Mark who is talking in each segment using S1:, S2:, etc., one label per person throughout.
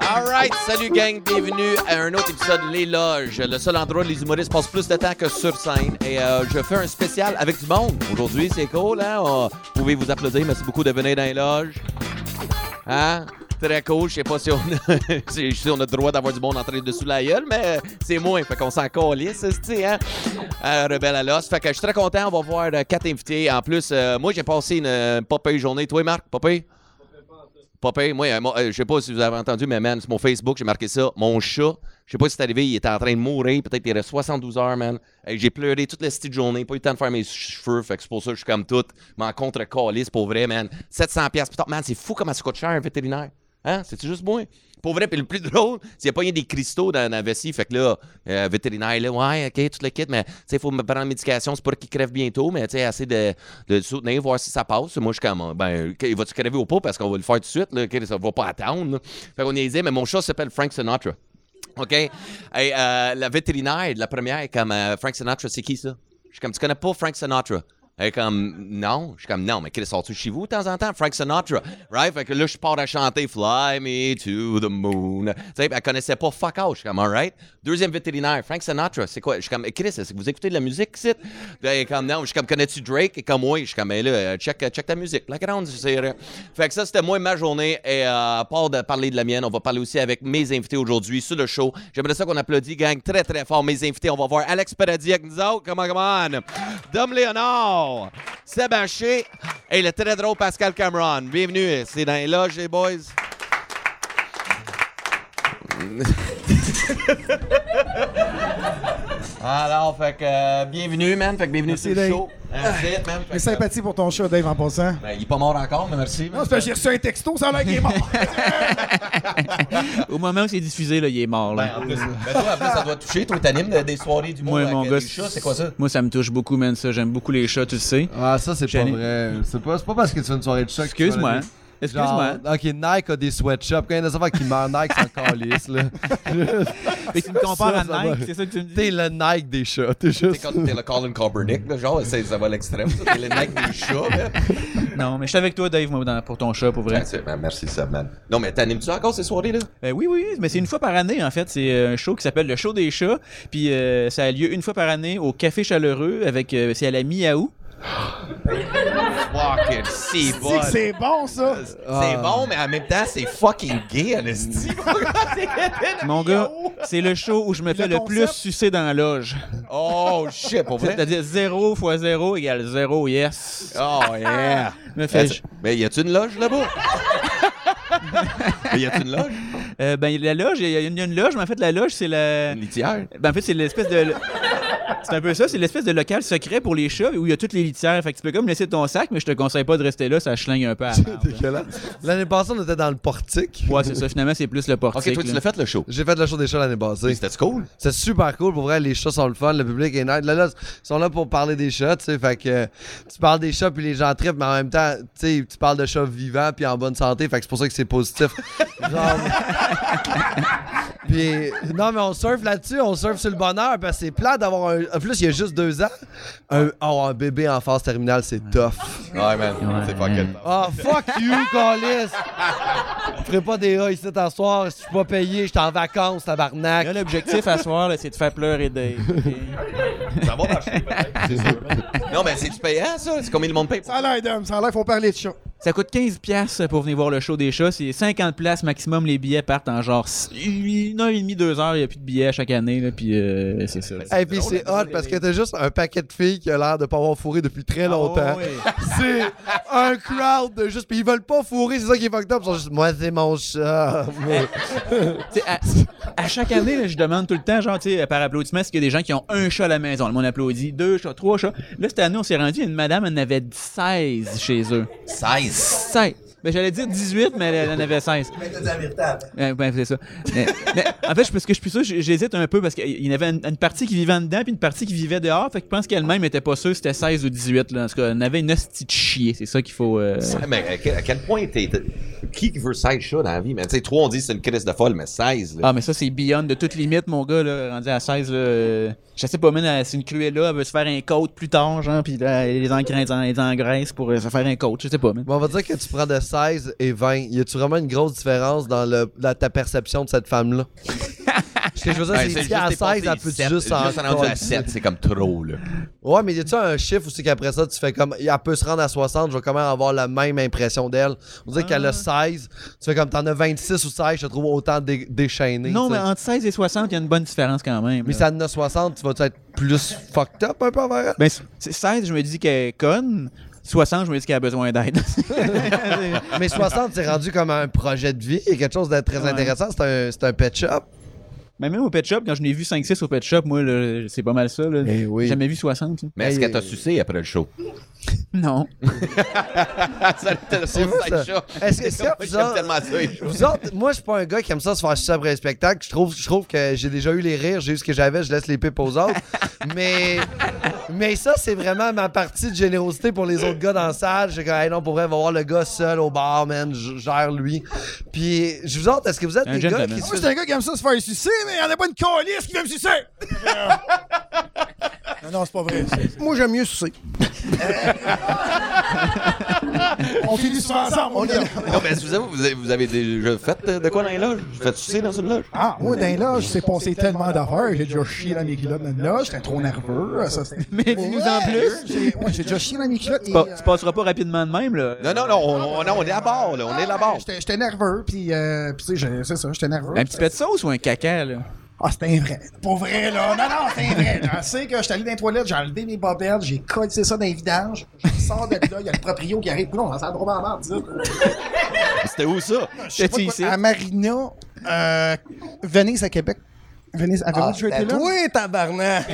S1: Alright, salut gang, bienvenue à un autre épisode Les Loges, le seul endroit où les humoristes passent plus de temps que sur scène. Et euh, je fais un spécial avec du monde. Aujourd'hui, c'est cool, hein? On- Vous pouvez vous applaudir, merci beaucoup de venir dans les loges. Hein? Très cool, je sais pas si on, a, si- si on a le droit d'avoir du monde en train de sous la gueule, mais euh, c'est moins, fait qu'on s'en calisse, c'est hein? Euh, Rebelle à l'os. Fait que je suis très content, on va voir euh, quatre invités. En plus, euh, moi j'ai passé une euh, pas pire journée. Toi Marc, pas pire? Pas pire. Moi, euh, moi, euh, je sais pas si vous avez entendu, mais man, sur mon Facebook, j'ai marqué ça. Mon chat, je sais pas si c'est arrivé, il était en train de mourir. Peut-être qu'il reste 72 heures, man. Hey, j'ai pleuré toute la petite journée, pas eu le temps de faire mes cheveux. Fait que c'est pour ça que je suis comme tout. M'en contre calice pour vrai, man. 700$. Putain, man, c'est fou comment ça coûte cher un vétérinaire. Hein? C'est-tu juste moi? Pour vrai, puis le plus drôle, c'est qu'il a pas eu des cristaux dans la vessie. Fait que là, euh, vétérinaire, là, ouais, ok, tout le kit, mais tu sais, faut me prendre la médication, c'est pas qu'il crève bientôt, mais tu sais, assez de, de le soutenir, voir si ça passe. Moi, je suis comme, ben, il va-tu crever ou pas? Parce qu'on va le faire tout de suite, là, ok, ça va pas attendre. là. Fait qu'on y dit, mais mon chat s'appelle Frank Sinatra. OK? Et, euh, la vétérinaire de la première est comme euh, Frank Sinatra, c'est qui ça? Je suis comme, tu connais pas Frank Sinatra? Elle est comme, non. Je suis comme, non, mais qu'est-ce sort-tu chez vous de temps en temps? Frank Sinatra. Right? Fait que là, je pars à chanter Fly me to the moon. Tu sais, elle connaissait pas fuck out. Je suis comme, alright. Deuxième vétérinaire, Frank Sinatra, c'est quoi? Je suis comme, Chris, est-ce que vous écoutez de la musique, c'est? Elle est comme, non. Je suis comme, connais-tu Drake? Elle est comme, oui. Je suis comme, mais là, euh, check, check ta musique. La grande, c'est vrai. Fait que ça, c'était moi et ma journée. Et euh, à part de parler de la mienne, on va parler aussi avec mes invités aujourd'hui sur le show. J'aimerais ça qu'on applaudit, gang, très, très fort mes invités. On va voir Alex Paradis avec nous autres. Come on, come on. Dom Léonard, Seb Haché et le très drôle Pascal Cameron. Bienvenue. C'est dans les loges, les boys. Alors, fait que euh, bienvenue, man. Fait que bienvenue sur le
S2: Dave.
S1: show. Merci, man. Fait
S2: Mes
S1: que,
S2: sympathies pour ton chat, Dave, en passant.
S1: ben, il est pas mort encore, mais merci. man.
S2: Non, c'est parce que j'ai reçu un texto, ça a l'air qu'il est mort.
S3: Au moment où c'est diffusé, là, il est mort.
S1: Ben,
S3: Là.
S1: en plus, ben, toi, en plus, ça doit te toucher. Toi, t'animes de- des soirées du monde
S3: Moi, mon
S1: avec
S3: gars,
S1: des chats. C'est quoi ça?
S3: Moi, ça me touche beaucoup, man, ça. J'aime beaucoup les chats, tu le sais.
S4: Ah, ça, c'est pas
S3: Jenny.
S4: vrai. C'est pas, c'est pas parce que tu fais une soirée de chat que tu vas
S3: Excuse-moi. hein.
S4: l'aimer.
S3: Excuse-moi.
S4: Genre, Ok, Nike a des sweatshops. Quand il y a des affaires qui meurent, Nike s'en calisse, là.
S3: Fait que tu me compares
S4: Ça, ça
S3: à Nike,
S4: va.
S3: c'est ça que tu me dis?
S4: T'es le Nike des chats. T'es
S1: T'es
S4: juste.
S1: comme t'es le Colin Kaepernick, là, genre, c'est- ça va à l'extrême. ça. T'es le mec des chats, man.
S3: Non, mais je suis avec toi, Dave, moi, dans- pour ton chat, pour vrai.
S1: Ben, c'est- ben, merci, ça, man. Non, mais t'animes-tu encore ces soirées-là?
S3: Euh, oui, oui, mais c'est une fois par année, en fait. C'est euh, un show qui s'appelle le show des chats. Puis euh, ça a lieu une fois par année au Café Chaleureux avec. euh, c'est à la Miaou.
S1: Fucking c'est
S2: Tu dis que c'est bon, ça.
S1: C'est bon, mais en même temps, c'est fucking gay, honesty.
S3: Mon gars, c'est le show où je me fais le plus
S2: concept-
S3: sucer dans la loge.
S1: oh, shit, pour vrai?
S3: C'est-à-dire 0 fois 0 égale 0, yes.
S1: Oh, yeah.
S3: Je me fais-
S1: Mais y a-tu une loge là-bas? mais y a-tu une loge?
S3: Euh, ben, la loge, il y, a une- il y a une loge, mais en fait, la loge, c'est la.
S1: Une litière?
S3: Ben, en fait, c'est l'espèce de. C'est un peu ça, c'est l'espèce de local secret pour les chats où il y a toutes les litières. Fait que tu peux comme laisser ton sac, mais je te conseille pas de rester là, ça chlingue un peu à la merde.
S4: dégueulasse. L'année passée, on était dans le portique.
S3: Ouais, c'est ça, finalement, c'est plus le portique.
S1: Ok, toi, tu
S3: là.
S1: l'as fait, le show?
S4: J'ai fait le show des chats l'année passée.
S1: C'était cool?
S4: C'est super cool. Pour vrai, les chats sont le fun. Le public est nice. Là, là, ils sont là pour parler des chats, tu sais. Fait que euh, tu parles des chats, puis les gens trippent, mais en même temps, tu sais, tu parles de chats vivants, puis en bonne santé. Fait que c'est pour ça que c'est positif. Genre. Puis, non, mais on surfe là-dessus, on surfe sur le bonheur, parce que c'est plat d'avoir un. En plus, il y a juste deux ans, un, oh, un bébé en phase terminale, c'est tough.
S1: Ouais, man. C'est fucking.
S4: Ah, fuck you, Calis! Je ferai pas des A ici ce soir, je suis pas payé, je suis en vacances, tabarnak.
S3: Là, l'objectif à soir, là, c'est de faire pleurer Dave. ok?
S1: Ça va marcher, peut-être. C'est sûr. Non, mais c'est-tu payant, ça? C'est combien le monde paye?
S2: Ça a l'air d'homme, ça a l'air, faut parler de chat.
S3: Ça coûte 15$ piastres pour venir voir le show des chats. C'est 50$ places maximum. Les billets partent en genre 1h30, 2h. Il n'y a plus de billets chaque année. Là, puis euh, c'est ça.
S4: Et puis c'est hot parce que t'as juste un paquet de filles qui a l'air de pas avoir fourré depuis très longtemps.
S3: Ah, ouais.
S4: C'est un crowd de juste. Puis ils veulent pas fourrer, c'est ça qui est fucked up. Ils sont juste, moi, c'est mon chat.
S3: Tu sais, à, à chaque année, là, je demande tout le temps, genre, tu sais, par applaudissement, est-ce qu'il y a des gens qui ont un chat à la maison? Le monde applaudit, deux chats, trois chats. Là, cette année, on s'est rendu, une madame en avait 16 chez eux.
S1: 16.
S3: 16! Ben, j'allais dire 18, mais elle en avait 16. Mais t'as dit la vérité. Ben, c'est ça. Mais, mais, en fait, je- parce que je suis sûr, j'hésite un peu parce qu'il y en avait une, une partie qui vivait en dedans puis une partie qui vivait dehors. Fait que je pense qu'elle-même était pas sûre si c'était 16 ou 18. Là. En tout cas, elle en avait une hostie de chier. C'est ça qu'il faut. euh,
S1: Mais à quel, à quel point t'es. t'es- qui veut 16 chats dans la vie, man? Tu sais, 3, on dit c'est une crise de folle, mais 16, là.
S3: Ah, mais ça, c'est beyond de toute limite, mon gars, là, rendu à 16. Là, euh, je sais pas, man, elle- c'est une Cruella, elle veut se faire un coat plus tard, genre, puis là, elle les engraisse, elle les engraisse pour euh, se faire un coat, je sais pas, man.
S4: Bon, on va dire que tu prends de 16 et 20. Y a-tu vraiment une grosse différence dans, le, dans ta perception de cette femme-là? Ce que je veux dire,
S1: Ben,
S4: c'est
S1: juste
S4: si à
S1: dépasser
S4: 16, elle
S1: les
S4: peut
S1: sept.
S4: juste en
S1: rendu à 7, c'est comme trop, là.
S4: Ouais, mais y a-tu un chiffre aussi qu'après ça, tu fais comme. Elle peut se rendre à 60, je vais quand même avoir la même impression d'elle. On dirait qu'elle a 16, tu fais comme t'en as 26 ou 16, je te trouve autant dé- déchaîné.
S3: Non,
S4: tu
S3: mais
S4: sais.
S3: entre 16 et 60, il y a une bonne différence quand même.
S4: Mais
S3: là.
S4: si elle en a 60, tu vas-tu être plus fucked up un peu envers elle?
S3: Ben, c- c'est 16, je me dis qu'elle est conne. 60, je me dis qu'elle a besoin d'aide.
S4: Mais 60, c'est rendu comme un projet de vie et quelque chose de très
S3: Ouais.
S4: intéressant. C'est un, c'est un pet shop.
S3: mais même au pet shop, quand je n'ai vu 5-6 au pet shop, moi, là, c'est pas mal ça. Là.
S4: Eh oui.
S3: J'ai jamais vu 60. ça.
S1: Mais est-ce
S4: Hey,
S1: qu'elle t'a
S4: euh,
S1: sucé après le show?
S3: Non.
S1: ça,
S4: C'est vrai, ça. Est-ce que c'est genre- Vous autres, moi, je suis pas un gars qui aime ça se faire sucer après les spectacles. Je trouve, je trouve que j'ai déjà eu les rires, j'ai eu ce que j'avais, je laisse les pipes aux autres. Mais, mais ça, c'est vraiment ma partie de générosité pour les autres gars dans la salle. J'ai comme, hey, non, pour vrai, va voir le gars seul au bar, man, je gère lui. Puis, je vous autres, est-ce que vous êtes
S3: Un
S4: des gars
S3: gentleman.
S4: qui
S2: Moi,
S4: se
S2: c'est un gars qui aime ça se faire sucer, mais y'en a pas une calice qui veut me sucer! non, non, c'est pas vrai. Moi, j'aime mieux sucer. on finit souvent ensemble. On est...
S1: Non, mais vous avez, vous avez, vous avez déjà fait euh, de quoi dans les loges? Vous faites sucer dans une loge?
S2: Ah, moi, dans les loges, c'est passé tellement d'affaires. J'ai déjà chié dans mes culottes dans une loge. J'étais trop nerveux. Ça, c'était-
S3: Mais dis-nous en plus.
S2: J'ai- ouais, j'ai déjà chié dans mes culottes. et,
S3: Pas-
S2: euh,
S3: tu passeras pas rapidement de même, là.
S1: Non, non, non, on, on- non, on est à bord, là. On est là-bas.
S2: J'étais j'étais nerveux, puis, euh, puis tu sais, j'ai- c'est ça, j'étais nerveux.
S3: Un petit peu de sauce ou un caca, là?
S2: Ah, c'était un vrai. Pour vrai, là. Non, non, c'était un vrai. Je sais que je suis allé dans les toilettes, j'ai enlevé mes bobettes, j'ai collé ça dans les vidanges. Je sors de là, il y a le proprio qui arrive. Non, ça a drôle en marre, dis donc.
S1: C'était où ça?
S3: T'es-tu ici?
S2: À Marina, euh, Venise à Québec. Venise, à
S1: Ah,
S2: Venise, tu étais là?
S5: Oui, tabarnak!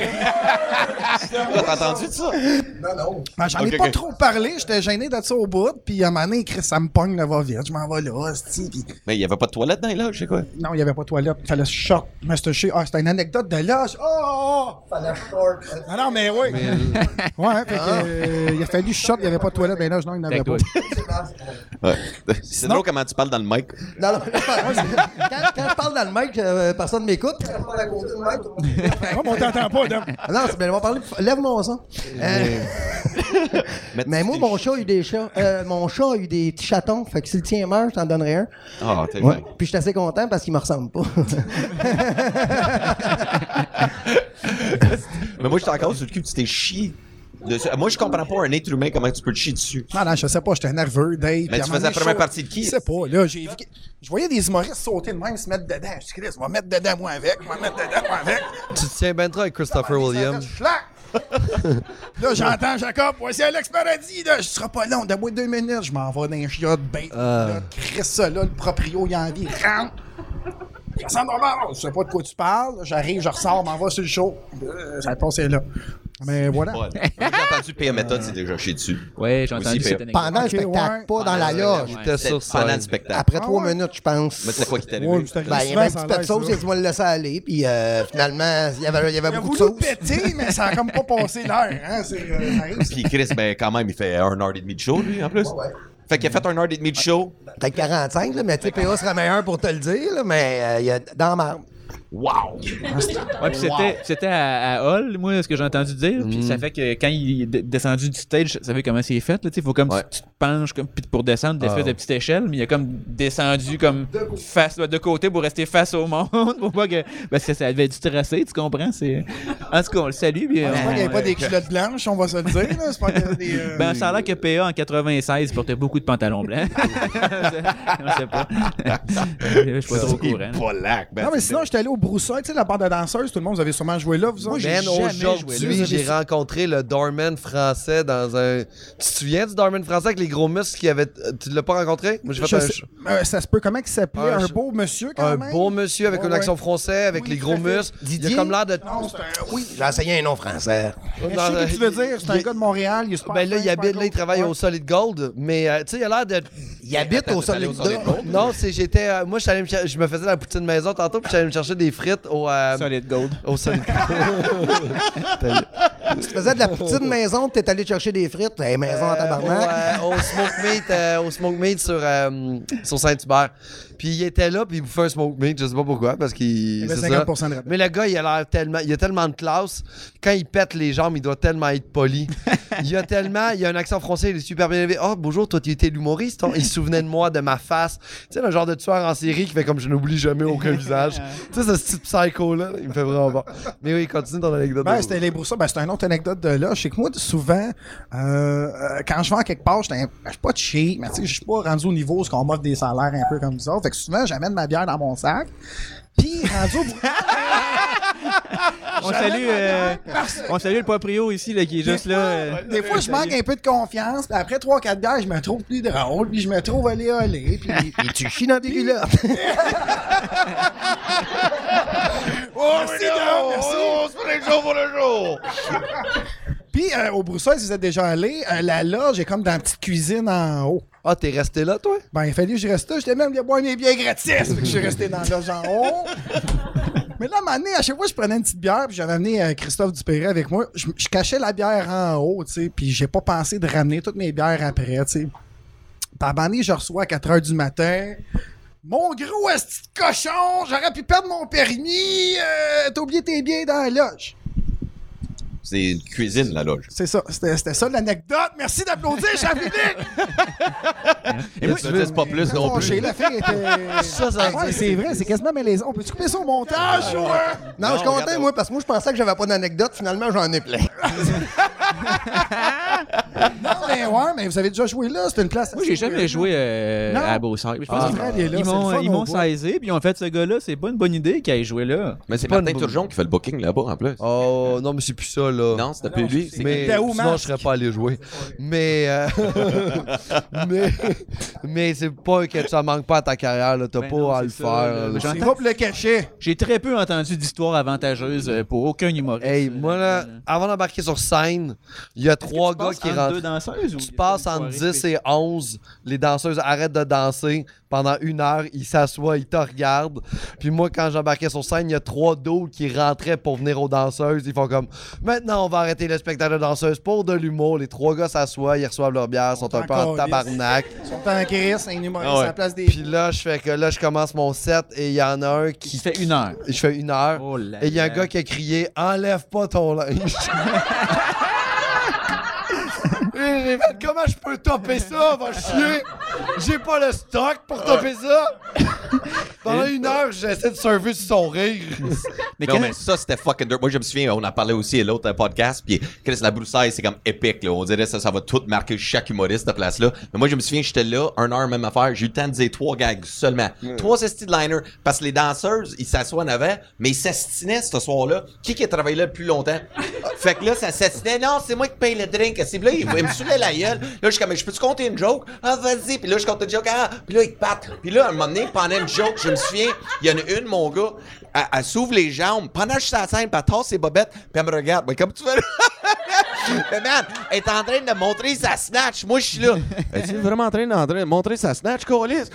S1: T'as entendu de ça?
S2: Ben, J'en
S1: Ah,
S2: ai
S1: Ok,
S2: pas
S1: ok.
S2: trop parlé, j'étais gêné d'être ça au bout, puis à un moment donné, Chris, ça me pogne, là, va vite, je m'en vais là, hostie, puis
S1: Mais il n'y avait pas de toilette dans les loges, c'est quoi?
S2: Non, il n'y avait pas de toilette. Il fallait short. Mais c'était chier. Ah, c'était une anecdote de loge. Oh, oh, oh. Fallait short. Ah non, mais oui. Ouais, fait que, euh, il a fallu short. Il n'y avait pas de toilette Ben dans les loges. Non, il n'y en avait pas.
S3: D'accord.
S1: Ouais. C'est drôle comment tu parles dans le mic.
S5: Non, non, quand, quand je parle dans le mic, euh, personne m'écoute.
S2: Ouais, Oh, mais on t'entend pas, Dom.
S5: Ah Non, c'est- mais on va parler. Lève mon son. Euh, mais moi, mon chat a eu des chats. euh, mon chat a eu des petits chatons. Fait que si le tien meurt, je t'en donnerai un.
S1: Ah, t'es
S5: Ouais.
S1: bien.
S5: Puis je suis assez content parce qu'il me ressemble pas.
S1: Mais moi, je suis encore sur le cul, tu t'es chié. dessus. Moi, je comprends pas un être humain comment tu peux te chier dessus.
S2: Non, non, je sais pas. J'étais nerveux, Dave.
S1: Mais tu faisais la première partie de qui?
S2: Je sais pas, là. j'ai vu que- Je voyais des humoristes sauter de même, se mettre dedans. Je suis Chris, on va mettre dedans, moi, avec. On va mettre dedans, moi, avec.
S4: Tu te tiens ben trop avec
S3: Ah,
S4: Christopher Williams.
S2: Clac! là, j'entends Jacob, voici Alex Paradis, là, je serai pas long, de moi deux minutes, je m'en vais dans un chiot, ben,
S4: Euh.
S2: là, crisse ça, là, le proprio, il a envie, rentre! Ça sent normal, je sais pas de quoi tu parles, j'arrive, je ressors, m'en vais sur le show, Euh, ça a passé là. Mais voilà.
S1: Ouais. Moi, J'ai entendu pire méthode, c'est déjà chié dessus.
S3: Ouais, j'ai
S1: Aussi,
S3: entendu
S1: mais-
S3: cette anecdote.
S5: Pendant le
S2: Ok,
S5: spectacle,
S2: ouais.
S5: pas dans la loge.
S4: T'es sur
S1: Pendant
S4: scène.
S1: le spectacle.
S5: Après
S2: Ah
S5: trois
S2: ouais.
S5: minutes, je pense.
S1: Mais c'est quoi qui t'est
S2: Ouais,
S1: arrivé?
S2: c'est arrivé
S5: Ben, il y avait un
S2: souvent,
S5: petit
S2: ça
S5: peu de sauce,
S2: l'air,
S5: et
S2: ça.
S5: tu m'as laissé aller, puis euh, finalement, il y avait, il y avait
S2: Il a
S5: beaucoup de
S2: voulu
S5: sauce.
S2: péter, mais ça a comme pas passé l'heure, hein, c'est, euh, ça arrive, ça.
S1: Puis Chris, ben quand même, il fait un heure et demie de show, lui, en plus. Fait qu'il a fait un heure et demie de show.
S5: Peut-être 45, là, mais TPA serait meilleur pour te le dire, là, mais euh, il y a dans ma...
S1: Wow!
S3: Ouais, puis c'était, c'était à, à Hall, moi, ce que j'ai entendu dire. Puis ça fait que quand il est de- descendu du stage, ça fait comment c'est fait, là, tu sais, faut comme tu-
S1: Ouais.
S3: tu, te penches comme, puis pour descendre, des espèces de petite échelle, mais il a comme descendu comme face, ouais, de côté pour rester face au monde, pour pas que, parce que ça devait être tracé, tu comprends, c'est, en tout cas, on le salue, puis
S2: C'est pas qu'il y
S3: on-
S2: avait pas des culottes blanches, on va se le dire, là, c'est pas qu'il y avait des... euh,
S3: Ben, ça a l'air que PA en 96 portait beaucoup de pantalons blancs. je sais pas. Je suis pas trop au courant. là.
S1: Polac, ben.
S2: Non, mais sinon, j'étais allé au Broussailles, tu sais, la bande de danseuses, tout le monde, vous avez sûrement joué là, vous autres.
S3: j'ai
S4: Ben,
S3: jamais joué
S4: aujourd'hui,
S3: là.
S4: j'ai rencontré le doorman français dans un. Tu te souviens du doorman français avec les gros muscles qui avait. Tu l'as pas rencontré? Moi, j'ai fait
S2: Je
S4: un.
S2: sais- euh, ça se peut comment il s'appelait?
S4: Un
S2: Un,
S4: ch-
S2: beau monsieur, quand
S4: un
S2: même?
S4: beau monsieur avec
S2: Ouais,
S4: un accent
S2: ouais.
S4: français, avec
S2: Oui,
S4: les
S2: tout
S4: gros
S2: à fait.
S4: muscles. Il
S5: Didier?
S4: a comme l'air de.
S2: Non, c'est un... Oui.
S5: J'ai enseigné un nom français.
S2: Mais je sais ce que tu veux dire, c'est un gars de Montréal, il est super
S4: Ben là,
S2: fin,
S4: il habite,
S2: super
S4: là, il
S2: cool.
S4: travaille au
S2: Ouais.
S4: Solid Gold, mais euh, tu sais, il a l'air de.
S5: Il habite
S1: Attends,
S5: au
S1: t'es allé
S5: Solid
S1: au Solid Gold?
S4: Non, c'est j'étais. euh, moi, je suis allé me cher- je me faisais la poutine maison tantôt, puis j'allais me chercher des frites au. euh,
S3: Solid Gold.
S4: Au Solid Gold.
S5: tu faisais de la poutine maison, t'es allé chercher des frites. Hey, maison en tabarnak.
S4: Euh, au, euh, au smoke meat, euh, au smoke meat sur, euh, sur Saint-Hubert. Puis il était là, puis il bouffait un smoke meat, je sais pas pourquoi, parce qu'il.
S2: avait
S4: c'est
S2: 50%
S4: ça.
S2: de rabais.
S4: Mais le gars, il a l'air tellement. Il a tellement de classe. Quand il pète les jambes, il doit tellement être poli. il a tellement. Il a un accent français, il est super bien élevé. Oh, bonjour, toi, tu étais l'humoriste. hein? Il se souvenait de moi, de ma face. Tu sais, le genre de tueur en série qui fait comme je n'oublie jamais aucun visage. tu sais, ce petit psycho-là, il me fait vraiment bon. Mais oui, continue ton anecdote.
S2: Ben,
S4: de-
S2: c'était les broussailles. Ben, c'était une autre anecdote de là. Je sais que moi, souvent, euh, euh, quand je vais en quelque part, j'étais un- ben, je suis pas cheap, mais tu sais, je suis pas rendu au niveau où ce qu'on m'offre des salaires un peu comme ça. Fait que souvent, j'amène ma bière dans mon sac. Puis, rendu au
S3: On salue, euh, on salue le proprio ici, là, qui est juste là. euh,
S2: Des fois, je manque un peu de confiance. Puis après 3-4 bières, je me trouve plus drôle. Puis je me trouve oléolé. Puis.
S5: Et tu chies dans tes culottes.
S2: oh, merci, Dom, merci.
S1: c'est le jour pour le jour!
S2: Puis, euh, au Broussailles, si vous êtes déjà allé, euh, la loge est comme dans la petite cuisine en haut.
S4: Ah, t'es resté là, toi?
S2: Ben, il fallait que je reste là. J'étais même de boire mes bières gratis. Fait que je suis resté dans le genre haut. Mais là, à un moment donné, à chaque fois, je prenais une petite bière, puis j'avais amené euh, Christophe Dupéré avec moi. Je, je cachais la bière en haut, tu sais, puis j'ai pas pensé de ramener toutes mes bières après, tu sais. Puis à un moment donné, je reçois à 4 h du matin. Mon gros esti de cochon, j'aurais pu perdre mon permis. euh, T'as oublié tes biens dans la loge.
S1: C'est une cuisine, la loge.
S2: C'est ça, c'était c'était ça l'anecdote. Merci d'applaudir, cher public.
S1: Et
S4: moi,
S1: moi, je dis pas plus non
S2: J'ai
S1: plus.
S2: la fille était. Ah
S4: Ça, ça-
S2: Ouais, c'est vrai, c'est quasiment malaisant. On peut-tu couper ça au montage ou. euh?
S5: Non, je suis
S1: Non,
S5: content,
S1: regarde,
S5: moi, parce que moi, je pensais que j'avais pas d'anecdote. Finalement, j'en ai plein.
S2: Non, mais ouais, mais vous avez déjà joué là, c'est une place.
S3: Moi, j'ai jamais joué euh,
S2: Non.
S3: à Beauchamp. Je pense
S2: Ah,
S3: que-
S2: Fred est là,
S3: ils
S2: c'est le
S3: m'ont,
S2: fun
S3: ils
S2: au
S3: m'ont
S2: bout.
S3: saisi, puis ils ont fait ce gars-là, c'est pas une bonne idée qu'il aille jouer là.
S1: Mais c'est
S4: pas une
S1: Martin
S4: bonne-
S1: Turgeon qui fait le booking là-bas, en plus.
S4: Oh, non, mais c'est plus ça, là.
S1: Non, c'était plus lui. C'est-
S4: Mais
S2: T'es où,
S4: sinon,
S2: Masque?
S4: je serais pas allé jouer. Mais, euh, mais, mais c'est pas que ça manque pas à ta carrière. là. T'as
S3: Ben
S4: pas
S3: non,
S4: à
S3: c'est
S4: le
S3: ça,
S4: faire.
S3: là.
S4: là.
S2: C'est pas pour le cacher.
S3: J'ai très peu entendu d'histoires avantageuses euh, pour aucun humoriste. euh,
S4: Hey, moi, là, avant d'embarquer sur scène, il y a trois gars qui rentrent.
S3: deux danseuses ou
S4: Tu passes entre 10 et 11, les danseuses arrêtent de danser pendant une heure, ils s'assoient, ils te regardent. Puis moi, quand j'embarquais sur scène, il y a trois dos qui rentraient pour venir aux danseuses. Ils font comme maintenant, on va arrêter le spectacle de danseuses pour de l'humour. Les trois gars s'assoient, ils reçoivent leur bière, sont un peu en
S2: encore
S4: tabarnak.
S2: Ils sont en crise, c'est un humoriste
S1: Ah ouais.
S2: à la place des.
S4: Puis là, je fais que là, je commence mon set et il y en a un
S3: Qui
S4: qui.
S3: fait une heure.
S4: Je fais une heure.
S3: Oh là
S4: et il y a un
S3: là.
S4: gars qui a crié Enlève pas ton linge. Et j'ai fait comment je peux topper ça, va chier! J'ai pas le stock pour topper ça! Pendant une heure, j'essaie de surfer sur son rire.
S3: Mais
S1: Non,
S3: quand-
S1: mais ça, c'était fucking dirt. Moi, je me souviens, on en parlait aussi à l'autre euh, podcast, puis Chris La Broussaille, c'est comme épique, là. On dirait ça, ça va tout marquer chaque humoriste à place-là. Mais moi, je me souviens, j'étais là, un heure, même affaire, j'ai eu le temps de dire trois gags seulement. Trois sesties de liner, parce que les danseuses, ils s'assoient en avant, mais ils s'astinaient ce soir-là. Qui qui a travaillé là le plus longtemps? fait que là, ça s'astinait. Non, c'est moi qui paye le drink. C'est puis là, ils ils me saoulaient la gueule. Là, je suis comme, je peux-tu compter une joke? Ah, vas-y. Puis là, je compte une joke. Ah, puis là, ils partent. Puis là, à un moment donné, pendant une joke, je me souviens, il y en a une, mon gars, elle, elle s'ouvre les jambes. Pendant que je suis à la scène, puis elle tasse ses bobettes, puis elle me regarde. Mais comme tu fais là? Mais man, elle est en train de montrer sa snatch. Moi, je suis là. Es-tu vraiment en train de montrer sa snatch, Colis?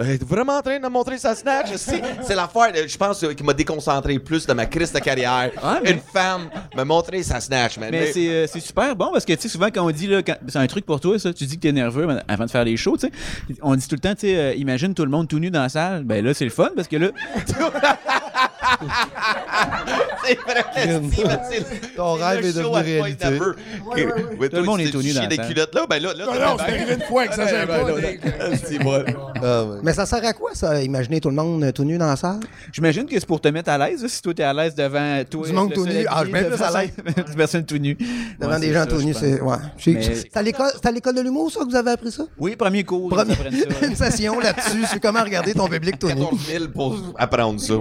S1: Elle est vraiment en train de montrer sa snatch. C'est c'est l'affaire, de- je pense, euh, qui m'a déconcentré le plus de ma crise de carrière.
S3: Ouais, Ah, mais-
S1: Une femme m'a montré sa snatch, man.
S3: Mais c'est euh, c'est super bon parce que tu sais souvent quand on dit là quand- c'est un truc pour toi ça tu dis que t'es nerveux mais avant de faire les shows tu sais on dit tout le temps tu sais euh, imagine tout le monde tout nu dans la salle ben là c'est le fun parce que là
S1: C'est vrai, c'est- c'est-
S4: Ton
S1: c'est
S4: rêve
S1: le
S4: est devenu
S1: show à
S4: réalité.
S1: point d'aveu. Que- ouais, toi,
S3: monde
S1: si
S3: est
S1: tu
S3: tout nu
S1: chies
S3: dans la
S1: des
S3: salle.
S1: culottes là, ben là, là,
S2: Non,
S1: là,
S2: non,
S1: ben,
S2: c'est arrivé une fois, exagère
S1: ben,
S2: pas.
S1: ben,
S2: des-
S1: là, c'est moi.
S5: Mais ça sert à quoi, ça, imaginer tout le monde euh, tout nu dans la salle?
S3: j'imagine que c'est pour te mettre à l'aise là, si toi t'es à l'aise devant toi
S5: Du monde
S3: le
S5: tout nu.
S3: seul
S5: Ah, je suis bien
S3: habillé,
S5: plus à
S3: devant- devant personne tout nu
S5: Devant
S3: Ouais,
S5: des
S3: c'est
S5: gens
S3: ça,
S5: tout
S3: je
S5: nus,
S3: pense.
S5: c'est. Ouais. J'ai-
S3: Mais-
S5: C'est à l'école c'est à l'école de l'humour, ça, que vous avez appris ça?
S3: oui premier cours
S5: Premier-
S3: ils apprennent ça.
S5: une session là-dessus sur comment regarder ton public tout nu.
S1: 14 000 pour apprendre ça.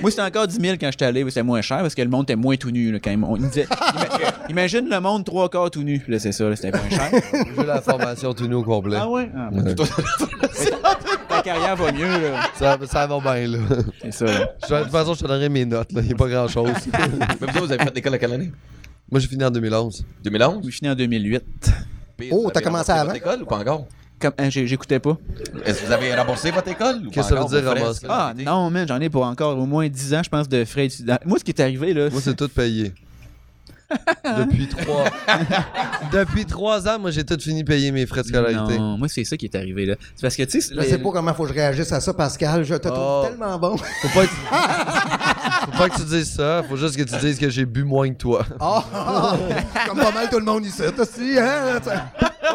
S3: Moi, c'était encore 10 000 quand j'étais allé, mais c'était moins cher parce que le monde était moins tout nu. Là, quand même. On nous disait, Ima- imagine le monde trois quarts tout nu. Là, c'est ça, là, c'était moins cher.
S4: Je veux la formation tout nu au complet.
S3: ah ouais? Ah, ben, Ta carrière va mieux, là.
S4: Ça, ça va bien, là.
S3: C'est ça. là.
S4: Je- De toute façon, je te donnerai mes notes, là. Il n'y a pas grand-chose.
S1: Mais vous, autres, vous avez fait l'école à quelle année?
S4: Moi, j'ai fini en 2011.
S1: 2011?
S3: Je suis fini en 2008.
S1: Puis,
S5: Oh,
S1: vous avez
S5: t'as
S1: remboursé
S5: commencé avant?
S1: votre école ou pas encore?
S3: Comme- hein, j'ai- J'écoutais pas.
S1: Est-ce que vous avez remboursé votre école? ou pas
S4: Qu'est-ce que ça
S1: encore,
S4: veut dire,
S1: vos frais?
S4: rembourser?
S3: Ah non, man, j'en ai pour encore au moins 10 ans, je pense, de frais étudiants. Moi, ce qui est arrivé, là.
S4: Moi, c'est tout payé. Depuis trois. Depuis trois ans, moi, j'ai tout fini de payer mes frais de scolarité.
S3: Non, moi, c'est ça qui est arrivé, là. C'est parce que, tu sais,
S5: Je sais pas comment faut que je réagisse à ça, Pascal. Je te
S4: Oh.
S5: trouve tellement bon.
S4: Faut pas, que tu- Faut pas que tu dises ça. Faut juste que tu dises que j'ai bu moins que toi.
S5: Ah, ah, ah. comme pas mal tout le monde ici, aussi, hein?
S4: Oh,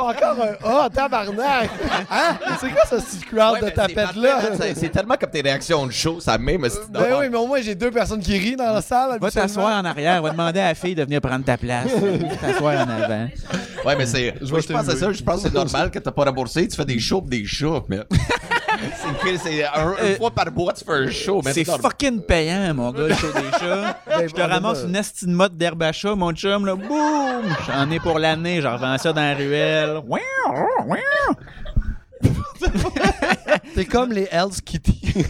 S5: Encore un Ah, tabarnak! Hein?
S4: C'est quoi ce petit crowd
S1: Ouais, mais c'est parfait, là, c'est- C'est tellement comme tes réactions de show, ça même.
S4: Ben oui, mais au moins, j'ai deux personnes qui rient dans la salle.
S3: Va t'asseoir en arrière, va demander à la fille de venir prendre ta place. Va t'asseoir en avant.
S1: Ouais, mais c'est. Je,
S4: vais
S1: je pense à
S4: t'élever.
S1: ça, je pense que c'est normal que t'as pas remboursé, tu fais des shows pis des shows, mais. c'est que c'est un- une
S3: Euh,
S1: fois par mois, tu fais un show, mais
S3: C'est
S1: normal.
S3: fucking payant, mon gars, le show des chats. Je te ramasse une astine motte d'herbe à chat, mon chum, là. Boum! J'en ai pour l'année, j'en revends ça dans la ruelle. Ouin, ouin, ouin.
S4: T'es comme les Hells Kitty.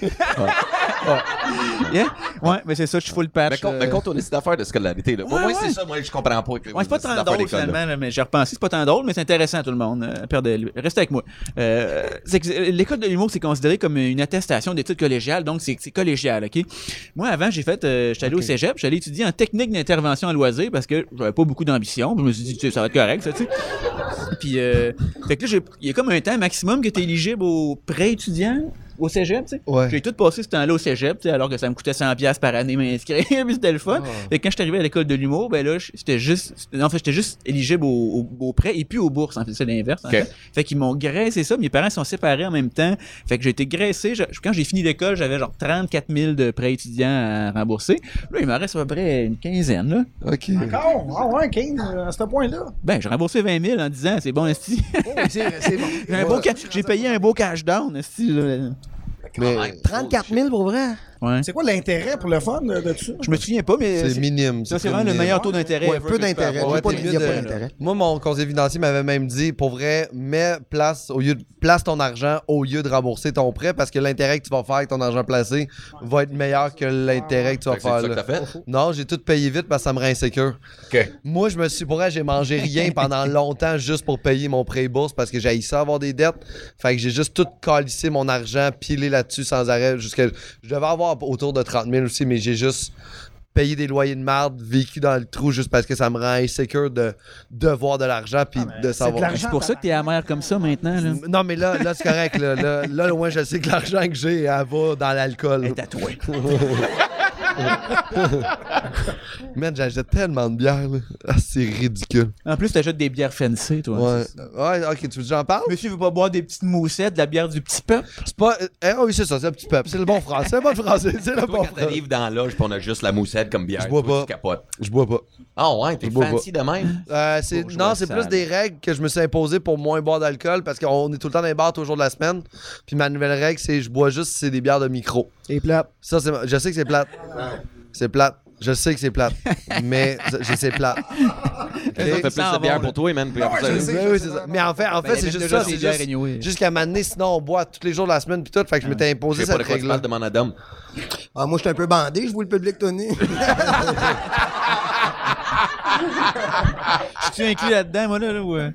S3: Yeah. Ouais, mais c'est ça, je suis full patch.
S1: Mais compte,
S3: euh.
S1: mais compte ton essai d'affaires de scolarité, là.
S3: Ouais,
S1: moi,
S3: ouais.
S1: c'est ça, moi, je comprends pas. que-
S3: Ouais, c'est pas
S1: les
S3: tant
S1: affaires
S3: drôle
S1: d'école, là.
S3: finalement, là, mais j'ai repensé, c'est pas tant drôle, mais c'est intéressant tout le monde. Euh, perdez- restez avec moi. Euh, c'est que euh, l'école de l'humour, c'est considéré comme une attestation d'études collégiales, donc c'est c'est collégial, OK? Moi, avant, j'ai fait, euh, j'étais allé au cégep, j'allais étudier en technique d'intervention à loisir parce que j'avais pas beaucoup d'ambition, puis je me suis dit, tu sais, ça va être correct, ça, tu sais. Puis, euh, fait que là, j'ai- il y a comme un temps maximum que tu es éligible aux pré-étudiants au cégep, tu sais.
S4: Ouais.
S3: J'ai tout passé ce temps-là au cégep, tu sais, alors que ça me coûtait 100$ piastres par année m'inscrire, puis c'était le
S4: Ah.
S3: fun. Fait que quand je suis arrivé à l'école de l'humour, ben là, je- c'était juste, c'était- en fait, j'étais juste éligible au, au- au prêt et puis aux bourses, en fait, c'est l'inverse. en
S1: Ok.
S3: fait. Fait qu'ils m'ont graissé ça, mes parents sont séparés en même temps. Fait que j'ai été graissé, Je- quand j'ai fini l'école, j'avais genre 34 000 de prêts étudiants à rembourser. Là, il me reste à peu près une quinzaine, là.
S4: Ok.
S2: Encore? Ah ouais, 15 à ce point-là.
S3: Ben, j'ai remboursé 20 000 en disant, c'est bon, esti.
S2: Oh, c'est c'est bon.
S3: J'ai un beau ca- j'ai payé un beau cash down, esti, là.
S4: Mais
S5: 34 000 pour vrai?
S3: Ouais.
S2: C'est quoi l'intérêt pour le fun de, de tout ça?
S3: Je me souviens pas, mais.
S4: c'est
S3: c'est-
S4: minime.
S3: Ça, c'est
S4: très
S3: vraiment le
S4: minime.
S3: meilleur taux d'intérêt.
S5: Ouais,
S3: ever que
S5: peu
S3: tu peux
S5: d'intérêt.
S3: avoir.
S5: J'ai
S4: Ouais,
S5: pas
S4: t'es euh,
S5: de-
S4: mieux
S5: y a
S4: de-
S5: pas d'intérêt.
S4: Moi, mon conseiller financier m'avait même dit, pour vrai, mets place au lieu de, place ton argent au lieu de rembourser ton prêt parce que l'intérêt que tu vas faire avec ton argent placé va être meilleur que l'intérêt que tu vas
S1: Fait que c'est
S4: faire.
S1: ça que
S4: là.
S1: t'as fait?
S4: Non, j'ai tout payé vite parce que ça me rend insécure.
S1: Ok.
S4: Moi, je me suis pour vrai, j'ai mangé rien pendant longtemps juste pour payer mon prêt et bourse parce que j'ai ça avoir des dettes. Fait que j'ai juste tout calissé mon argent, pilé là-dessus sans arrêt. Jusqu'à... Je devais avoir autour de 30 000 aussi, mais j'ai juste payé des loyers de marde, vécu dans le trou juste parce que ça me rend insécure de devoir de l'argent puis de
S2: de
S4: savoir.
S2: l'argent.
S3: C'est pour ça que t'es amer comme ça maintenant, là.
S4: Non, mais là, là c'est correct. Là, là, là, au moins, je sais que l'argent que j'ai, elle va dans l'alcool.
S3: T'es tatoué.
S4: Man, j'achète tellement de bière, là. Ah, c'est ridicule.
S3: En plus, t'achètes des bières fancy, toi.
S4: Ouais. ouais, ok, tu veux que j'en parle?
S3: Monsieur veut pas boire des petites moussettes, de la bière du petit peuple.
S4: C'est pas. euh, Ah oui, c'est ça, c'est un petit peuple. C'est le bon français. C'est le bon français. C'est le
S1: Toi,
S4: bon
S1: quand
S4: français.
S1: t'arrives dans la loge, pis on a juste la moussette comme bière.
S4: Je bois
S1: toi,
S4: pas.
S1: Tu capotes.
S4: Je bois pas.
S1: Ah ouais, t'es
S4: Je bois
S1: fancy de même.
S4: Euh, c'est-
S3: Bourgeois
S4: non, c'est
S3: sale.
S4: plus des règles que je me suis imposées pour moins boire d'alcool parce qu'on est tout le temps dans les bars, tous les jours de la semaine. Puis ma nouvelle règle, c'est je bois juste si c'est des bières de micro.
S5: Et plat.
S4: Ça, c'est, ma- je sais que c'est plate. C'est plate. Je sais que c'est plate. mais je- c'est plate.
S1: Ça fait
S4: Ok?
S1: plus de bière pour toi, man. puis après ça-
S2: ouais,
S4: Ouais,
S2: je sais,
S4: oui, c'est ça. Mais en fait, en fait
S3: il y
S4: c'est
S3: avait
S4: juste
S3: déjà
S4: ça.
S3: des
S4: C'est
S3: bières
S4: juste,
S3: anyway.
S4: jusqu'à m'amener, sinon on boit tous les jours de la semaine, puis tout. Fait que je m'étais
S1: Je
S4: imposé
S1: sais pas
S4: cette
S1: de quoi tu
S4: règle-là.
S1: parles, demande à Dom.
S5: Ah, moi, je suis un peu bandé, je vous le public, Tony.
S3: Je suis inclus là-dedans, moi, là, là, ouais.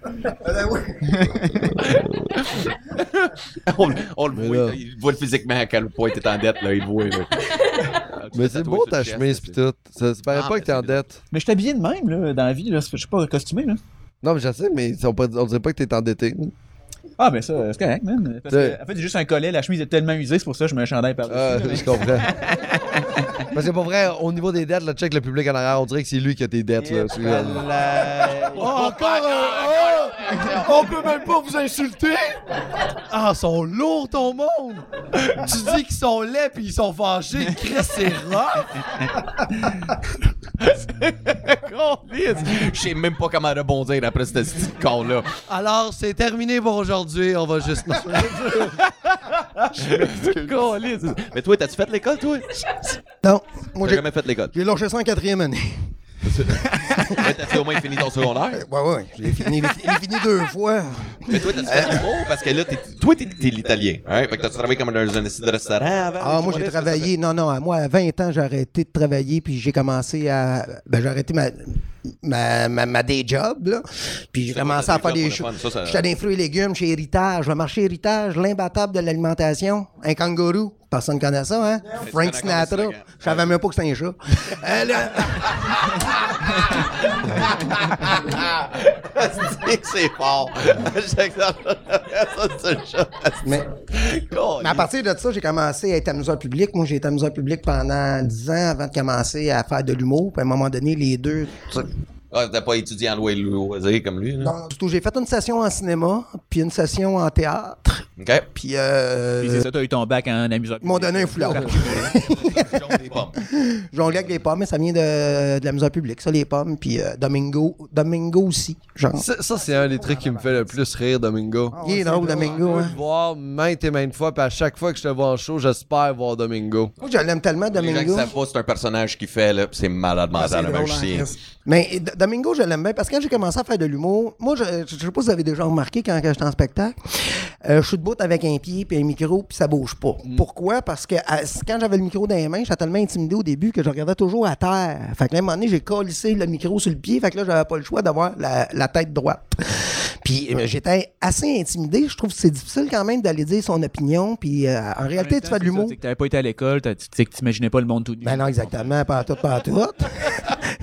S1: on, on le voit, il voit physiquement à quel point t'es en dette, là, il le voit. là.
S4: Mais c'est beau ta chemise, puis tout. Ça, ça paraît
S1: Ah,
S4: pas
S1: mais
S4: que t'es en
S1: c'est-
S4: dette.
S3: Mais je suis habillé de même, là, dans la vie, là. Je suis pas costumé, là.
S4: Non, mais je sais, mais on, peut- on dirait pas que t'es endetté.
S3: Ah, ben ça, c'est correct, man. Parce
S4: Ouais.
S3: que, en fait, c'est juste un collet, la chemise est tellement usée, c'est pour ça que je mets un chandail par-dessus.
S4: Ah,
S3: là, mais-
S4: je comprends. Parce que pour vrai, au niveau des dettes, là, check le public en arrière, on dirait que c'est lui qui a tes dettes. Là, tu vois.
S3: Voilà.
S4: Oh, encore un- oh! On peut même pas vous insulter! Ah, ils sont lourds, ton monde! Tu dis qu'ils sont laids puis ils sont fâchés. Chris, c'est rare!
S1: Je sais même pas comment rebondir après cette petite con-là.
S4: Alors, c'est terminé pour aujourd'hui. On va juste... Non.
S1: Mais toi, t'as-tu fait l'école, toi?
S5: Non, moi,
S1: T'as
S5: j'ai
S1: jamais fait l'école.
S5: j'ai lâché ça en quatrième année.
S1: Mais t'as-tu au moins fini ton secondaire?
S5: Ouais, ouais, je l'ai fini, je l'ai fini deux fois.
S1: Mais toi, t'as-tu fait l'humour? Parce que là, t'es- toi, t'es t'es l'italien. Hein? Fait que t'as-tu travaillé comme dans un site de restaurant avant?
S5: Ah, moi, j'ai travaillé. Non, non, à moi, à 20 ans, j'ai arrêté de travailler, puis j'ai commencé à. Ben, j'ai arrêté ma. ma, ma, ma day job, là. Puis j'ai
S1: C'est
S5: commencé
S1: quoi,
S5: à
S1: la
S5: faire
S1: day
S5: des
S1: job, mon
S5: choses.
S1: fun? Ça, ça-
S5: J'étais dans les fruits et légumes chez Héritage, le marché Héritage, l'imbattable de l'alimentation, un kangourou. Personne ne connaît ça, hein? Frank
S1: tu connais hein. encore
S5: Sinatra.
S1: le slogan.
S5: Je savais même pas que c'était un chat. Euh, le-
S1: Ah, c'est fort. J'exagère. ça, c'est le chat.
S5: mais, mais à partir de ça, j'ai commencé à être amuseur public. Moi, j'ai été amuseur public pendant 10 ans avant de commencer à faire de l'humour. Puis à un moment donné, les deux,
S1: Ah, t'as pas étudié en loi et loisir comme lui, là?
S5: Non, surtout, j'ai fait une session en cinéma, puis une session en théâtre,
S1: OK.
S5: puis euh,
S3: Puis c'est ça, t'as eu ton bac en amusant.
S5: ils m'ont donné un foulard.
S1: Des pommes.
S5: Jonglais avec les pommes, mais ça vient de, de la musique publique, ça, les pommes, puis euh, Domingo, Domingo aussi, genre.
S4: Ça, ça, c'est un des trucs qui me fait le plus rire, Domingo.
S2: Ah
S5: Il est drôle, Domingo,
S4: Je
S5: hein.
S4: veux le voir maintes et maintes fois, puis à chaque fois que je te vois en show, j'espère voir Domingo.
S5: Moi, je l'aime tellement,
S1: Les gens qui
S5: Domingo.
S1: savent pas, c'est un personnage qui fait, là, pis c'est malade
S2: Ah,
S1: mental,
S2: c'est
S1: le
S2: drôle,
S1: magicien.
S2: hein, Chris.
S5: Mais D- Domingo, je l'aime bien parce que quand j'ai commencé à faire de l'humour, moi, je, je sais pas si vous avez déjà remarqué quand, quand j'étais en spectacle, euh, je suis debout avec un pied puis un micro puis ça bouge pas.
S3: Mm.
S5: Pourquoi? Parce que à- c- quand j'avais le micro dans les mains, j'étais tellement intimidé au début que je regardais toujours à terre. Fait que là, à un moment donné, j'ai collissé le micro sur le pied. Fait que là, j'avais pas le choix d'avoir la, la tête droite. Puis euh, j'étais assez intimidé. Je trouve que c'est difficile quand même d'aller dire son opinion. Puis euh, en réalité, tu fais de l'humour.
S3: C'est que t'avais pas été à l'école, t'as- c'est que t'imaginais pas le monde tout nu.
S5: Ben non, exactement. Pas à tout, pas à tout.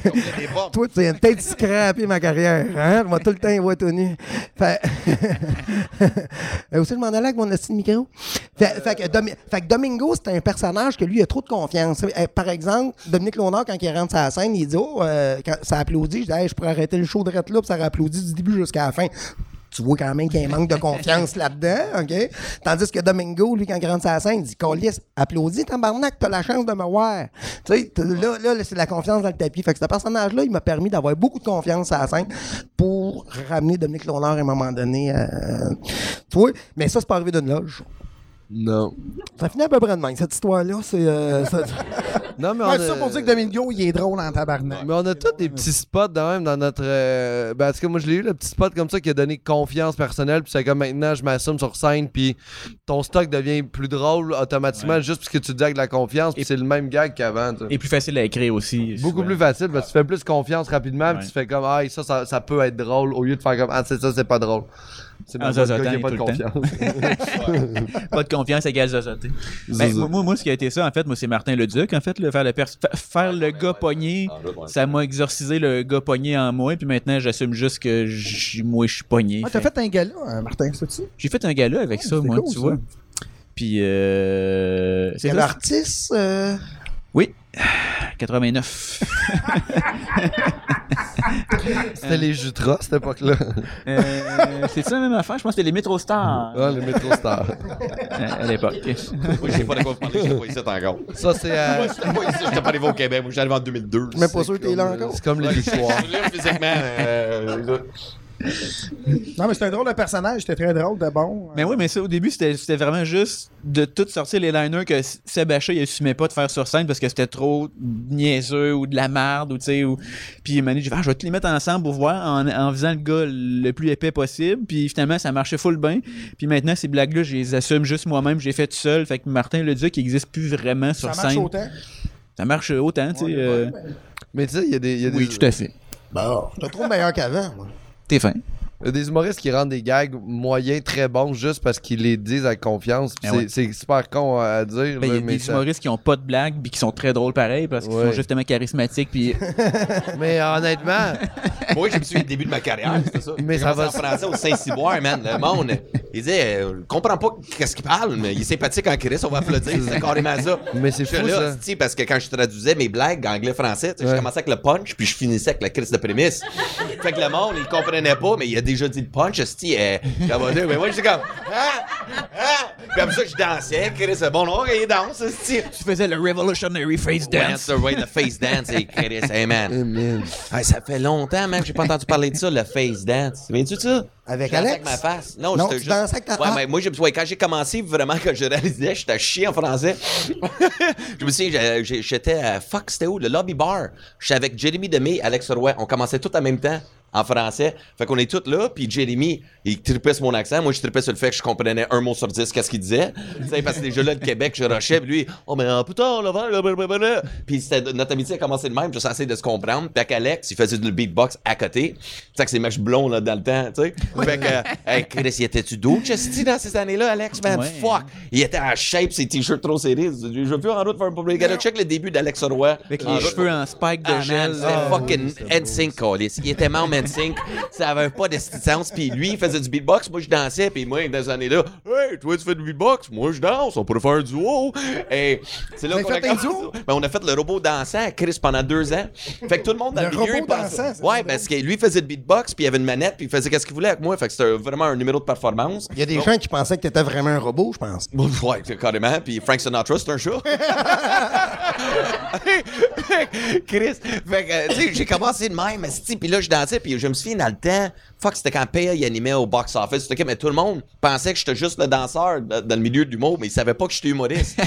S1: Des pommes.
S5: Toi, tu viens peut-être scraper ma carrière, hein? Je vais tout le temps y voir tout nu. Fait... Euh, aussi, je m'en allais avec mon esti de micro. Fait, fait que Domi- fait que Domingo, c'est un personnage que lui, il a trop de confiance. Euh, Par exemple, Dominique Léonard, quand il rentre sur la scène, il dit « Oh, euh, quand ça applaudit. » Je dis Hey, je pourrais arrêter le show de là, puis ça aurait applaudi du début jusqu'à la fin. » Tu vois quand même qu'il y a un manque de confiance là-dedans, OK? Tandis que Domingo, lui, quand il rentre sur la scène, il dit « Colis, applaudis, tabarnak, t'as la chance de me voir. » Tu sais, t- là, là, là, c'est de la confiance dans le tapis. Fait que ce personnage-là, il m'a permis d'avoir beaucoup de confiance à la scène pour ramener Dominique Léonard à un moment donné. euh, tu vois? Mais ça, c'est pas arrivé d'une loge.
S4: Non.
S5: Ça finit à peu près de même. Cette histoire-là, c'est. euh, ça-
S4: Non, mais on
S2: Ouais,
S4: a-
S2: c'est ça pour dire que Domingo, il est drôle en tabarnak.
S4: Mais on a tous des petits spots de même dans notre. euh, ben, parce que moi, je l'ai eu, le petit spot comme ça qui a donné confiance personnelle. Puis c'est comme maintenant, je m'assume sur scène. Puis ton stock devient plus drôle automatiquement juste parce que tu te dis avec de la confiance. Puis
S3: Et-
S4: c'est le même gag qu'avant. tu sais.
S3: Et plus facile à écrire aussi.
S4: Beaucoup
S3: souvent.
S4: plus facile parce que tu fais plus confiance rapidement. Puis
S3: Ouais.
S4: tu fais comme, ah, ça, ça, ça peut être drôle au lieu de faire comme, ah, c'est ça, c'est pas drôle. C'est
S3: Ah,
S4: le
S3: ça,
S4: gars
S3: ça,
S4: qui a
S3: attends,
S4: pas de
S3: tout le temps.
S4: confiance.
S3: Pas de confiance égale zozoté. Ben, moi, moi, moi, ce qui a été ça, en fait, moi, c'est Martin Leduc, en fait, le, faire le, pers- fa- faire le gars pogné, ça m'a exorcisé le gars pogné en moi, puis maintenant, j'assume juste que j- moi, je suis pogné.
S2: Ah, t'as
S3: Fait-
S2: fait un gala, hein, Martin, c'est-tu?
S3: J'ai fait un gala avec ça,
S2: c'est
S3: moi,
S2: cool,
S3: tu
S2: ça.
S3: vois. Puis, euh, c'est
S5: C'est
S3: ça,
S5: l'artiste. euh,
S3: Oui, 89.
S4: C'était les Jutras, cette époque-là.
S3: Euh, c'est ça la même affaire, je pense que c'était les Metro Stars euh,
S4: ah, les Metro Star.
S3: à l'époque.
S1: Moi, je sais pas de quoi vous parlez, je l'ai pas ici encore.
S4: Ça, c'est. euh,
S1: Moi, je l'ai pas ici, j'étais pas arrivé au Québec, moi, j'arrive en 2002.
S5: Je suis même pas sûr que t'es là
S4: comme- euh,
S5: encore.
S4: C'est comme les Victoires.
S1: Je l'ai physiquement. euh, là.
S2: Non, mais c'est un drôle de personnage, c'était très drôle de
S5: hein.
S2: bon.
S3: Mais oui, mais ça, au début, c'était c'était vraiment juste de tout sortir les liners que Seb Haché, il assumait pas de faire sur scène parce que c'était trop niaiseux ou de la merde ou, tu sais, ou... Puis, Manu, j'ai fait, Ah, je vais tous les mettre ensemble pour voir en, en faisant le gars le plus épais possible. Puis, finalement, ça marchait full bien. Puis, maintenant, ces blagues-là, je les assume juste moi-même, j'ai fait tout seul. Fait que Martin Leduc, il existe plus vraiment sur
S2: ça marche
S3: scène.
S2: autant.
S3: Ça marche autant, tu sais. euh,
S4: Mais tu sais, il y a des. il y a des-
S3: Oui, tout à fait.
S5: Bon, je te trouve meilleur qu'avant, moi.
S3: T'es fin.
S4: Il y a des humoristes qui rendent des gags moyens très bons juste parce qu'ils les disent avec confiance. Puis
S3: Ben
S4: c'est,
S3: ouais.
S4: c'est super con à à dire.
S3: Ben, Il
S4: là,
S3: y a
S4: mais,
S3: des
S4: ça-
S3: humoristes qui ont pas de blagues puis qui sont très drôles pareil parce qu'ils
S4: Ouais.
S3: sont justement charismatiques puis
S4: mais honnêtement,
S1: Moi, je me suis au début de ma carrière, c'est ça.
S4: Mais
S1: J'ai
S4: ça
S1: commencé en français au Saint-Cyboire, man. Le monde, il disait, euh, comprends pas qu'est-ce qu'il parle, mais il est sympathique en Chris, on va applaudir. C'est carrément ça.
S4: mais c'est
S1: Je
S4: fou
S1: là,
S4: ça.
S1: hostie, parce que quand je traduisais mes blagues anglais-français, tu sais, je
S4: Ouais.
S1: commençais avec le punch, puis je finissais avec la crise de prémisse. fait que le monde, il comprenait pas, mais il a déjà dit le punch, hostie, euh, ça va dire, mais moi, j'étais comme, ah, ah, puis comme ça, je dansais, Chris, euh, bon, non, il danse, hostie.
S3: tu faisais le revolutionary face
S1: Dance
S3: dance.
S1: the way, the face dance, et Chris, hey man.
S4: Eh, man.
S1: Hey, ça fait longtemps, man, que j'ai pas entendu parler de ça, le face dance. Tu viens-tu de ça?
S5: Avec
S1: Je dansais
S5: Alex?
S1: ma face. Non,
S5: Non,
S1: j'étais
S5: tu dansais avec ta
S1: Ouais,
S5: face.
S1: mais moi, j'ai- ouais, quand j'ai commencé, vraiment, quand je réalisais, j'étais à chier en français. je me souviens, j'ai- j'ai- j'étais à, fuck, c'était où? Le Lobby Bar. J'étais avec Jeremy Demey, Alex Roy. On commençait tout en même temps. en français. Fait qu'on est tous là, puis Jeremy, il tripait sur mon accent. Moi, je tripais sur le fait que je comprenais un mot sur dix qu'est-ce qu'il disait. Tu sais, parce que déjà là, le Québec, je rushais, puis lui, oh, mais euh, putain, le vent, blablabla. Puis c'était- notre amitié a commencé de même, puis censé de se comprendre. Fait qu'Alex, il faisait du beatbox à côté. Tu sais, que c'est match blond, là, dans le temps, tu sais. Fait que, euh, hey, Chris, il était-tu doux, Chesty, dans ces années-là, Alex, man?
S3: Ouais.
S1: Fuck! Il était en shape, ses t-shirts trop serrés. Je veux plus en route vers un public. Allez, Check le début d'Alex Roy.
S3: Avec
S1: En
S3: les
S1: route
S3: cheveux en spike de
S1: ah, man,
S3: gel.
S1: c'était
S3: Ah,
S1: fucking NSYNC, câlisse. Il était membre NSYNC. Ça avait pas de sens. Puis lui, il faisait du beatbox. Moi, je dansais. Puis moi, dans ces années-là, hey, toi, tu fais du beatbox. Moi, je danse. On pourrait faire un duo. Et c'est là
S2: Vous
S1: qu'on a
S2: avez fait un duo?
S1: Ben, on a fait le robot dansant à Chris pendant deux ans. Fait que tout le monde dans le,
S2: Le
S1: milieu.
S2: robot
S1: il pensait-
S2: dansant, c'est
S1: Ouais,
S2: drôle.
S1: parce que lui, il faisait du beatbox. Puis il avait une manette. Puis il faisait qu'est-ce qu'il voulait avec moi. Fait que c'était vraiment un numéro de performance.
S5: Il y a des gens qui pensaient que t'étais vraiment un robot, je pense.
S1: Bon, ouais, c'est carrément. Puis Frank Sinatra, c'est un chat. Chris. Fait que, euh, tu sais, j'ai commencé de même, esti, puis là, je dansais, puis je me souviens, dans le temps, fuck, c'était quand Paya il animait au box-office. C'était ok, mais tout le monde pensait que j'étais juste le danseur d- dans le milieu du mot, mais ils savaient pas que j'étais humoriste.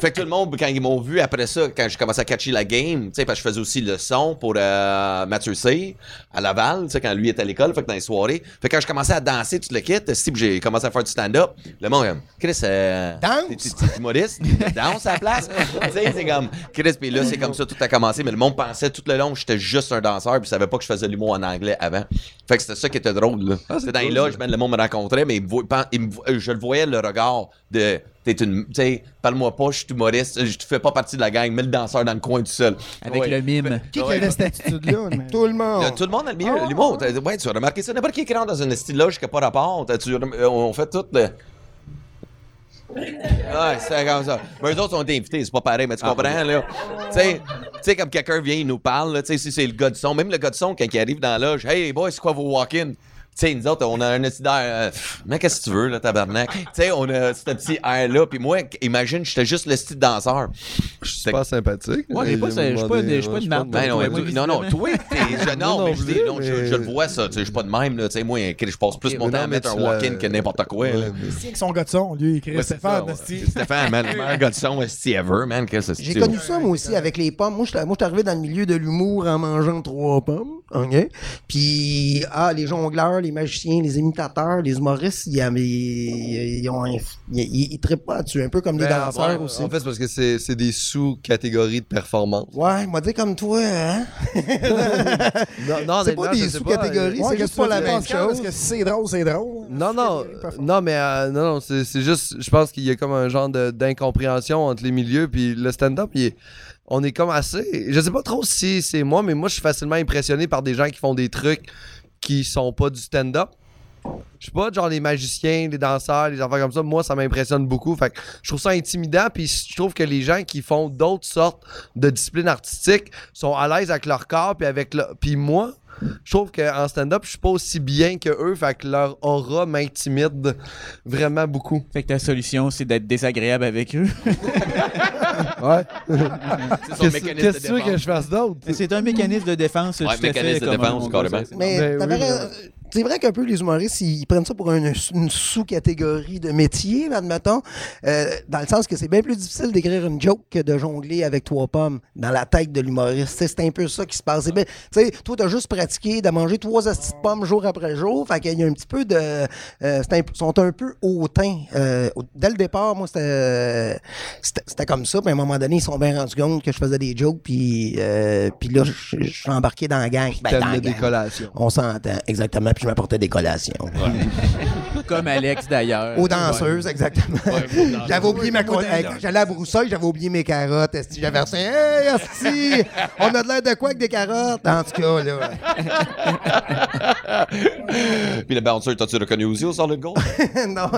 S1: fait que tout le monde, quand ils m'ont vu après ça, quand j'ai commencé à catcher la game, tu sais, parce que je faisais aussi le son pour euh, Mathieu C. à Laval, tu sais, quand lui était à l'école, fait que dans les soirées. Fait que quand je commençais à danser, tu le quittes, esti, puis j'ai commencé à faire du stand-up, le monde, comme, Chris, euh,
S5: Danse.
S1: t'es- t'es- t'es humoriste, danse à la place. tu sais, c'est comme, Chris, puis là, c'est comme ça, tout a commencé, mais le monde pensait tout le long que j'étais juste un danseur, puis il savait pas que je faisais de l'humour en anglais avant. Fait que c'était ça qui était drôle, là.
S3: Ah,
S1: c'était dans les loges, man, le monde me rencontrait, mais il me vo- pen- il me vo- euh, je le voyais, le regard de, t'es une, tu sais, parle-moi pas, je suis humoriste, je te fais pas partie de la gang, mets le danseur dans le coin tout seul.
S3: Avec
S1: Ouais.
S3: le mime.
S2: Qui qui avait cette attitude-là? man?
S5: Tout le
S1: Il y a
S5: monde.
S1: tout le monde dans le milieu, l'humour. t'as- Ouais, tu as remarqué ça. N'importe qui qui rentre dans une style loge qui n'a pas rapport, t'as- tu rem- euh, on fait tout le. Ouais, c'est comme ça. Mais eux autres ont été invités, c'est pas pareil, mais tu comprends, là. Tu sais- tu sais, comme quelqu'un vient, il nous parle, là, tu sais, si c'est le gars de son, même le gars de son, quand il arrive dans la loge, hey, boy, c'est quoi vos walk-in? Tu sais, nous autres, on a un petit air, euh, mais qu'est-ce que tu veux, là, tabarnak? Tu sais, on a ce petit air-là, puis moi, imagine, j'étais juste le style danseur.
S4: Je suis pas sympathique.
S3: Moi, j'ai
S4: Ils
S3: pas-
S4: m'ont
S3: j'ai pas
S4: demandé,
S3: de- j'ai pas
S4: ouais,
S3: de
S4: je
S3: marque.
S4: suis pas
S1: Ben non,
S3: Ouais,
S1: tu-
S3: moi,
S1: non, non,
S3: visiblement.
S1: toi, t'es- je, non, mais
S4: Moi non
S1: je,
S4: plus,
S1: dis, non, je-
S4: mais-
S1: je le vois, ça. Tu sais, je suis pas de même, là. Tu sais, moi, Chris, je passe plus
S4: Ok,
S1: mon
S4: mais
S1: temps
S4: non,
S1: à
S4: mais
S1: mettre
S4: tu
S1: un walk-in
S4: l'as-
S1: que n'importe quoi, là.
S4: Ouais, mais-
S2: C'est que son gars de son, lui, il écrit
S1: Ouais, c'est ça,
S2: Stéphane,
S1: ouais.
S2: esti.
S1: Stéphane, man, le meilleur gars de son, esti ever, man. Qu'est-ce que
S5: J'ai
S1: c'est?
S5: connu ça, moi aussi, avec les pommes. Moi, je suis moi, je suis arrivé dans le milieu de l'humour en mangeant trois pommes. OK? Puis, ah, les jongleurs, les magiciens, les imitateurs, les humoristes, ils, avaient- ils, ils ont un- ils, ils- ils trippent pas dessus, un peu comme les
S4: Ben,
S5: danseurs
S4: ouais,
S5: aussi.
S4: En fait, c'est parce que c'est c'est des sous-catégories de performance.
S5: Ouais, moi, dit comme toi, hein?
S4: Non, non,
S5: C'est pas
S4: honnêtement, je
S5: des
S4: sais euh,
S5: sous-catégories,
S2: Ouais,
S5: c'est
S2: qu'est-ce
S5: juste
S2: que
S5: pas
S2: tu
S5: la
S2: veux,
S5: même
S2: Pascal, Parce
S5: chose.
S2: que si c'est drôle, c'est drôle.
S4: Non, non,
S2: Catégorie
S4: euh,
S2: performance.
S4: non, mais euh, non, non, c'est c'est juste, je pense qu'il y a comme un genre de- d'incompréhension entre les milieux, puis le stand-up, il est- on est comme assez, je sais pas trop si c'est moi, mais moi, je suis facilement impressionné par des gens qui font des trucs qui sont pas du stand-up. Je sais pas, genre les magiciens, les danseurs, les enfants comme ça, moi, ça m'impressionne beaucoup, fait que je trouve ça intimidant, puis je trouve que les gens qui font d'autres sortes de disciplines artistiques sont à l'aise avec leur corps, puis avec le... Puis moi, je trouve qu'en stand-up, je suis pas aussi bien que eux, fait que leur aura m'intimide vraiment beaucoup.
S3: Fait que ta solution, c'est d'être désagréable avec eux.
S4: Ouais.
S1: C'est son
S4: Qu'est-ce
S1: mécanisme de
S4: qu'est-ce que tu veux que
S1: défense.
S4: je fasse d'autre?
S3: C'est un mécanisme de défense.
S1: Ouais,
S3: tout à
S1: mécanisme
S3: fait,
S1: de
S3: comme
S1: défense,
S3: on-
S1: carrément.
S3: c'est-
S5: Mais
S4: Ben
S5: t'avais
S4: oui,
S5: raison. c'est vrai qu'un peu les humoristes, ils prennent ça pour une, une sous-catégorie de métier, admettons, euh, dans le sens que c'est bien plus difficile d'écrire une joke que de jongler avec trois pommes dans la tête de l'humoriste. Tu sais, C'est un peu ça qui se passe. C'est bien- Tu sais, toi, t'as juste pratiqué de manger trois astis de pommes jour après jour, fait qu'il y a un petit peu de... euh, c'est un- sont un peu hautains. Euh, au- dès le départ, moi, c'était euh, c'était- c'était comme ça, puis à un moment donné, ils se sont bien rendus compte que je faisais des jokes, puis, euh, puis là, je je suis embarqué dans la gang. Ben, dans la
S4: T'aimes des
S5: gang.
S4: collations.
S5: On s'entend, exactement. Puis je m'apportais des collations.
S3: Comme Alex, d'ailleurs.
S5: Aux danseuses, exactement. j'avais oublié ma
S2: Ouais,
S5: colla-
S2: ouais,
S5: hey, quand J'allais à Broussailles, j'avais oublié mes carottes. esti. J'avais versé Hey, esti, On a de l'air de quoi avec des carottes? En tout cas, là.
S1: Puis le bouncer, t'as-tu reconnu aussi au sort de goal?
S5: non.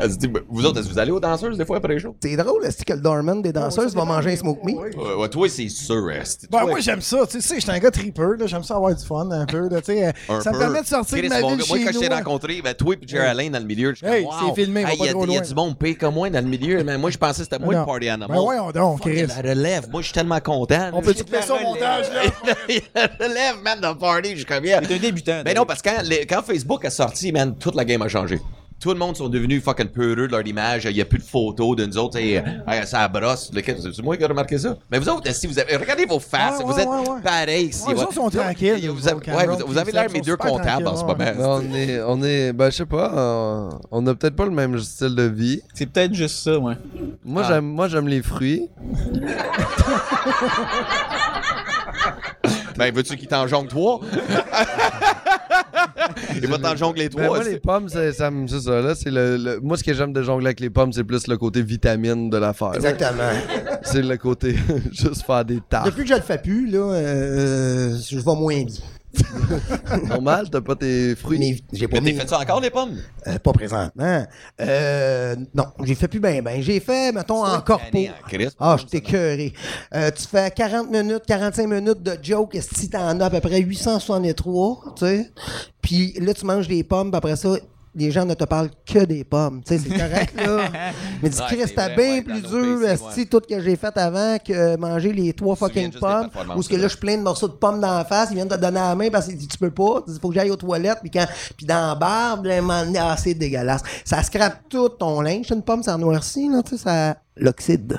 S1: Elle se dit, ben, vous autres, est-ce que vous allez aux danseuses des fois après les shows?
S5: C'est drôle, est que le doorman des danseuses va manger un smoke meat?
S1: Ouais, ouais, toi, c'est sûr, esti.
S2: Ben,
S1: Toi,
S2: moi, j'aime ça. Tu sais, j'étais un gars tripeur. là, J'aime ça avoir du fun un peu. là, tu sais,
S1: un
S2: euh, ça me
S1: peu.
S2: permet de sortir
S1: Chris,
S2: de ma
S1: mon
S2: ville
S1: gars,
S2: chez
S1: Moi, quand je t'ai
S2: nous, hein.
S1: rencontré, ben, toi et Jerry Alain dans le milieu, je suis
S2: Hey,
S1: comme,
S2: c'est
S1: wow.
S2: filmé, on va
S1: Hey,
S2: pas
S1: y a-
S2: trop
S1: y a
S2: loin.
S1: du monde pire que moi dans le milieu. mais moi, je pensais que c'était moi
S2: Non.
S1: le party animal.
S2: Ben voyons donc,
S1: Fuck,
S2: Chris.
S1: La relève. Moi, je suis tellement content.
S2: On
S1: là.
S2: peut couper ça au montage, là?
S1: la relève, man, dans le party, je suis comme bien.
S3: T'es un débutant.
S1: Ben non, parce que quand, les- quand Facebook a sorti, man, toute la game a changé. Tout le monde sont devenus fucking peureux de leur image. Il n'y a plus de photos de nous autres. tu sais, hey, ça brosse. Lequel- C'est moi qui ai remarqué ça. Mais vous autres, si vous avez. Regardez vos faces.
S2: Ouais,
S1: vous
S2: ouais,
S1: êtes
S2: ouais, ouais.
S1: pareils ici.
S2: Ouais, les
S1: ouais.
S2: autres sont tranquilles,
S1: Vous,
S2: les
S1: avez-
S2: autres,
S1: ouais,
S2: Cameron,
S1: vous- vous
S2: puis
S1: avez
S2: ils
S1: l'air
S2: sont
S1: mes deux
S2: super
S1: comptables en ce
S2: tranquilles, ouais,
S1: moment.
S4: Mais on est, on est, ben je sais pas, euh, on a peut-être pas le même style de vie.
S3: C'est peut-être juste ça, ouais.
S4: Moi j'aime, moi j'aime les fruits.
S1: Ben, veux-tu qu'il t'en jongle trois? Il va t'en jongler
S4: Ben,
S1: trois.
S4: moi les pommes, c'est ça, me- c'est ça là, c'est le, le- moi ce que j'aime de jongler avec les pommes, c'est plus le côté vitamine de l'affaire.
S5: Exactement. Ah.
S4: C'est le côté juste faire des tartes.
S5: Depuis que je le fais plus, là, euh, je vais moins bien.
S4: Normal, t'as pas tes fruits.
S5: Mais j'ai pas
S1: Mais t'es
S5: mis-
S1: fait ça encore, les pommes?
S5: Euh, pas présentement. Euh, non, j'ai fait plus bien, ben. J'ai fait, mettons, en corpo.
S1: tanné en Christ,
S5: Ah, je t'ai cœuré. Euh, tu fais 40 minutes, 45 minutes de joke, si t'en as à peu près 863, tu sais. Puis là, tu manges des pommes, puis après ça, les gens ne te parlent que des pommes. Tu sais, c'est correct, là. Mais dis,
S1: Ouais,
S5: Chris,
S1: c'est
S5: c'était
S1: vrai,
S5: bien
S1: ouais,
S5: plus
S1: dans nos
S5: dur,
S1: pays,
S5: esti, tout ce que j'ai fait avant que manger les trois
S1: te souviens
S5: fucking
S1: juste des
S5: pommes.
S1: performances,
S5: Ou ce que
S1: c'est
S5: là,
S1: vrai.
S5: je suis plein de morceaux de pommes dans la face, ils viennent te donner la main parce qu'ils disent tu peux pas, il faut que j'aille aux toilettes, puis quand, puis dans la barbe, là, un moment donné, ah, c'est dégueulasse. Ça scrape tout ton linge, une pomme, ça noircit, là, tu sais, ça l'oxyde.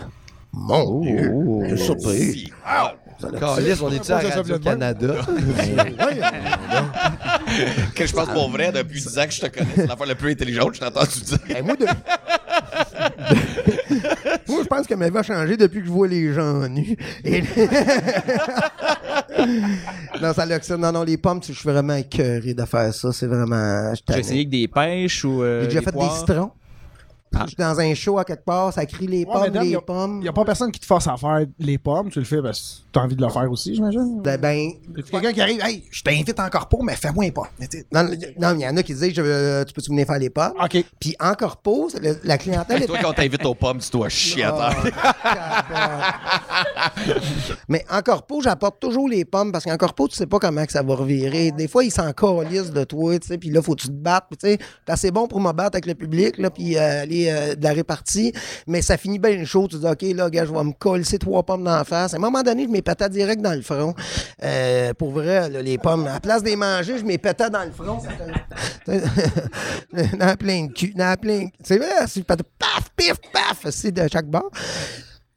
S5: Mon Dieu, je suis surpris.
S1: Si.
S4: Calisse, on est-tu à
S2: Ça, ça me le demande.
S4: Radio-Canada?
S1: Que je pense pour vrai, depuis 10 ans que je te connais, c'est l'affaire la plus intelligente, je t'ai entendu dire.
S5: Ben, moi, de- moi, je pense que ma vie a changé depuis que je vois les gens nus. Et- non, ça l'oxyde. Non, non, les pommes, tu- je suis vraiment écœuré de faire ça. C'est vraiment. je
S3: J'ai
S5: t'en-
S3: essayé avec des pêches ou. euh,
S5: J'ai déjà fait
S3: poires. Ah.
S5: des citrons. Je suis dans un show à quelque part, ça crie les
S2: Ouais,
S5: pommes,
S2: madame,
S5: les
S2: y a-
S5: pommes.
S2: Y a pas personne qui te force à faire les pommes, tu le fais parce que t'as envie de le faire aussi, j'imagine.
S5: Ben, ben,
S2: Y a quelqu'un qui arrive, hey, je t'invite en corpo, mais fais-moi un pas. Mais tu sais,
S5: non, non, il y en a qui disent je veux- tu peux-tu venir faire les pommes?
S2: OK.
S5: Puis encore pause, le- la clientèle
S1: Hey,
S5: est
S1: toi, quand t'invites aux pommes, dis-toi chier à terre.
S5: Mais en corpo, j'apporte toujours les pommes parce qu'en corpo, tu sais pas comment que ça va revirer. Des fois, ils s'en calissent de toi, tu sais, puis là, faut que tu te battes. puis Tu sais, c'est assez bon pour me battre avec le public, là, puis euh, aller euh, de la répartie. Mais ça finit bien le show. Tu dis, OK, là, gars, je vais me coller trois pommes dans la face. À un moment donné, je mets patate direct dans le front. Euh, pour vrai, là, les pommes, à la place des manger, je mets patate dans le front. C'est un- dans plein de cul, dans plein de- C'est vrai, c'est patate. Paf, pif, paf, c'est de chaque bord.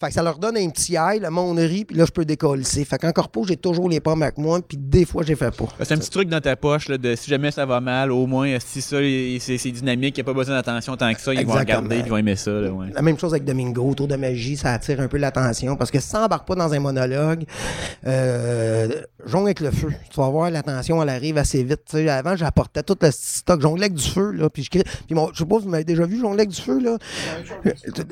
S5: Fait que ça leur donne un petit ail, le monde rit, puis là, je peux décoller. Fait qu'en corpo, j'ai toujours les pommes avec moi, puis des fois, j'ai fait pas.
S3: Ah. C'est un petit truc dans ta poche là, de si jamais ça va mal, au moins euh, si ça il- c'est c'est dynamique, il n'y a pas besoin d'attention tant que ça, ils vont
S5: Exactement.
S3: regarder, ils vont aimer ça. Là, ouais.
S5: La même chose avec Domingo, autour de magie, ça attire un peu l'attention, parce que si ça embarque pas dans un monologue, euh, jongle avec le feu. Tu vas voir, l'attention, elle arrive assez vite. Tu sais, avant, j'apportais tout le stock, jonglais avec du feu, là, puis je crie- puis mon- je sais pas, vous m'avez déjà vu jongler avec du feu, là?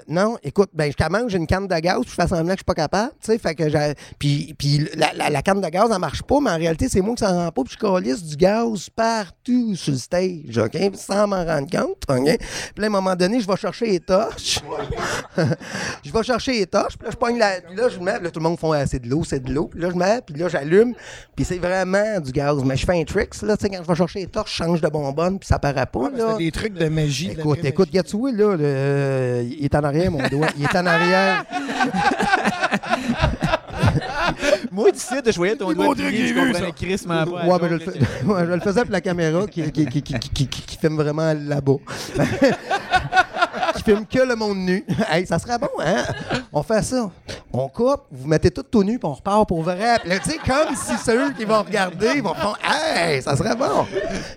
S5: Non, écoute, ben, je commence, j'ai une canne de gaz, je fais semblant que je suis pas capable, tu sais, fait que j'ai... Puis, puis la, la- la canne de gaz, elle marche pas, mais en réalité, c'est moi qui s'en rends pas, puis je calisse du gaz partout sur le stage, OK? Sans m'en rendre compte, OK? Puis là, à un moment donné, je vais chercher les torches. je vais chercher les torches, puis là, je pogne la... Puis là, je mets... Là, tout le monde font Ah, c'est de l'eau, c'est de l'eau. Puis là, je mets, puis là, j'allume, puis c'est vraiment du gaz. Mais je fais un trick, là, tu sais, quand je vais chercher les torches, je change de bonbonne, puis ça paraît pas, là.
S2: C'est des trucs de magie. de la
S5: Écoute,
S2: vraie
S5: écoute,
S2: magie.
S5: Gatoué, là, le- euh, il est en arrière, mon doigt. Il est en arrière.
S3: Moi, d'ici, je voyais ton doigt
S2: Dieu,
S3: plier,
S2: j'ai
S3: je
S2: vu
S3: comprenais crissement pas.
S5: Ouais, mais je le, fais- ouais, je le faisais pour la caméra qui, qui, qui, qui, qui, qui- qui filme vraiment là-bas. qui filme que le monde nu. Hey, ça serait bon, hein? On fait ça. On coupe, vous mettez tout tout nu, puis on repart pour vrai. Puis là, tu sais, comme si ceux qui vont regarder vont faire Hey, ça serait bon.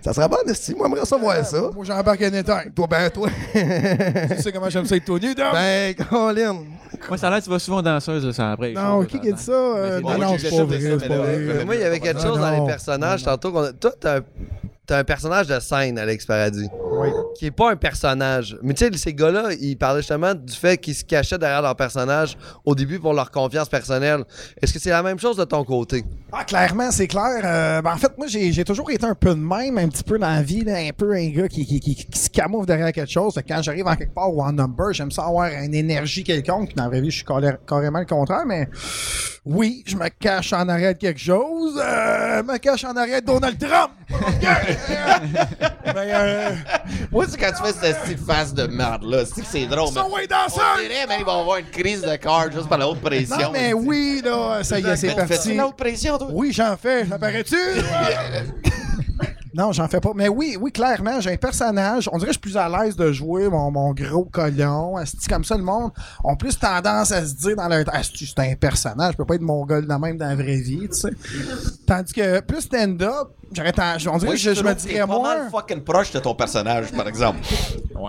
S5: Ça serait bon, si moi, j'aimerais ça voir ça.
S2: Moi, j'embarque un éteint.
S5: Toi, ben, toi.
S2: Tu sais comment j'aime ça être tout nu, Dom?
S5: ben, Colin.
S3: Moi, ça a l'air que tu vas souvent aux danseuses, là, ça après. les
S2: non,
S3: choses,
S2: qui
S3: là,
S2: qui a dit ça? Euh,
S3: Mais c'est-
S2: non,
S3: moi,
S2: non,
S1: j'ai
S2: c'est
S1: déjà fait ça,
S2: pas vrai,
S1: mais
S2: c'est pas
S1: là,
S2: vrai.
S1: euh,
S4: Mais moi, il y avait quelque
S2: Ah
S4: chose dans les personnages tantôt. qu'on a- Toi, t'as un, t'as un personnage de scène, Alex Paradis.
S2: Oui.
S4: Qui est pas un personnage. Mais tu sais, ces gars-là, ils parlaient justement du fait qu'ils se cachaient derrière leur personnage au début pour leur confiance personnelle. Est-ce que c'est la même chose de ton côté?
S2: Ah, clairement, c'est clair. Euh, ben, en fait, moi, j'ai j'ai toujours été un peu de même, un petit peu dans la vie, là, un peu un gars qui, qui, qui, qui se camoufle derrière quelque chose. Fait que quand j'arrive en quelque part ou en number, j'aime ça avoir une énergie quelconque. Puis Dans la vraie vie, je suis carré- carrément le contraire, mais oui, je me cache en arrière de quelque chose. Euh, je me cache en arrière de Donald Trump. ben, euh,
S1: Moi, c'est quand tu fais cette petite face de merde-là, c'est que c'est drôle. mais-
S2: sont ouais
S1: On
S2: danseurs!
S1: dirait, mais ils vont avoir une crise de cœur juste par la haute pression.
S2: Non, mais oui, là, ça y est, c'est
S1: Fais-tu
S2: parti.
S1: la haute pression, toi?
S2: Oui, j'en fais, apparaît tu Non, j'en fais pas. Mais oui, oui, clairement, j'ai un personnage. On dirait que je suis plus à l'aise de jouer mon, mon gros colon. Asti, comme ça, le monde ont plus tendance à se dire dans leur. Asti, c'est un personnage. Je peux pas être mongol de même dans la vraie vie, tu sais. Tandis que plus stand-up, j'aurais tendance- On dirait que je, je me dirais
S1: pas
S2: moins.
S1: mal fucking proche de ton personnage, par exemple.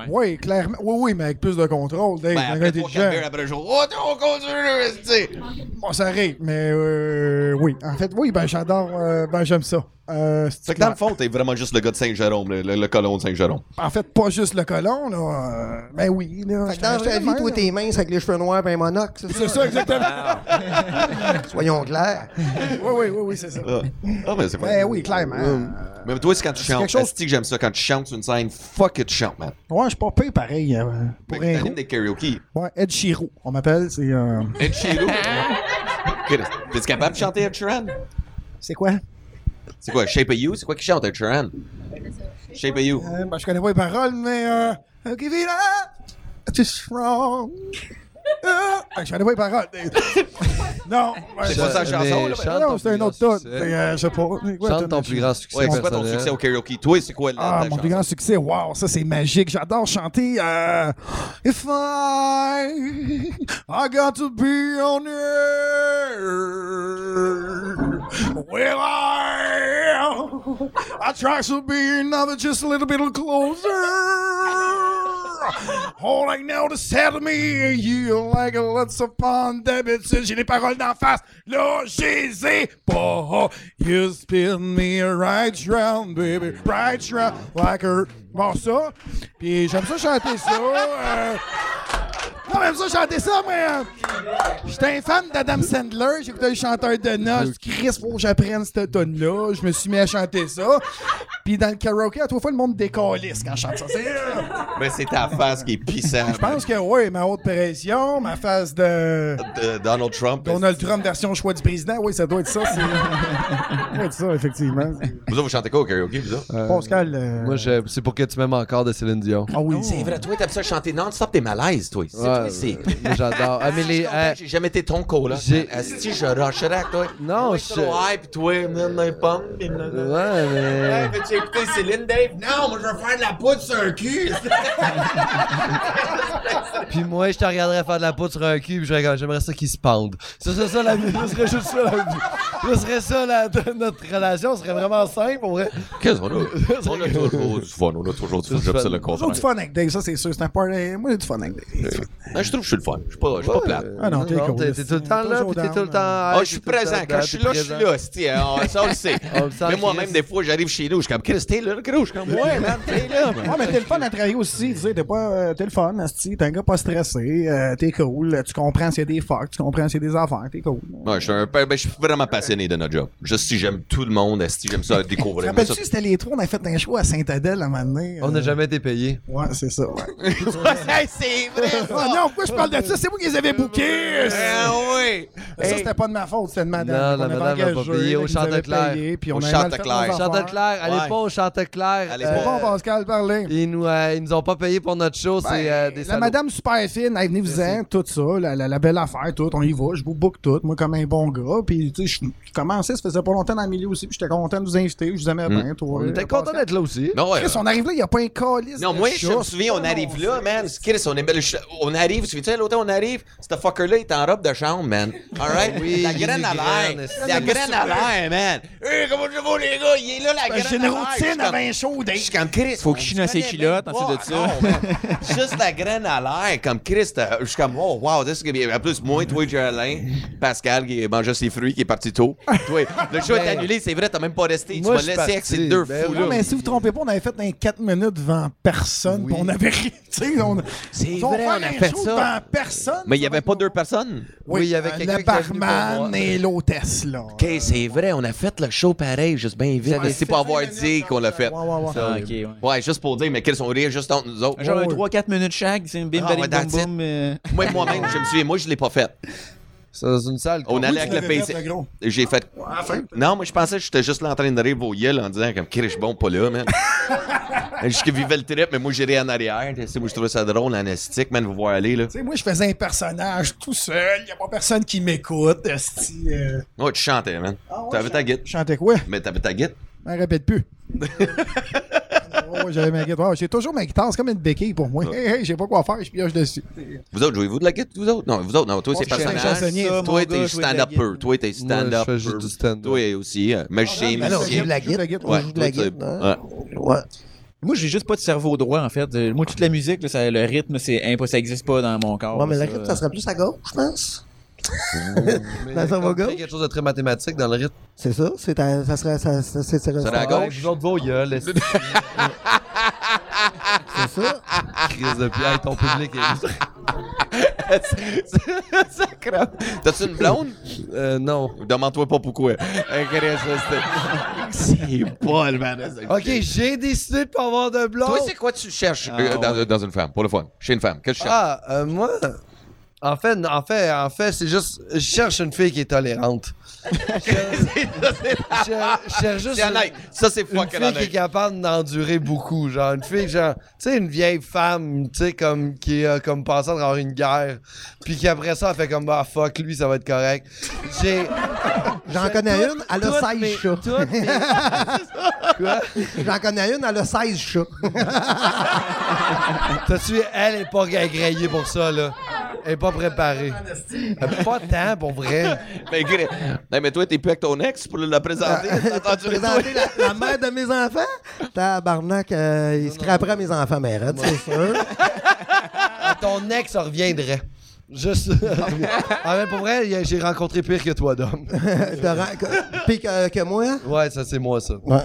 S2: Oui, clairement. Oui, oui, mais avec plus de contrôle. Dave,
S1: Ben,
S2: un
S1: après
S2: gars
S1: trois,
S2: intelligent.
S1: quatre bières, après le jour, oh, on continue, esti.
S2: Bon, ça arrive, mais euh, oui. En fait, oui, ben j'adore, euh, ben j'aime ça. Euh,
S1: Fait que dans le fond, t'es vraiment juste le gars de Saint-Jérôme, le, le- le colon de Saint-Jérôme.
S2: En fait, pas juste le colon, là. euh, ben oui, là.
S5: Fait que dans la vraie vie, toi, t'es mince avec les cheveux noirs et un monocle, c'est
S2: C'est
S5: ça?
S2: ça, exactement.
S1: Ah.
S5: Soyons clairs.
S2: oui, oui, oui, oui, c'est ça.
S1: Ah, Ah, mais c'est quoi?
S2: Ben oui, clairement.
S1: Mais toi, c'est quand tu chantes.
S2: quelque chose-
S1: Esti que j'aime ça. Quand tu chantes sur une scène, fuck it, tu chantes, man.
S2: Ouais, je suis pas pire pareil. euh,
S1: Ben,
S2: pour un
S1: T'animes
S2: gros.
S1: des karaoke.
S2: Ouais, Ed Chirou, on m'appelle, c'est. euh,
S1: Ed Sheeran. Chris, T'es-tu capable de chanter Ed Sheeran?
S2: C'est quoi Euh,
S1: C'est quoi, Shape of You? C'est quoi qui chante Ed Sheeran? Shape of You.
S2: Euh, ben, je connais pas les paroles, mais. Euh, I'll give it up, just wrong. Ah, ben, je connais pas les paroles. non, ben,
S1: C'est pas ça, la
S4: mais
S1: chanson, là, mais-
S4: chante ton
S2: Non,
S4: plus
S2: c'est un
S4: grand
S2: autre tune.
S4: succès.
S2: C'est, euh, Je sais pas. C'est quoi,
S4: Chante
S2: tune,
S4: ton
S2: là,
S4: plus
S2: je-
S4: grand succès.
S1: Ouais, c'est quoi ton
S4: personnel.
S1: succès au karaoke? Toi, c'est quoi là,
S2: Ah,
S1: ta
S2: mon plus
S1: chanson?
S2: grand succès, wow, ça c'est magique. J'adore chanter euh, If I, I got to be on air, will I, I try to be another just a little bit closer. All I know to say to me, you like a lots upon d'habitude. J'ai les paroles d'en face, là, j'ai pas. You spin me right round, baby, right round, like a. Bon, ça. Puis j'aime ça chanter ça. euh, Non, j'aime ça chanter ça, mais. euh, J'étais un fan d'Adam Sandler. J'écoutais le chanteur de Noce. Chris, faut que j'apprenne cette tonne-là. Je me suis mis à chanter ça. Puis dans le karaoké, à trois fois, le monde décalisse quand je chante ça. C'est. euh,
S1: Mais c'est ta face qui est pissante.
S2: je pense que oui, ma haute pression, ma phase de
S1: De Euh, Donald Trump.
S2: Donald Trump version choix du président, oui, ça doit être ça. c'est- ça doit être ça, effectivement.
S1: Vous autres, vous chantez quoi au karaoke, vous autres?
S2: Pascal. euh,
S4: Moi, je- c'est pour que tu m'aimes encore de Céline Dion.
S2: Ah oui,
S1: C'est vrai, toi, t'aimes ça chanter non-stop tes malaises, toi. C'est
S4: Ouais,
S1: toi, c'est.
S4: moi, j'adore. Ah, mais les-
S1: Ah, J'ai jamais été ton co, là.
S4: J'ai-
S1: Si je rusherais avec toi.
S4: Non,
S1: Moi,
S4: je-
S1: trop hype, toi, man, n'importe. pis
S4: euh,
S1: blablabla.
S4: Ouais, mais.
S1: Hey, mais j'ai écouté Céline Dave. Non, moi, je veux faire de la poudre sur un cul.
S4: Puis moi, je te regarderais faire de la poudre sur un cul, puis je serais comme, j'aimerais ça qu'ils se pendent. Ce serait ça la vie. Ce serait juste ça la vie. Ce serait ça la- notre relation. Ce serait vraiment simple. On aurait-
S1: Qu'est-ce qu'on a? On a toujours du fun, on a toujours du fun. J'aime ça le
S2: toujours du
S1: contraire.
S2: fun avec Dave, ça c'est sûr. C'est un party. Moi, j'ai du fun avec Dave.
S1: Non, Je trouve que je suis le fun. Je suis pas, je suis pas plate.
S2: Ah non, t'es cool.
S4: Euh, T'es t'es tout le temps là,
S2: Toujours
S4: puis t'es
S2: down, hein.
S4: tout le temps.
S1: Ah,
S4: hey,
S1: je suis
S4: t'es tout le temps
S1: présent.
S4: down,
S1: Quand je suis
S4: t'es
S1: là, je suis
S4: présent.
S1: là. hostie, hein, on- Ça, on le sait.
S4: On le sent,
S1: Mais moi-même,
S4: Chris.
S1: des fois, j'arrive chez nous, je suis comme, Chris, t'es là, le gros. Je suis comme, ouais, man, t'es là. man.
S2: Ouais, mais t'es le fun à travailler aussi. Tu sais, t'es pas. euh, t'es le fun, Asti. T'es un gars pas stressé. euh, t'es cool. Tu comprends s'il y a des fucks. Tu comprends s'il y a des affaires. T'es cool.
S1: Ouais, je suis un peu- ben, je suis vraiment passionné de notre job. Je si j'aime tout le monde, si j'aime ça
S2: Te
S1: découvrir. mais ça-
S2: rappelles-tu, c'était les trois, on a fait un show à Saint-Adèle à un moment donné.
S4: On n'a
S2: euh,
S4: jamais été payé.
S2: Ouais, c'est ça, ouais.
S1: Hey, c'est vrai.
S2: Oh non, pourquoi je parle de ça? C'est vous qui les avez bouqués!
S1: Ah oui.
S2: Ça, c'était pas de ma faute, c'était de
S4: Non,
S2: madame.
S4: la
S2: qu'on avait
S4: madame a pas
S2: engagée,
S4: payé au
S2: qui nous
S4: Château
S2: avait
S4: Clair.
S2: payé, puis
S1: Au
S2: on a
S1: Château
S2: mal fait nos
S1: Clair.
S2: affaires.
S4: Chanteclair, allez
S1: Ouais.
S4: pas au Chanteclair.
S1: Allez
S4: Euh,
S2: C'est bon, Pascal, parlez.
S4: Ils nous, euh, ils nous ont pas payé pour notre show,
S1: Ben,
S4: c'est euh, des
S2: la
S4: salauds.
S2: madame super fine, elle venez vous en, tout ça, la, la- la belle affaire, tout, on y va, je vous book tout, moi comme un bon gars, puis tu sais, je- je commençais, ça faisait pas longtemps dans le milieu aussi, puis j'étais content de vous inviter, je vous aimais
S1: Mm.
S2: bien, toi.
S4: On était content d'être là aussi.
S1: Non, ouais.
S2: Chris, on arrive là, il y a pas un calice
S1: Non,
S2: de
S1: moi, je
S2: chat.
S1: me souviens, on arrive là, man. Chris, on, est, le ch- on arrive, tu souviens-tu, l'autre, on arrive. Ce fucker-là, il est en robe de chambre, man. Alright?
S4: Oui,
S1: la
S4: il est
S1: graine à
S4: graine,
S1: l'air. La graine à l'air, man. Hey, comment je vais, les gars? Il est là, la
S2: Ben,
S1: graine.
S2: J'ai
S1: à
S2: une
S1: l'air. Je suis
S2: routine
S1: comme-
S2: avant un show,
S1: Je
S2: Dave.
S1: suis comme Chris. Faut
S3: qu'il chie dans ses culottes, ensuite de ça.
S1: ça. Juste la graine à l'air, comme Chris. t'as- Je suis comme, oh, wow, this is gonna be- En plus, moi, toi, Geraldine, Pascal qui mangeait ses fruits, qui est parti tôt. Toi, le show est annulé, c'est vrai, t'as même pas resté.
S4: Moi,
S1: tu m'as
S4: je suis
S1: laissé avec
S4: parti.
S1: ces deux
S4: Ben
S1: fous-là.
S4: oui.
S2: Non, mais si vous trompez pas, on avait fait un 4 minutes devant personne, puis on avait rien. tu sais, on-
S1: C'est
S2: ils ont
S1: vrai, on
S2: fait
S1: a
S2: un
S1: fait
S2: show
S1: ça.
S2: devant personne.
S1: Mais il n'y avait pas deux personnes.
S4: Oui, il y avait
S2: euh,
S4: quelqu'un
S2: Le
S4: qui était venu pour
S2: barman
S4: voir. euh,
S2: et l'hôtesse, là.
S1: OK, c'est vrai, on a fait le show pareil, juste bien vite.
S4: J'avais
S1: C'est
S4: fait
S1: pas avoir dit qu'on l'a fait.
S2: Ouais, ouais, ouais.
S3: Ah, ok, ouais.
S1: Ouais, juste pour dire, mais qu'ils sont rires juste entre nous autres.
S3: Genre un
S2: ouais.
S3: 3-4 minutes chaque, c'est une bim,
S1: Ah,
S3: bim,
S1: ouais,
S3: boum,
S1: that's it.
S3: boum. euh.
S1: Moi, moi-même, je me suis moi, je l'ai pas fait.
S4: C'est dans une salle.
S1: On allait
S2: tu
S1: avec le
S2: l'avais
S1: pays.
S2: fait, Ah, le gros.
S1: J'ai fait. Non, moi, je pensais que j'étais juste là en train de rire au yel en disant, comme, Chris, bon, pas là, man. Juste que vivait le trip, mais moi, j'irai en arrière. Tu sais, moi, je trouvais ça drôle, en estique, man, vous voir aller, là.
S2: Tu sais, moi, je faisais un personnage tout seul. Il a pas personne qui m'écoute. esti, euh.
S1: Ouais, tu chantais, man.
S2: Ah ouais,
S1: T'avais ta guite.
S2: Je chantais quoi?
S1: Mais t'avais ta guite.
S2: Je m'en répète plus. Ouais, ouais, j'avais ma guitare. Ouais, J'ai toujours ma guitare, c'est comme une béquille pour moi. Hey, hey, j'ai pas quoi faire, je pioche dessus.
S1: Vous autres, jouez-vous de la guitare, vous autres? Non, vous autres, non. Toi,
S2: Moi,
S1: c'est
S2: je suis un
S1: personnage.
S2: chansonnier.
S3: Ça, mon
S1: Toi,
S3: gars,
S1: t'es
S3: jouer de la
S1: stand
S3: guitare.
S1: upper Toi, t'es
S4: Moi, je
S1: stand-up.
S4: fais juste du stand-up.
S1: Toi aussi. euh, Magicien,
S2: Ah non, je
S5: on Ben joue
S1: musicien.
S5: de la
S2: joue de la
S5: guitare.
S2: guitare.
S5: On
S1: Ouais,
S5: joue de
S1: toi,
S5: la
S1: tu-
S5: guitare. hein? Ouais.
S3: Moi, j'ai juste pas de cerveau droit, en fait. Euh, Moi, toute la musique, là, ça- le rythme, c'est impossible, ça existe pas dans mon corps.
S5: Ouais, Ah, mais
S3: là,
S5: la
S3: ça.
S5: rythme, ça serait plus à gauche, je pense.
S4: Mais
S5: Dans son
S4: comme
S5: gars.
S4: t'as quelque chose de très mathématique dans le rythme.
S5: C'est ça, c'est à- ça serait ça, ça, c'est- c'est-
S1: serait à
S5: c'est-
S1: gauche.
S4: Hey, vous autres, vos gueules, est-ce que
S5: C'est ça.
S4: crise de pierre, ton public est...
S1: T'as-tu une blonde?
S4: Euh, non.
S1: Demande-toi pas pourquoi. C'est pas le
S3: Ah,
S1: man.
S4: OK, j'ai décidé de pas avoir de blonde.
S1: Toi, c'est quoi tu cherches
S3: Ah,
S1: euh, dans,
S3: ouais.
S1: dans une femme, pour le fun? Chez une femme, qu'est-ce que tu cherches?
S4: Ah, euh, moi... En fait, en fait, en fait, c'est juste... Je cherche une fille qui est tolérante. Je, je cherche juste...
S1: C'est honnête. Ça, c'est
S4: Une
S1: fucking
S4: fille qui est
S1: honnête.
S4: capable d'endurer beaucoup, genre une fille genre, tu sais une vieille femme, tu sais comme qui a comme passé à travers une guerre, puis qui après ça elle fait comme bah fuck lui ça va être correct. J'ai
S5: J'en connais une, elle
S4: toutes
S5: a 16
S4: mes-
S5: chats.
S4: toutes mes- Quoi?
S5: J'en connais une, elle a 16 chats.
S4: T'as-tu vu, elle est pas agréée pour ça là. Elle est pas préparée. Elle pas tant pour vrai.
S1: Mais, Ben, Gré- Non, mais toi, t'es plus avec ton ex pour la présenter.
S4: Ah,
S1: T'as entendu les
S5: Présenter la, la mère de mes enfants? Tabarnak, euh, il se craperait à mes enfants, mais arrête, c'est sûr.
S4: Ah, Ton ex elle reviendrait. Juste. ah mais pour vrai, y a- j'ai rencontré pire que toi, Dom.
S5: De ra- que- Pis que, que moi?
S4: Ouais, ça c'est moi ça.
S5: Ouais.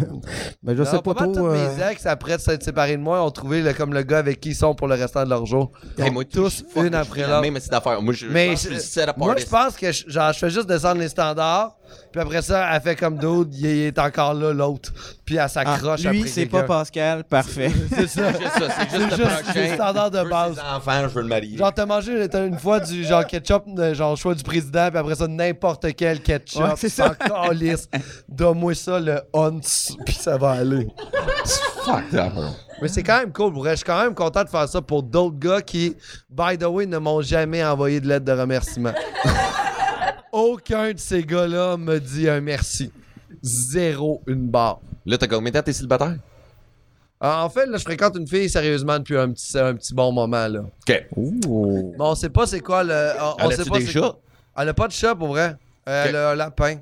S5: Mais je
S4: Non,
S5: sais pas
S4: mal tous
S5: trop. euh,
S4: mes ex, après de s'être séparés de moi, ont trouvé le- comme le gars avec qui ils sont pour le restant de leur jour.
S1: Hey, moi,
S4: tous,
S1: fuck,
S4: une
S1: je
S4: après
S1: fais la
S4: l'autre.
S1: Même cette affaire. Moi, je je
S4: Mais
S1: pense que je suis
S4: je-
S1: set-up
S4: moi, je
S1: artist.
S4: pense que je, genre, je fais juste descendre les standards, puis après ça, elle fait comme d'autres, il est encore là, l'autre, puis elle
S3: Ah,
S4: s'accroche après
S3: lui, c'est pas
S4: quelqu'un.
S3: Pascal, parfait.
S4: C'est ça.
S1: C'est juste ça, c'est juste le
S4: juste
S1: prochain.
S4: les standards de
S1: Je veux
S4: base.
S1: ses enfants, je veux le marier.
S4: Genre, t'as mangé t'as une fois du genre ketchup, euh, genre choix du président, puis après ça, n'importe quel ketchup.
S3: Ouais, c'est ça.
S4: sans calice. Donne-moi ça, le Hunts, puis ça va aller.
S1: Fuck that, bro.
S4: Mais c'est quand même cool, pour vrai. Je suis quand même content de faire ça pour d'autres gars qui, by the way, ne m'ont jamais envoyé de lettre de remerciement. Aucun de ces gars-là me dit un merci. Zéro, une barre.
S1: Là, t'as combien de temps t'es célibataire?
S4: Ah, En fait, là, je fréquente une fille sérieusement depuis un petit, un petit bon moment, là.
S1: OK.
S3: Ouh.
S4: Mais on sait pas c'est quoi le. On, on
S1: Elle
S4: sait
S1: a-tu
S4: pas
S1: des
S4: c'est-
S1: chats?
S4: Elle a pas de chat, pour vrai. Euh,
S1: Ok.
S4: Elle a un lapin.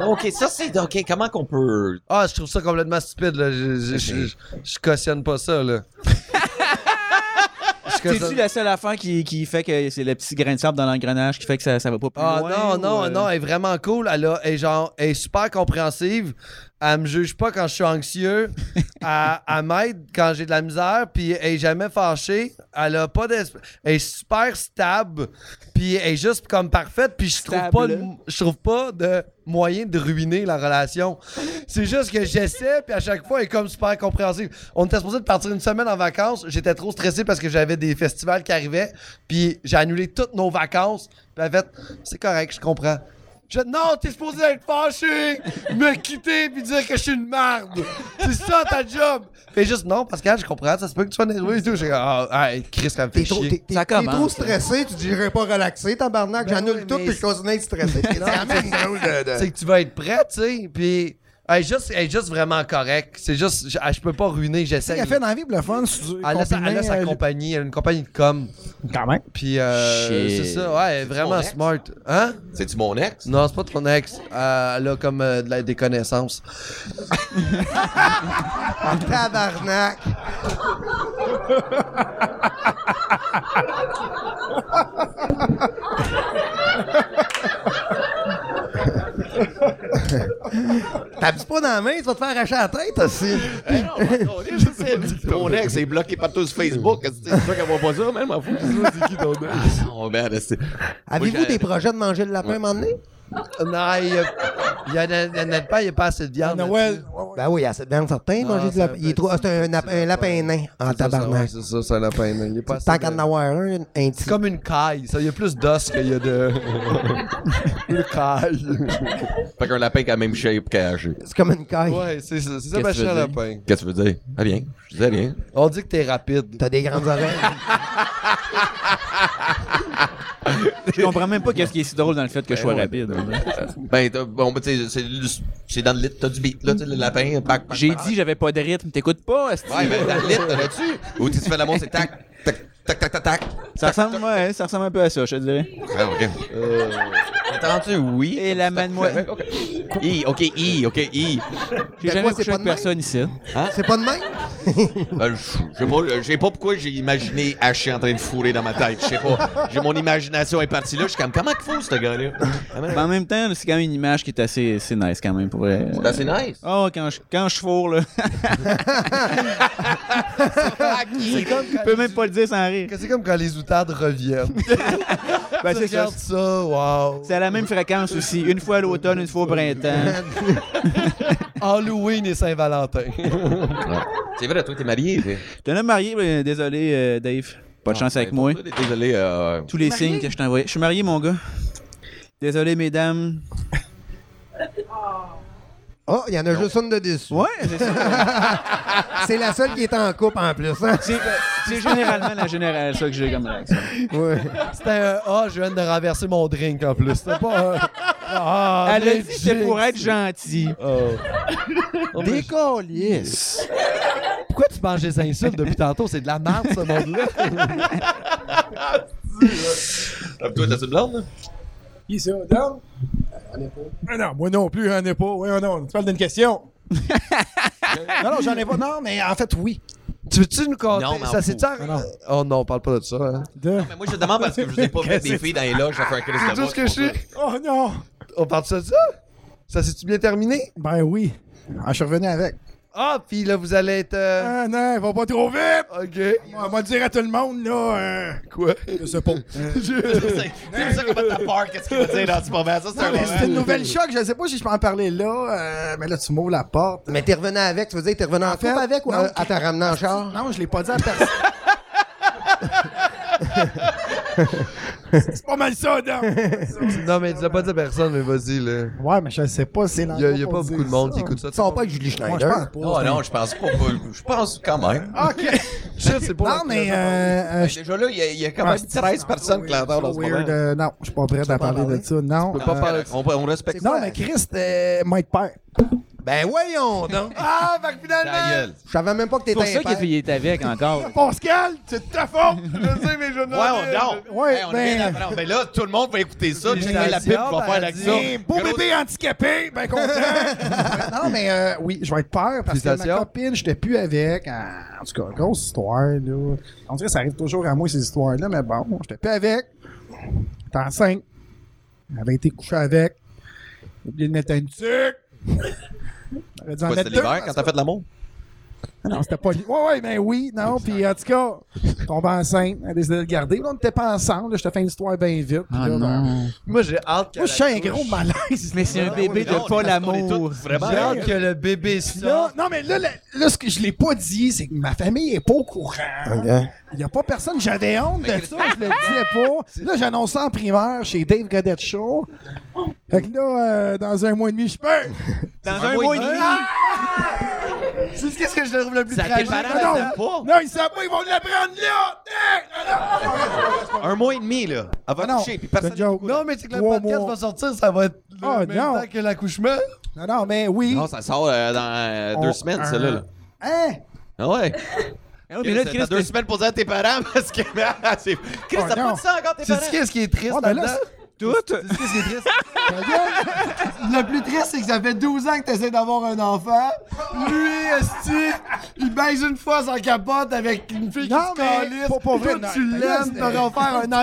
S1: OK, ça, c'est... OK, comment qu'on peut...
S4: Ah, je trouve ça complètement stupide, là. Je, je, je- je- je cautionne pas ça, là. Je
S3: C'est-tu
S4: cautionne-
S3: la seule affaire qui, qui fait que c'est le petit grain de sable dans l'engrenage qui fait que ça, ça va pas plus
S4: Ah
S3: loin?
S4: non,
S3: ou,
S4: non,
S3: euh,
S4: non, elle est vraiment cool. Elle, a, elle est genre, elle est super compréhensive. Elle me juge pas quand je suis anxieux. elle elle m'aide quand j'ai de la misère. Puis elle est jamais fâchée. Elle a pas d'esp- Elle est super stable. Puis elle est juste comme parfaite. Puis je trouve
S3: Stable.
S4: pas, de- je trouve pas de moyen de ruiner la relation. C'est juste que j'essaie. Puis à chaque fois, elle est comme super compréhensive. On était supposé de partir une semaine en vacances. J'étais trop stressé parce que j'avais des festivals qui arrivaient. Puis j'ai annulé toutes nos vacances. Puis en fait, c'est correct, je comprends. Je, non, t'es supposé être fâché, me quitter puis dire que je suis une marde. C'est ça ta job. Fait juste non, Pascal, je comprends, ça se peut que tu sois nerveux et tout. J'ai ah, ah, Chris, ça me fait
S5: T'es trop, t'es-
S4: chier.
S5: t'es-
S3: Ça
S5: t'es
S3: commence,
S5: trop
S3: ça.
S5: stressé, tu dirais pas relaxé, tabarnak.
S4: Ben
S5: J'annule
S4: oui,
S5: tout
S4: mais
S5: et je continue à être stressé. C'est quand même drôle
S1: Euh,
S5: de- de-
S4: C'est que tu vas être prêt, tu sais. Puis elle est juste, elle est juste vraiment correcte. C'est juste, je, ah, je peux pas ruiner, j'essaie.
S2: Elle a fait dans la vie pour le fun. si tu veux
S4: Elle a, sa- elle a
S2: combiner,
S4: sa
S2: euh,
S4: compagnie, elle a une compagnie de com.
S2: Quand même.
S4: Puis euh,
S1: Shit.
S4: c'est ça, ouais, elle est
S1: ton
S4: vraiment
S1: ex?
S4: smart. Hein?
S1: C'est-tu mon ex?
S4: Non, c'est pas ton ex. Euh, elle a comme euh, de la, des connaissances.
S5: Ah, tabarnak. T'abuses pas dans la main, tu vas te faire arracher la tête aussi.
S1: Ben Mon ex est bloqué partout sur Facebook. Est-ce que C'est sûr qu'elle voit pas ça, même. m'en fout. C'est qui ton ex? Ah, non, merde, c'est- Moi,
S5: Avez-vous
S1: j'ai-
S5: des projets de manger le lapin à un moment donné?
S4: Non, il y a, il y en a- il y en a pas, il n'y a pas assez de
S2: À
S4: viande.
S2: Noël.
S5: Ben oui, c'est bien certain,
S4: Non,
S5: manger du
S4: c'est
S5: lapin.
S4: un
S5: Il
S4: peu-
S5: est trop- ah, C'est un, nap-
S4: c'est
S5: un lapin nain
S2: Ah,
S5: en
S4: C'est ça,
S5: tabarnak.
S4: ça, ouais, C'est ça, c'est un lapin. là. Il y a pas
S5: Tant
S4: assez
S5: qu'à
S4: de-
S5: en avoir un, un petit.
S4: C'est comme une caille. Ça, il y a plus d'os qu'il y a de. une caille.
S1: Fait qu'un lapin qui a la même shape qu'un H.
S5: C'est comme une caille.
S4: ouais, c'est ça. C'est ça,
S3: Qu'est-ce
S4: ma
S3: que tu veux
S4: chère
S3: dire?
S4: lapin.
S1: Qu'est-ce que tu veux dire? Ah bien. Je disais bien.
S4: On dit que t'es rapide.
S5: T'as des grandes oreilles.
S3: Je comprends même pas qu'est-ce qui est si drôle dans le fait que je sois rapide.
S1: Ben, t'as- bon, ben, tu sais, c'est le- c'est dans le lit, t'as du beat, là, tu sais, le lapin, pac, pac,
S3: J'ai
S1: pac.
S3: dit j'avais pas de rythme, t'écoutes pas, est-ce
S1: Ouais, ben, dans le lit, t'en as-tu? Ou tu sais, tu fais l'amour, c'est tac, tac, tac, tac, tac, tac.
S3: Ça ressemble, ouais, ça ressemble un peu à ça, je te dirais.
S1: Ah, ok. Euh. Attends-tu, oui?
S3: Et la mademoiselle.
S1: Ok. I, ok, I, ok, I.
S3: J'ai
S5: Ben
S3: jamais couché
S5: quoi, c'est pas
S3: avec
S5: de même?
S3: personne ici.
S5: C'est pas de même?
S1: Ben, je je sais pas, je sais pas pourquoi j'ai imaginé Haché en train de fourrer dans ma tête. Je sais pas. J'ai mon imagination est partie là. Je suis comme, comment qu'il faut, ce gars-là?
S3: Mais en même temps, c'est quand même une image qui est assez, c'est nice quand même pour vrai.
S1: C'est assez nice.
S3: Oh, quand je, quand je fourre, là.
S4: C'est comme
S3: Je
S4: quand-
S3: peux même pas le dire sans rire.
S4: que C'est comme quand les outardes reviennent.
S3: Ben,
S4: tu
S3: c'est ça.
S4: regardes ça, wow.
S3: C'est à la même fréquence aussi. Une fois à l'automne, une fois au printemps.
S4: Halloween et Saint-Valentin.
S1: C'est vrai, toi, t'es marié. t'es-
S3: T'es un homme marié, mais désolé, euh, Dave. ben, Pas de chance avec moi.
S1: Toi, t'es Désolé. euh,
S3: Tous les signes que je t'ai envoyés. Je suis marié, mon gars. Désolé, mesdames.
S5: Oh, il y en a juste une de dessus.
S3: Ouais, c'est ça.
S5: C'est la seule qui est en couple en plus. hein?
S3: C'est- euh, C'est généralement la générale, ça que j'ai comme réaction.
S5: Ouais.
S4: C'était un Ah, je viens de renverser mon drink en plus. C'était pas un Ah,
S3: Elle a
S4: mais
S3: dit que c'était pour être gentil.
S4: Oh.
S3: Oh,
S5: Des colliers.
S4: Pourquoi tu manges des insultes depuis tantôt? C'est de la merde, ce monde-là.
S1: Toi, t'as-tu une blonde? là?
S2: Qui ça, Dom? J'en ai pas. Ah non, moi non plus, j'en ai pas. Oui, non, tu parles d'une question. non, non, j'en ai pas. Non, mais en fait, oui.
S4: tu veux-tu nous conter?
S1: Non, mais on
S4: ça c'est
S1: fout.
S2: Non.
S4: Oh non, on parle pas de ça. hein.
S2: De...
S1: Mais moi, je te demande parce que je n'ai pas fait des filles dans les loges à faire Chris
S4: C'est tout ce que je suis.
S2: Oh non!
S4: On parle de ça, de ça? Ça s'est-tu bien terminé?
S2: Ben oui. Ah, je suis revenu avec.
S4: Ah, puis là, vous allez être. euh,
S2: Ah non, va pas trop vite!
S4: OK.
S2: On va le dire à tout le monde, là. euh,
S4: Quoi?
S2: Je sais pas.
S1: C'est c'est ça qu'on va te part. Qu'est-ce qu'il va dire dans ce moment? Ça, c'est un
S2: Ah, Mais C'est une
S1: moment.
S2: nouvelle choc, je sais pas si je peux en parler là, euh, mais là, tu m'ouvres la porte.
S5: Mais t'es revenu avec, tu veux dire, t'es revenu en, couple
S2: fait,
S5: avec ou
S2: non.
S5: euh, à t'en ramener en char?
S2: Non, je l'ai pas dit à personne. c'est pas mal ça, Dom!
S4: Non, mais dis pas dit à personne, mais vas-y, là.
S2: Ouais, mais je sais pas, c'est
S4: Il y a, il y a pas beaucoup de monde qui écoute ça.
S5: Ils sont pas avec Julie
S2: Moi,
S5: Schneider.
S2: je pense pas.
S1: Oh non, je pense pas. Je pense quand même.
S2: Ok!
S4: Shit, c'est pas.
S2: Non, mais euh, euh, je
S1: Déjà là, il y a- il y a
S4: Ah,
S1: quand même 13 personnes qui l'entendent en ce moment.
S2: Weird, euh, non, je suis pas prêt à parler de ça. Non.
S4: On peut pas
S2: Euh,
S4: parler de
S1: On, on respecte
S2: Non, mais Chris, euh, Mike Père.
S5: Ben voyons donc.
S2: Ah, fait que
S1: Ta
S2: finalement.
S1: gueule.
S5: Je savais même pas que
S3: C'est pour
S5: t'étais
S3: ça
S5: un père.
S3: qu'il est avec encore.
S2: Pascal, c'est de ta faute! je sais, mais je
S1: Ouais, on dort.
S2: Ouais,
S1: Hey, on
S2: ben-
S1: est bien d'accord. Mais là, tout le monde va écouter ça.
S4: Mais
S1: Checker
S4: la
S1: la pipe
S4: diable,
S1: qu'on va faire
S4: elle
S1: avec
S4: dit-
S1: ça.
S2: Eh, beau
S1: Grosse-
S2: bébé handicapé, ben content. non, mais euh, oui, je vais être père parce que ma
S4: Félicitations.
S2: copine, j'étais plus avec. Ah, En tout cas, grosse histoire, là. On dirait que ça arrive toujours à moi, ces histoires-là, mais bon, j'étais plus avec. J'étais enceinte. Elle avait été couchée avec. J'ai oublié de mettre un sucre. J'aurais dû en
S1: Quoi,
S2: mettre
S1: c'était
S2: deux.
S1: l'hiver quand t'as fait de l'amour?
S2: Ah Non, c'était pas lui. Ouais, ouais, ben oui, non. Puis en tout cas, tombée enceinte, elle a décidé de le garder. Là, on n'était pas ensemble. là, Je te fais une histoire bien vite. puis
S3: Ah
S2: là, ben,
S3: non.
S4: Moi, j'ai hâte que.
S2: Moi, je sens un gros malaise.
S3: Mais c'est un bébé
S1: Non,
S3: de pas
S1: on est
S3: l'amour.
S1: tous Vraiment.
S4: J'ai hâte que le bébé
S2: Là,
S4: sorte.
S2: non, mais là, là, là, ce que je l'ai pas dit, c'est que ma famille est pas au courant.
S5: Ok.
S2: Il n'y a pas personne. J'avais honte de ça, je le disais pas. Là, j'annonçais en primaire chez Dave Godet Show. Fait que là, euh, dans un mois et demi, je peux.
S3: Dans un mois et demi.
S4: C'est ce qu'est-ce que je trouve le plus
S1: Ça, tes
S4: tragique. Ah
S1: parents
S2: non.
S1: le savent pas.
S2: Non, ils savent pas, ils vont l'apprendre là.
S1: Un mois et demi, là. Avant de
S2: non.
S1: coucher, puis personne.
S2: C'est un joke.
S4: Ah Non, mais c'est que le
S2: Trois
S4: podcast
S2: mois.
S4: va sortir, ça va être le
S2: Ah,
S4: même
S2: non.
S4: temps que l'accouchement.
S2: Non, non, mais oui.
S1: Non, ça sort euh, dans euh, deux
S2: On-
S1: semaines,
S2: un-
S1: celle-là. là.
S2: Hein?
S1: Ah ouais.
S3: Ah oui, Mais là,
S1: T'as
S3: Chris,
S1: deux semaines pour dire à tes parents parce que. ah, c'est- Chris,
S2: Oh,
S1: t'as pas
S2: non.
S1: dit ça encore, tes
S4: Tu
S1: parents?
S4: sais qu'est-ce qui est triste
S2: Oh, ben là,
S4: là-dedans?
S3: tout.
S4: Tu sais qu'est-ce qui est triste?
S2: Ta gueule.
S4: Le plus triste, c'est que ça fait 12 ans que t'essaies d'avoir un enfant. Lui, esti, il baise une fois sans capote avec une fille
S2: Non,
S4: qui se
S2: mais
S4: calisse.
S2: pas- pas vrai,
S4: Toi,
S2: non,
S4: tu
S2: ta gueule,
S4: l'aimes,
S2: c'est-
S4: t'aurais offert un
S2: c'est pas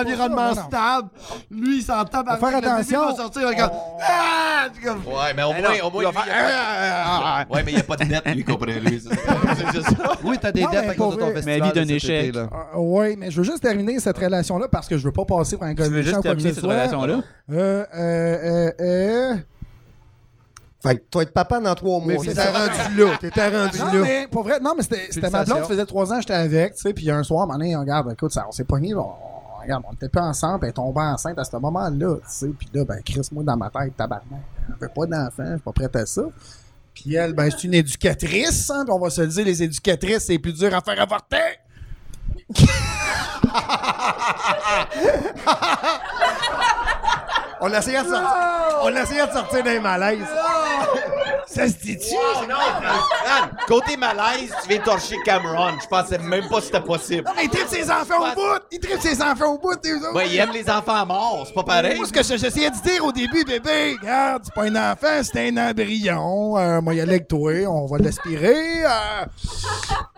S2: ça,
S4: environnement
S2: non, non.
S4: stable. Lui, il s'en tape
S2: faire
S4: avec
S2: attention.
S4: Le bébé va sortir il va comme... Ah! Tu comme-
S1: Ouais, mais au moins, au moins. lui, Ben il Ah, a pas- Ouais, mais il n'y a pas de net, lui, comprenez, lui. c'est ça. C'est juste ça.
S4: Oui, t'as des
S2: Non,
S4: dettes
S2: mais
S4: à cause de
S2: pour
S4: ton
S2: vrai.
S4: festival.
S3: Ma vie d'un
S4: de cet
S3: échec.
S4: été, là.
S2: Euh, ouais, mais je veux juste terminer cette relation-là parce que je veux pas passer pour un gars
S3: Je veux
S2: méchant
S3: juste
S2: ou quoi que
S3: terminer
S2: ce
S3: cette
S2: soit.
S3: relation-là.
S2: Euh, euh, euh, euh.
S5: Fait que tu vas être papa dans trois mois.
S4: c'est
S5: T'étais rendu là. T'étais rendu
S2: Non,
S5: là.
S2: mais pour vrai, non, mais c'était c'était ma blonde, ça faisait trois ans que j'étais avec, tu sais, puis un soir, un moment donné, regarde, ben, écoute, ça, on s'est pognés, on, on- regarde, on était pas ensemble, puis elle tombait enceinte à ce moment-là, tu sais, puis là, ben, Chris, moi, dans ma tête, tabarnak, je veux pas d'enfant, je suis pas prête à ça. Puis elle, ben, c'est une éducatrice, hein, puis on va se le dire, les éducatrices, c'est plus dur à faire avorter! On essayait de sortir, on essayait de sortir d'un malaise. Ça se dit-tu?
S1: Man, côté malaise, tu viens torcher Cameron. Je pensais même pas que c'était possible.
S2: Ah, Il tripe ses enfants au bout! Il tripe ses enfants au bout, tes autres!
S1: Ben, il aime les enfants morts, c'est pas pareil.
S2: Moi, ce que je- j'essayais de dire au début, bébé, regarde, c'est pas un enfant, c'est un embryon. Euh, moi, il y a avec toi, on va l'aspirer. euh.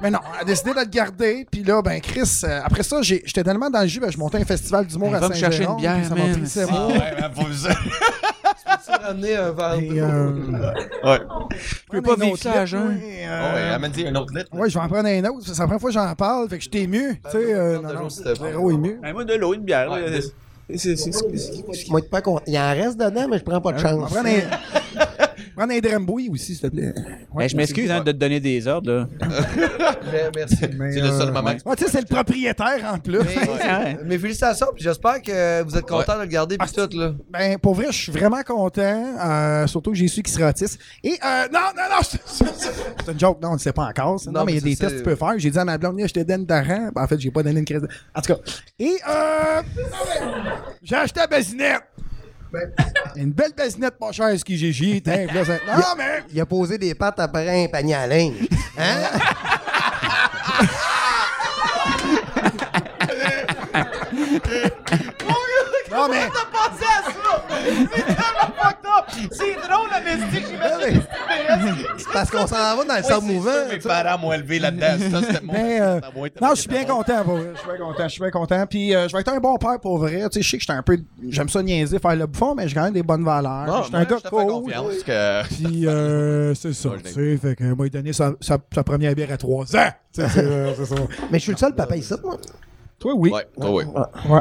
S2: Mais non, elle a décidé de le garder. Puis là, ben, Chris, euh, après ça, j'ai- j'étais tellement dans le jus, ben, je montais un festival d'humour
S3: Ben,
S2: à
S3: va me
S2: Saint-Jérôme.
S3: chercher une bière,
S2: puis ça m'a
S3: man.
S2: pris sept
S3: Ah,
S2: mois.
S4: Tu peux ramener un verre
S2: Et,
S4: d'eau?
S2: euh,
S1: Ouais.
S2: prendre
S3: peux pas
S2: un
S3: vivre
S2: autre
S3: ça à
S2: litre,
S3: jeun.
S2: oui,
S1: Oh,
S2: euh,
S1: ouais, amène dit un autre Ben, lit.
S2: Ouais, je vais en prendre un autre. C'est la première fois que j'en parle, fait que je t'ai ému. Tu sais, euh,
S4: de
S2: non,
S4: jour,
S2: non,
S4: c'était bon.
S2: zéro ému.
S3: Ben, moi, de l'eau, une bière. là.
S1: Ouais,
S3: C'est- c'est- c'est-
S5: Moi, je suis pas content. Il en reste dedans, mais je prends pas de
S2: On va
S5: chance.
S2: prendre un, prendre un Dramboui aussi, s'il te plaît. Ouais,
S3: Ben, je m'excuse hein, de te donner des ordres. Là.
S4: Mais- Merci.
S2: mais,
S1: C'est le
S2: euh,
S1: seul moment que tu
S2: Ouais, tu sais, c'est le propriétaire en plus.
S3: Ouais.
S4: Mes félicitations, puis j'espère que vous êtes contents de le garder, puis tout, là.
S2: Ben, pour vrai, je suis vraiment content, euh, surtout que j'ai su qu'il serait autiste. Et, euh, non, non, non, c'est- c'est c'est une joke, non, on ne sait pas encore. ça. Non,
S4: Non,
S2: mais il y a
S4: mais
S2: des
S4: c'est-
S2: tests que tu peux faire. J'ai dit à ma blonde, Là, je te donne d'argent. Ben, en fait, j'ai pas donné une crise. de- En tout cas. Et, euh, j'ai acheté la basinette. Une belle basinette, mon cher SQGJ. Tiens, hein, là, ça- Non, mais.
S5: Il a posé des pattes après un panier à linge. Hein?
S2: Non, mais.
S1: pensé à ça! C'est tellement fucked up! C'est drôle, la mystique,
S2: Ben
S1: j'imagine.
S5: C'est parce qu'on s'en va dans le sable mouvant.
S1: Mes parents m'ont élevé là-dedans. Ça, c'était mon.
S2: Mais, euh,
S1: Ça doit être-
S2: non, je suis bien content, pour vrai. Je suis bien content, je suis bien content. Puis, euh, je vais être un bon père, pour vrai. Tu sais, je sais que j'étais un peu. J'aime ça niaiser, faire le bouffon, mais j'ai quand même des bonnes valeurs.
S1: Non,
S2: j'étais
S1: moi,
S2: un
S1: Ah, je te
S2: gars
S1: fais
S2: cool.
S1: confiance que.
S2: Puis, euh, c'est ça,
S1: Ouais, je
S2: tu sais. Fait que, moi, il donnait sa, sa, sa première bière à 3 ans. Tu sais, c'est euh, c'est ça.
S5: Mais je suis le seul papa ici, moi.
S2: Toi, oui.
S1: Ouais, toi, oui.
S2: Ouais.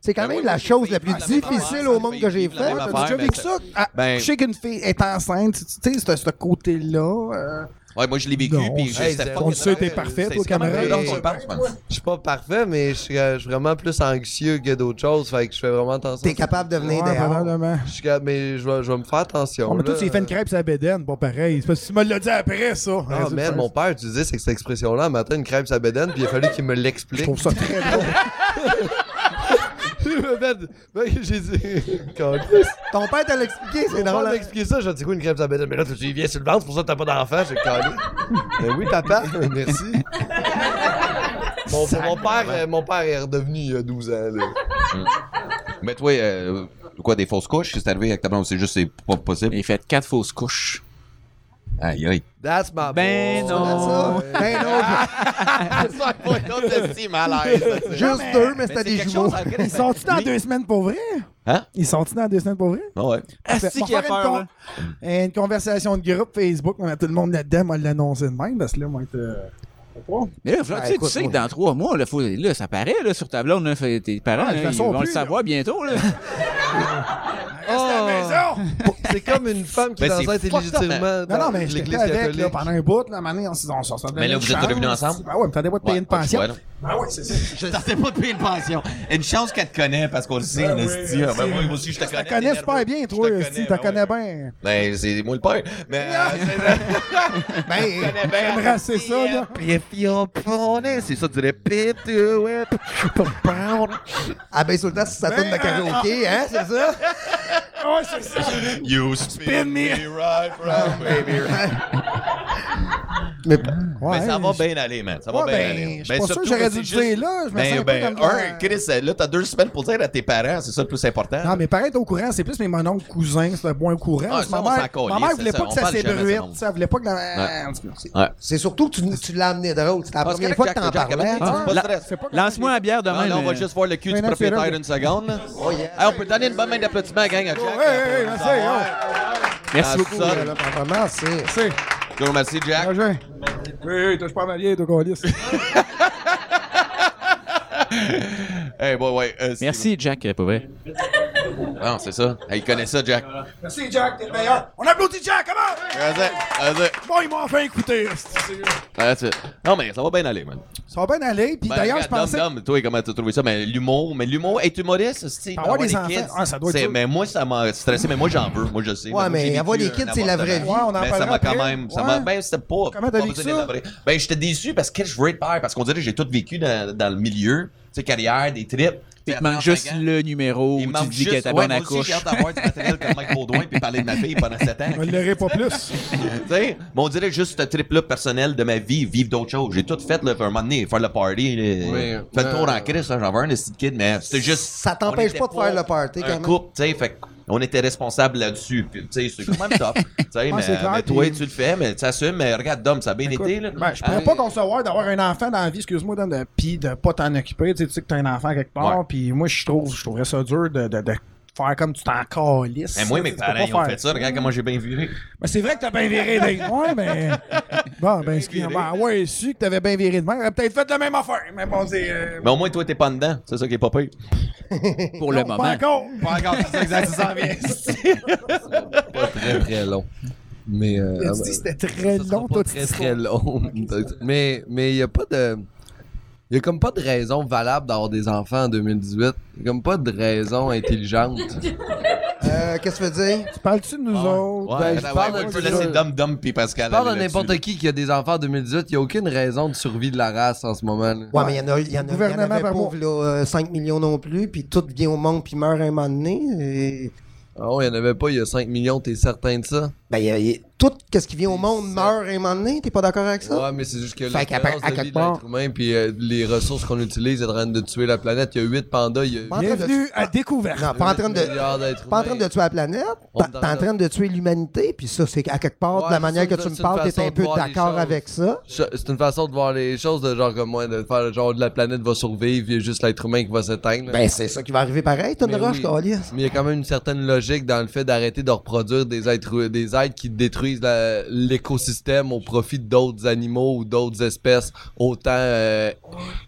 S5: C'est quand même la chose la plus
S1: la même
S5: difficile
S1: affaire,
S5: au monde
S1: ça
S5: que j'ai
S1: fait vivre la
S5: faite.
S1: même
S2: T'as
S1: affaire,
S2: déjà
S1: mais
S2: vécu
S1: c'est-
S2: ça? Ah,
S1: ben-
S2: Je sais qu'une fille est enceinte. Tu tu sais, c'est ce côté-là. euh,
S1: Ouais, moi, je l'ai vécu,
S2: Non,
S1: puis
S2: on
S1: je
S4: sait-
S1: c'était
S4: on
S1: pas
S2: on le
S1: que
S2: sait,
S1: ça-
S2: t'es parfait,
S1: c'est-
S2: toi,
S1: c'est quand même
S2: camarade.
S1: drôle, on pense, je pense.
S4: Je suis pas parfait, mais je suis, euh, je suis vraiment plus anxieux que d'autres choses, fait que je fais vraiment attention.
S5: T'es capable de venir
S2: ouais,
S5: dehors.
S2: probablement.
S4: Je suis capable- mais je vais, je vais me faire attention.
S2: On m'a
S4: là.
S2: tous fait une crêpe sur la bédaine, pas pareil. C'est parce que tu me l'as dit après, ça.
S4: Ah,
S2: Ouais, c'est-
S4: man, mon père utilisait cette cette expression-là un matin, une crêpe sa bédaine, puis il a fallu qu'il me
S2: Je
S4: l'explique.
S2: trouve ça très drôle.
S4: Ben, ben, J'ai dit. Quand
S5: Ton père te l'a expliqué, c'est
S4: on
S5: drôle.
S4: m'a
S5: hein?
S4: expliqué ça, j'ai dit quoi une crêpe sa bédaine? Mais là, tu dis, viens sur le ventre, c'est pour ça que t'as pas d'enfant, j'ai calé. Ben oui, papa, merci. Mon, mon père, euh, mon père est redevenu il y a 12 ans, là.
S1: Mais toi, euh, quoi, des fausses couches? C'est arrivé avec ta blonde, c'est juste, c'est pas possible.
S3: Il fait quatre fausses couches.
S1: Aïe, aïe.
S4: That's
S5: Ah,
S4: my
S3: Ben
S4: boy.
S3: non.
S4: That's it.
S5: Ben non,
S2: Ah,
S1: Ça, pas une autre estime à l'aise.
S5: juste deux, mais c'était des jumeaux.
S2: Ils sont-ils dans deux semaines pour vrai?
S1: Hein?
S2: Ils sont-ils dans deux semaines pour vrai?
S1: Ah ouais.
S3: Asti
S2: Bon,
S3: qu'il a
S2: faire une
S3: peur,
S2: con-
S3: là.
S2: Euh, Une conversation de groupe Facebook, on a tout le monde là-dedans, on l'annoncer de même, parce que là, moi,
S3: Mais là, Flo,
S5: Ah,
S3: tu sais, tu
S5: écoute,
S3: sais que
S5: moi-
S3: dans trois mois, là, faut- là, ça paraît là, sur ta blonde, là, fait- tes parents,
S2: Ah, de
S3: là,
S2: toute
S3: ils
S2: façon,
S3: vont le
S2: plus, là.
S3: savoir bientôt. Là.
S1: Oh!
S2: la maison!
S4: C'est comme une femme qui
S1: Ben,
S4: est
S1: c'est
S4: enceinte
S1: fucked up,
S4: illégititement
S2: Non, non,
S4: hein. dans
S2: mais j'étais
S4: l'église
S2: avec, là,
S4: catholique.
S2: pendant un bout, là, à un moment donné, on s'est on s'en sortait
S1: Mais là,
S2: une
S1: vous êtes
S2: chance.
S1: revenus ensemble?
S2: Ben ouais, mais t'as pas de payer une pension. Ben
S1: Ah
S2: ouais, c'est ça.
S1: Je t'en pas de payer une pension. Une chance qu'elle te connaît parce qu'on le sait, une esti. Ah, ben, moi moi aussi, je te connais.
S2: T'en connais
S1: t'es
S2: super
S1: nerveux.
S2: bien,
S1: Je te
S2: toi,
S1: connais,
S2: si,
S1: ben
S2: t'en
S1: ouais.
S2: connais bien.
S1: Ben, c'est moi le père. Mais. euh,
S5: Ben,
S1: Ben,
S2: Embrasser ça, là.
S1: c'est ça, tu répètes. Ouais.
S5: ah ben, sur le temps, si ça tourne de karaoké, hein, c'est ça?
S2: Ouais, c'est ça.
S1: You spin me right
S2: Ah,
S1: round, baby.
S5: Mais
S2: Ouais,
S1: Mais Ben, ça va
S2: je-
S1: bien aller, man. Ça va
S2: Ouais,
S1: bien
S2: ben,
S1: aller.
S2: je suis pas sûr
S1: surtout
S2: que j'aurais dû
S1: c'est
S2: le dire là, je me sens
S1: ben,
S2: un peu
S1: ben,
S2: comme
S1: un,
S2: dans-
S1: Chris, là, t'as deux semaines pour dire à tes parents, c'est ça le plus important.
S2: Non, mais pareil, t'es au courant, c'est plus mes mononcles cousins, c'est un point courant.
S1: Ah,
S2: Parce que
S1: ça,
S2: ma,
S1: on
S2: mère,
S1: s'en calisse,
S2: ma mère
S1: c'est
S2: voulait
S1: ça,
S2: pas
S1: on
S2: que ça
S1: parle jamais à ce
S2: s'ébruite,
S1: monde.
S2: ça voulait pas que la.
S1: Ouais.
S2: En tout cas, c'est-
S1: Ouais.
S5: c'est surtout que tu, tu l'as amené drôle. C'était la
S1: Parce que
S5: première fois que
S1: Jack,
S5: t'en
S1: Jack,
S5: parlais.
S1: Jack,
S2: ah.
S5: hein?
S1: pas
S3: La-
S1: stress.
S3: Lance-moi la bière demain.
S1: Ah Non, non, on
S3: mais-
S1: va juste voir le cul du
S2: Mais euh, ben, non, c'est
S1: propriétaire
S2: vrai.
S1: une seconde.
S5: Oh, yeah.
S1: Hey, on peut donner une bonne main d'applaudissement à la gang à Jack.
S2: Hey, hey, hey,
S1: Pour
S2: merci,
S1: savoir.
S2: oh.
S3: Merci
S1: Ah,
S3: beaucoup.
S1: ça,
S5: Là, là, vraiment, c'est-
S2: C'est.
S1: Je vous remercie, Jack.
S2: Roger. Oui, oui, toi, je parle ma vieille, toi, Colis.
S1: Hey, boy, ouais. euh, c'est-
S3: Merci, Jack, euh, pour vrai.
S1: Non, c'est ça. Hey, il connaît ça, Jack.
S2: Merci, Jack, t'es le meilleur. On applaudit Jack, comment?
S1: Vas-y, vas-y.
S2: Bon, ils m'ont enfin écouté.
S1: That's it. Non, mais ça va bien aller, man.
S2: Ça va bien aller, puis
S1: Ben,
S2: d'ailleurs, je
S1: regarde,
S2: pensais.
S1: Dom, Dom, toi, comment t'as trouvé ça? Mais l'humour, mais l'humour, être humoriste, c'est
S2: Avoir des enfants,
S1: kids.
S2: ah, ça doit être
S1: c'est-
S2: dur.
S1: Mais moi, ça m'a stressé, mais moi, j'en veux. Moi, je sais.
S5: Ouais,
S1: Moi,
S5: mais
S1: j'ai
S5: avoir
S1: vécu
S5: des kids,
S1: un
S5: c'est la vraie
S1: avortement.
S5: vie.
S2: Ouais, on en
S1: Mais ça
S2: parlera
S1: m'a quand
S2: après.
S1: même. Ça
S2: Ouais.
S1: m'a, ben, c'était pas.
S2: Comment
S1: pas
S2: t'as vécu
S1: besoin
S2: ça?
S1: d'élaborer. Ben, j'étais déçu parce que je voulais être père. Parce qu'on dirait que j'ai tout vécu dans, dans le milieu. sais, carrière, des trips.
S3: Il
S1: T'sais,
S3: te manque juste
S1: à
S3: le numéro où tu
S1: manque
S3: te dis qu'elle est à
S1: ouais,
S3: bonne à
S1: moi aussi,
S3: couche.
S1: j'ai hâte d'avoir du matériel comme Mike Baudouin puis parler de ma fille pendant 7 ans.
S2: Je ne l'aurai pas plus.
S1: Tu sais, mais on dirait juste ce trip-là personnel de ma vie, vivre d'autres choses. J'ai tout fait, là, pour un moment donné, faire le party. là.
S4: Oui,
S1: Fait le
S4: ouais.
S1: tour en crise, hein, j'en veux un, le petit kid, mais c'était juste.
S5: Ça t'empêche
S1: on était
S5: pas de faire le party, quand
S1: Un
S5: même.
S1: couple, tu sais, fait on était responsable là-dessus. puis, Tu sais, c'est quand même top. Tu sais, mais,
S2: c'est clair,
S1: mais toi,
S2: puis-
S1: tu le fais, mais tu assumes, mais regarde, Dom, ça a bien été, là.
S2: Ben, je pourrais pas concevoir d'avoir un enfant dans la vie, excuse-moi, Dan, de, pis de pas t'en occuper. Tu sais, tu sais que t'as un enfant quelque
S1: Ouais.
S2: part, puis moi, je trouve, je trouverais ça dur de, de, de faire comme tu t'en calisses.
S1: Mais Ben, moi,
S2: Tu sais,
S1: mes
S2: tu peux pas
S1: parents, ils ont
S2: faire
S1: fait ça. Regarde comment j'ai bien viré.
S2: Ben, c'est vrai que t'as bien viré des. Ouais, mais. Bon, ben, excuse-moi. Ben, ouais, su que t'avais bien viré de mer. Peut-être fait la même affaire, mais bon, c'est. euh,
S1: Mais au moins, toi, t'es pas dedans. C'est ça qui est pas pire.
S4: ben,
S3: Pour le
S2: non,
S3: moment.
S2: Pas encore.
S1: Pas encore, c'est exact, ça
S4: Très, très long. Mais. euh,
S2: Tu
S4: ah
S2: dis,
S4: ben-
S2: C'était très
S4: Ça sera
S2: long,
S4: pas
S2: toi,
S4: très très long. mais mais il y a pas de il y a comme pas de raison valable d'avoir des enfants en 2018. Il y a comme pas de raison intelligente.
S5: Euh, Qu'est-ce que tu veux dire?
S2: Tu parles-tu de nous autres? Ben,
S1: Ouais,
S4: je
S1: attends,
S4: parle
S1: ouais,
S4: de-
S1: on peut laisser Dom, Dom puis Pascal.
S4: Je parle
S1: aller
S4: de
S1: là-dessus, Ben,
S4: n'importe qui qui a des enfants en 2018, il y a aucune raison de survie de la race en ce moment. là.
S5: Ouais, mais il y en a, il y en a, il y en
S2: Gouvernement
S5: avait
S2: par
S5: pas,
S2: mois.
S5: v'là, euh, 5 millions non plus, puis tout vient au monde puis meurt un moment donné. et-
S4: Ah ouais, il y en avait pas il y a 5 millions, t'es certain de ça
S5: Ben, il y a- il y a- tout ce qui vient au monde meurt un moment donné, t'es pas d'accord avec ça?
S4: Ouais, mais c'est juste que
S5: Fait qu'à
S4: l'espérance
S5: par- à
S4: de vie
S5: quelque
S4: de l'être
S5: part-
S4: humain puis euh, les ressources qu'on utilise est en train de tuer la planète. Il y a 8 pandas, il y a
S5: Pas en train de-
S2: Bienvenue à Découverte.
S5: Non, Ah, pas en train de.
S4: milliards d'êtres
S5: Pas en train de
S4: humains.
S5: tuer la planète,
S4: On
S5: t'es
S4: est dans
S5: t'es en
S4: le-
S5: train de tuer l'humanité, puis ça, c'est à quelque part,
S4: Ouais,
S5: de la
S4: c'est
S5: manière
S4: ça,
S5: que
S4: c'est
S5: tu me
S4: une
S5: parles, t'es
S4: façon
S5: un
S4: de
S5: peu
S4: voir les
S5: d'accord
S4: choses.
S5: avec ça.
S4: Je- C'est une façon de voir les choses de genre comme moi, de faire genre de la planète va survivre, il y a juste l'être humain qui va s'éteindre. là.
S5: Ben, c'est ça qui va arriver pareil, t'as
S4: Mais
S5: une roche,
S4: oui.
S5: câlisse.
S4: Mais il y a quand même une certaine logique dans le fait d'arrêter de reproduire des êtres, des êtres qui détruisent la- l'écosystème au profit d'autres animaux ou d'autres espèces, autant euh,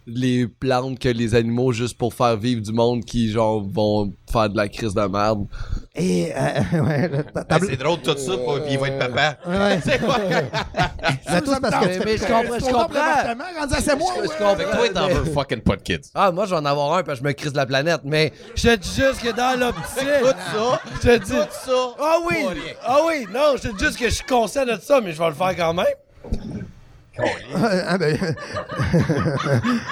S4: les plantes que les animaux, juste pour faire vivre du monde qui genre vont faire de la crise de merde.
S5: Et, euh, ouais, le- ta- ta-
S1: là. Hey, C'est drôle tout ça, puis il va être papa.
S5: ouais.
S1: C'est quoi?
S5: Mais tout, c'est parce que tu-
S4: mais je comprends,
S2: Ton propre appartement, rendu à c'est moi.
S4: Je- je
S2: ouais.
S4: comprends.
S1: Fait que toi, t'en veux fucking pas de kids.
S4: Ah, moi, je vais en avoir un parce que je me crise de la planète, mais je te dis juste que dans
S1: Tout
S4: l'optique.
S1: ça,
S4: Je te dis.
S1: tout ça.
S4: Ah oui!
S1: Pas rien.
S4: Ah oui! Non, je te dis juste que je suis conscient de ça, mais je vais le faire quand même.
S5: Ah, ben,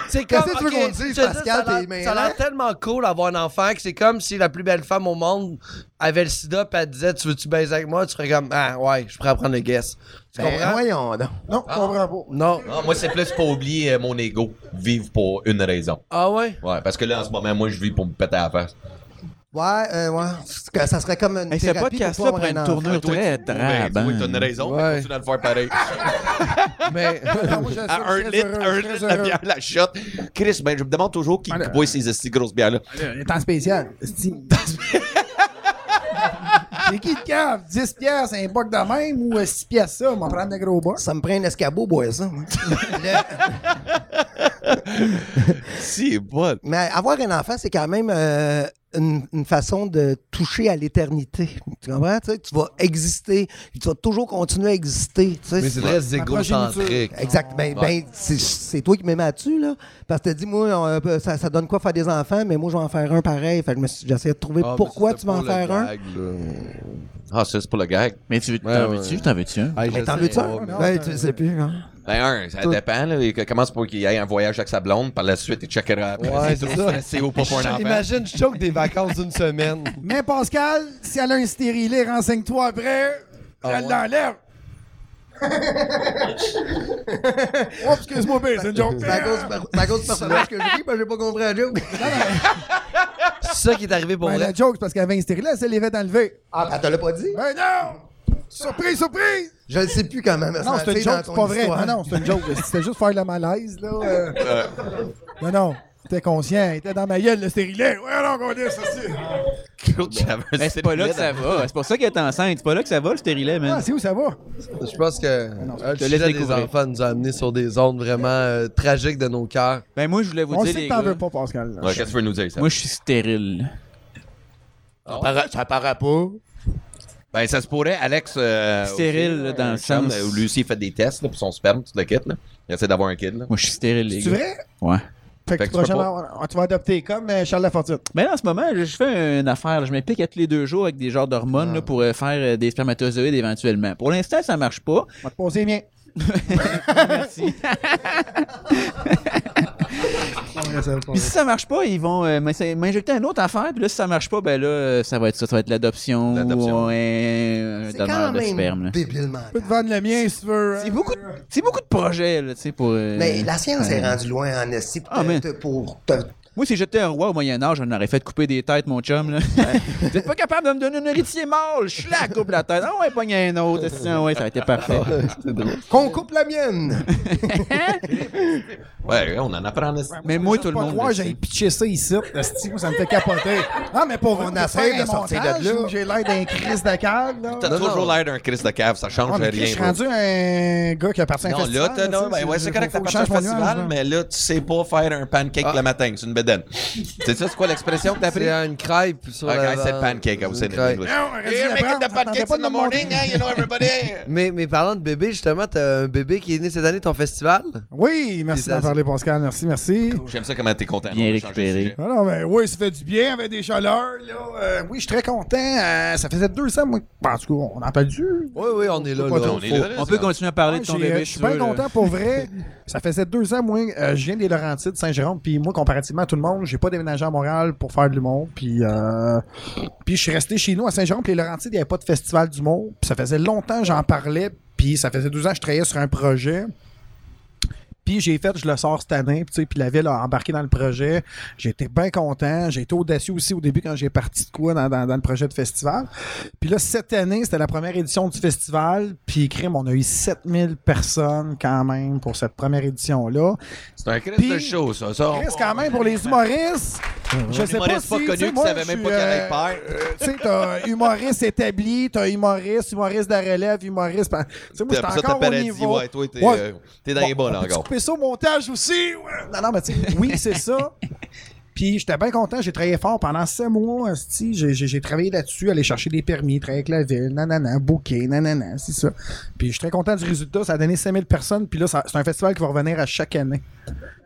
S4: C'est
S5: Qu'est-ce
S4: comme,
S5: que tu veux
S4: ok,
S5: qu'on dise,
S4: je veux
S5: Pascal,
S4: ça a l'air-
S5: t'es mêlant?
S4: Ça a l'air tellement cool d'avoir un enfant que c'est comme si la plus belle femme au monde avait le sida pis elle disait Tu veux-tu baiser avec moi? Tu serais comme Ah ouais, je pourrais prendre le guess. Tu
S5: ben,
S4: comprends?
S5: voyons donc.
S2: Non, je comprends pas.
S4: Non.
S1: Ah, moi, c'est plus pour oublier euh, mon ego. Vivre pour une raison.
S4: Ah ouais?
S1: Ouais, parce que là, en ce moment, moi, je vis pour me péter à la face.
S5: Ouais, euh, ouais. C'est que Ça serait comme une
S3: Hey, ce
S5: thérapie
S3: podcast-là
S5: pour
S3: prend
S5: toi avoir
S3: une
S5: un enfant.
S3: tournure très
S1: Ben,
S3: drabe.
S1: toi,
S3: hein.
S1: t'as une raison,
S4: Ouais.
S1: mais continue à le faire pareil.
S4: Mais.
S2: Non, moi, j'assume,
S1: À un
S2: très
S1: litre, un
S2: heureux, très
S1: litre, la
S2: heureux.
S1: bière, la shot. Chris, ben, je me demande toujours qui
S2: Voilà.
S1: boit ces esti grosses bières-là.
S2: Il est en spécial. Esti. C'est qui le cave? 10 pièces, un buck de même ou euh, 6 pièces ça? On va prendre des gros bucks.
S5: Ça me prend un escabeau, bois ça. moi. Le-
S1: Si, bon.
S5: mais avoir un enfant, c'est quand même euh, une, une façon de toucher à l'éternité. Tu comprends? Tu, sais, tu vas exister. Tu vas toujours continuer à exister. tu sais.
S4: Mais c'est très égocentrique.
S5: Exact. Ben, ben, c'est- c'est toi qui m'aimes là-dessus, là. Parce que t'as dit, moi, on, euh, ça, ça donne quoi faire des enfants, mais moi, je vais en faire un pareil. Fait que je me suis- j'essayais de trouver
S4: Ah,
S5: pourquoi tu vas en faire un.
S1: Ah, ça, c'est pour le gag.
S3: Mais tu veux, t'en
S4: Ouais, Ah, ouais.
S3: veux-tu? T'en veux-tu un?
S5: Mais t'en veux-tu un? Ben, tu sais plus, hein.
S1: Ben, un, ça dépend. Là, il commence pour qu'il aille en voyage avec sa blonde. Par la suite, il checkera après.
S4: Ouais,
S1: c'est
S4: c'est
S1: trop
S4: ça.
S1: stressé ou pas pour un enfant.
S4: Imagine, je choque des vacances d'une semaine.
S2: Mais Pascal, si elle a un stérilé, renseigne-toi après. elle
S4: ouais.
S2: l'enlève. oh, excuse-moi, ben, c'est une joke.
S5: C'est à cause, c'est à cause du personnage que je dis, ben, j'ai pas compris la joke.
S4: C'est ça qui est arrivé pour
S2: Ben,
S4: vrai.
S2: la joke, c'est parce qu'elle avait un stérilé, elle se l'avait enlevé.
S5: Ah, ben, t'as l'as pas dit?
S2: Ben non! Surprise, surprise!
S5: Je le sais plus quand même.
S2: Non, c'est une joke, c'est pas vrai. Non, non, c'est une joke. C'était juste faire le malaise, là. euh. Non, non. T'étais conscient. Il était dans ma gueule, le stérilet. Ouais, non, qu'on dit ça, c'est.
S1: J'avais un
S3: Mais Ben, c'est pas là que ça va. C'est pour ça qu'elle est enceinte. C'est pas là que ça va, le stérilet,
S2: Ah,
S3: man.
S2: c'est où ça va?
S4: Je pense que euh, le
S3: te
S4: sujet
S3: laisse
S4: des
S3: découvrir.
S4: enfants nous a amenés sur des ondes vraiment euh, tragiques de nos cœurs.
S3: Ben, moi, je voulais vous
S2: On
S3: dire,
S2: sait
S3: les
S2: que t'en
S3: gars,
S2: veux pas, Pascal. là.
S1: Ouais, qu'est-ce que tu veux nous dire, ça?
S3: Moi, je suis stérile.
S1: Ah
S5: Ça paraît pas.
S1: Ben, ça se pourrait, Alex. euh,
S3: Stérile,
S1: aussi,
S3: là, dans
S1: euh,
S3: le
S1: Charles,
S3: sens-
S1: euh, Où Lucie fait des tests là, pour son sperme, tout le kit. Là. Il essaie d'avoir un kid. Là.
S3: Moi, je suis stérile, les
S2: C'est
S3: gars.
S2: vrai?
S3: Ouais.
S1: Fait
S2: Fait que
S1: que
S2: tu,
S1: tu peux
S2: prochainement, on- tu vas adopter comme euh, Charles Lafortune.
S3: Ben, là, en ce moment, je je fais une affaire. là. Je m'implique à tous les deux jours avec des genres d'hormones
S5: Ah.
S3: là, pour euh, faire euh, des spermatozoïdes éventuellement. Pour l'instant, ça marche pas.
S2: On va te poser les miens.
S3: Merci. Puis si ça marche pas, ils vont euh, m'essa- m'injecter une autre affaire. Puis là, si ça marche pas, ben là, euh, ça va être ça. Ça va être l'adoption
S1: L'adoption.
S3: ou un, un
S5: C'est
S3: donneur
S5: quand
S3: de
S5: même
S3: sperme. là.
S5: débile mental.
S2: Je peux te vendre le mien si tu veux. hein.
S3: C'est beaucoup, de- c'est beaucoup de projets, là, tu sais, pour. euh,
S5: Mais la science
S3: euh,
S5: est rendue loin en esti pour
S3: Ah,
S5: te-
S3: mais-
S5: te- pour te-
S3: Moi, si j'étais un roi au Moyen-Âge, on aurait fait couper des têtes, mon chum. Là. Vous êtes pas capable de me donner un héritier mâle. Je la coupe la tête. Ah ouais, pogne un autre. esti. Ah ouais, ça a été parfait.
S5: qu'on coupe la mienne.
S1: Ouais, on en apprend. en esti.
S3: Mais moi, tout le monde.
S2: Moi,
S3: le
S2: j'ai
S3: sait.
S2: pitché ça ici. Esti, moi, ça me fait capoter. Non, mais pour
S5: On
S2: on
S5: essaie
S2: essaye
S5: de sortir de là.
S2: J'ai l'air d'un crise de cave, là.
S1: T'as toujours l'air d'un Chris de cave, ça change
S2: Ah, mais je
S1: rien.
S2: suis
S1: moi.
S2: rendu un gars qui appartient à un
S1: Non, là,
S2: festival.
S1: t'as, non,
S2: tu sais,
S1: ben ouais, c'est correct,
S2: faut
S1: t'as
S2: que
S1: pas
S2: je
S1: un
S2: change mon nuage,
S1: festival,
S2: là.
S1: mais là, tu sais pas faire un pancake le matin, c'est une bedaine. c'est ça, c'est quoi l'expression que t'as pris?
S4: C'est une crêpe sur
S1: Okay,
S4: la
S1: I said
S4: vente.
S1: pancake, I was
S4: C'est
S1: saying
S4: une
S1: it in
S4: crêpe.
S1: English.
S2: Non, on aurait dû
S1: You're making
S2: apprendre,
S1: the pancakes
S2: attendez
S1: in the
S2: pas de
S1: morning,
S2: monter.
S1: hein, you know everybody.
S4: Mais, mais parlant de bébé, justement, t'as un bébé qui est né cette année, ton festival?
S2: Oui, merci
S4: Puis
S2: d'en
S4: ça-
S2: parler, Pascal. Merci, merci.
S1: J'aime ça comment t'es content.
S3: Bien
S1: On va changer de
S3: récupéré.
S1: sujet.
S2: Ah non, mais oui, ça fait du bien avec des chaleurs. Là. Euh, oui, je suis très content. Euh, ça faisait deux ans, moi. En tout cas, on en parle du.
S4: Oui, oui, on est là.
S2: Pas
S4: là.
S2: trop
S1: On est là, là,
S3: On
S1: c'est
S3: peut
S1: bon.
S3: continuer à parler de ton
S2: J'ai- euh,
S3: bébé.
S2: Je
S3: si
S2: suis
S3: tu
S2: bien
S3: veux, là.
S2: content pour vrai. ça faisait deux ans, moi, euh, je viens des Laurentides, Saint-Jérôme, puis moi, comparativement à tout le monde, j'ai pas déménagé à Montréal pour faire de l'humour, puis euh, puis je suis resté chez nous à Saint-Jérôme, puis les Laurentides, il n'y avait pas de festival d'humour, puis ça faisait longtemps que j'en parlais, puis ça faisait deux ans que je travaillais sur un projet. Puis j'ai fait, je le sors cette année, puis tu sais, puis la ville a embarqué dans le projet. J'étais bien content. J'ai été audacieux aussi au début quand j'ai parti de quoi dans, dans- dans le projet de festival. Puis là, cette année, c'était la première édition du festival. Puis, crime, on a eu 7000 personnes quand même pour cette première édition-là.
S1: C'est un Chris
S2: Puis-
S1: de show, ça. ça on-
S2: Chris, quand même, pour les humoristes, je sais
S1: Oh, Mm-hmm.
S2: pas
S1: humoriste
S2: si...
S1: pas
S2: tu
S1: connu
S2: sais,
S1: qui
S2: moi,
S1: savait
S2: je
S1: même
S2: suis,
S1: pas qu'il allait
S2: euh,
S1: être père.
S2: euh, Tu sais, t'as humoriste établi, t'as humoriste, humoriste de la relève, humoriste... par- Tu sais, moi,
S1: T'as-
S2: j'étais
S1: ça, t'as
S2: encore au
S1: paradis,
S2: niveau...
S1: ouais, toi, t'es,
S2: Ouais.
S1: euh, t'es dans
S2: Bon,
S1: les bas,
S2: on
S1: là,
S2: peut-tu
S1: encore.
S2: couper ça au montage aussi. Ouais. Non, non, mais tu sais, oui, c'est ça. Puis j'étais bien content, j'ai travaillé fort pendant sept mois, esti. j'ai, j'ai, j'ai travaillé là-dessus, aller chercher des permis, travailler avec la ville, nanana, bouquet, nanana, c'est ça. Puis je suis très content du résultat, ça a donné 5000 personnes, puis là, ça- c'est un festival qui va revenir à chaque année.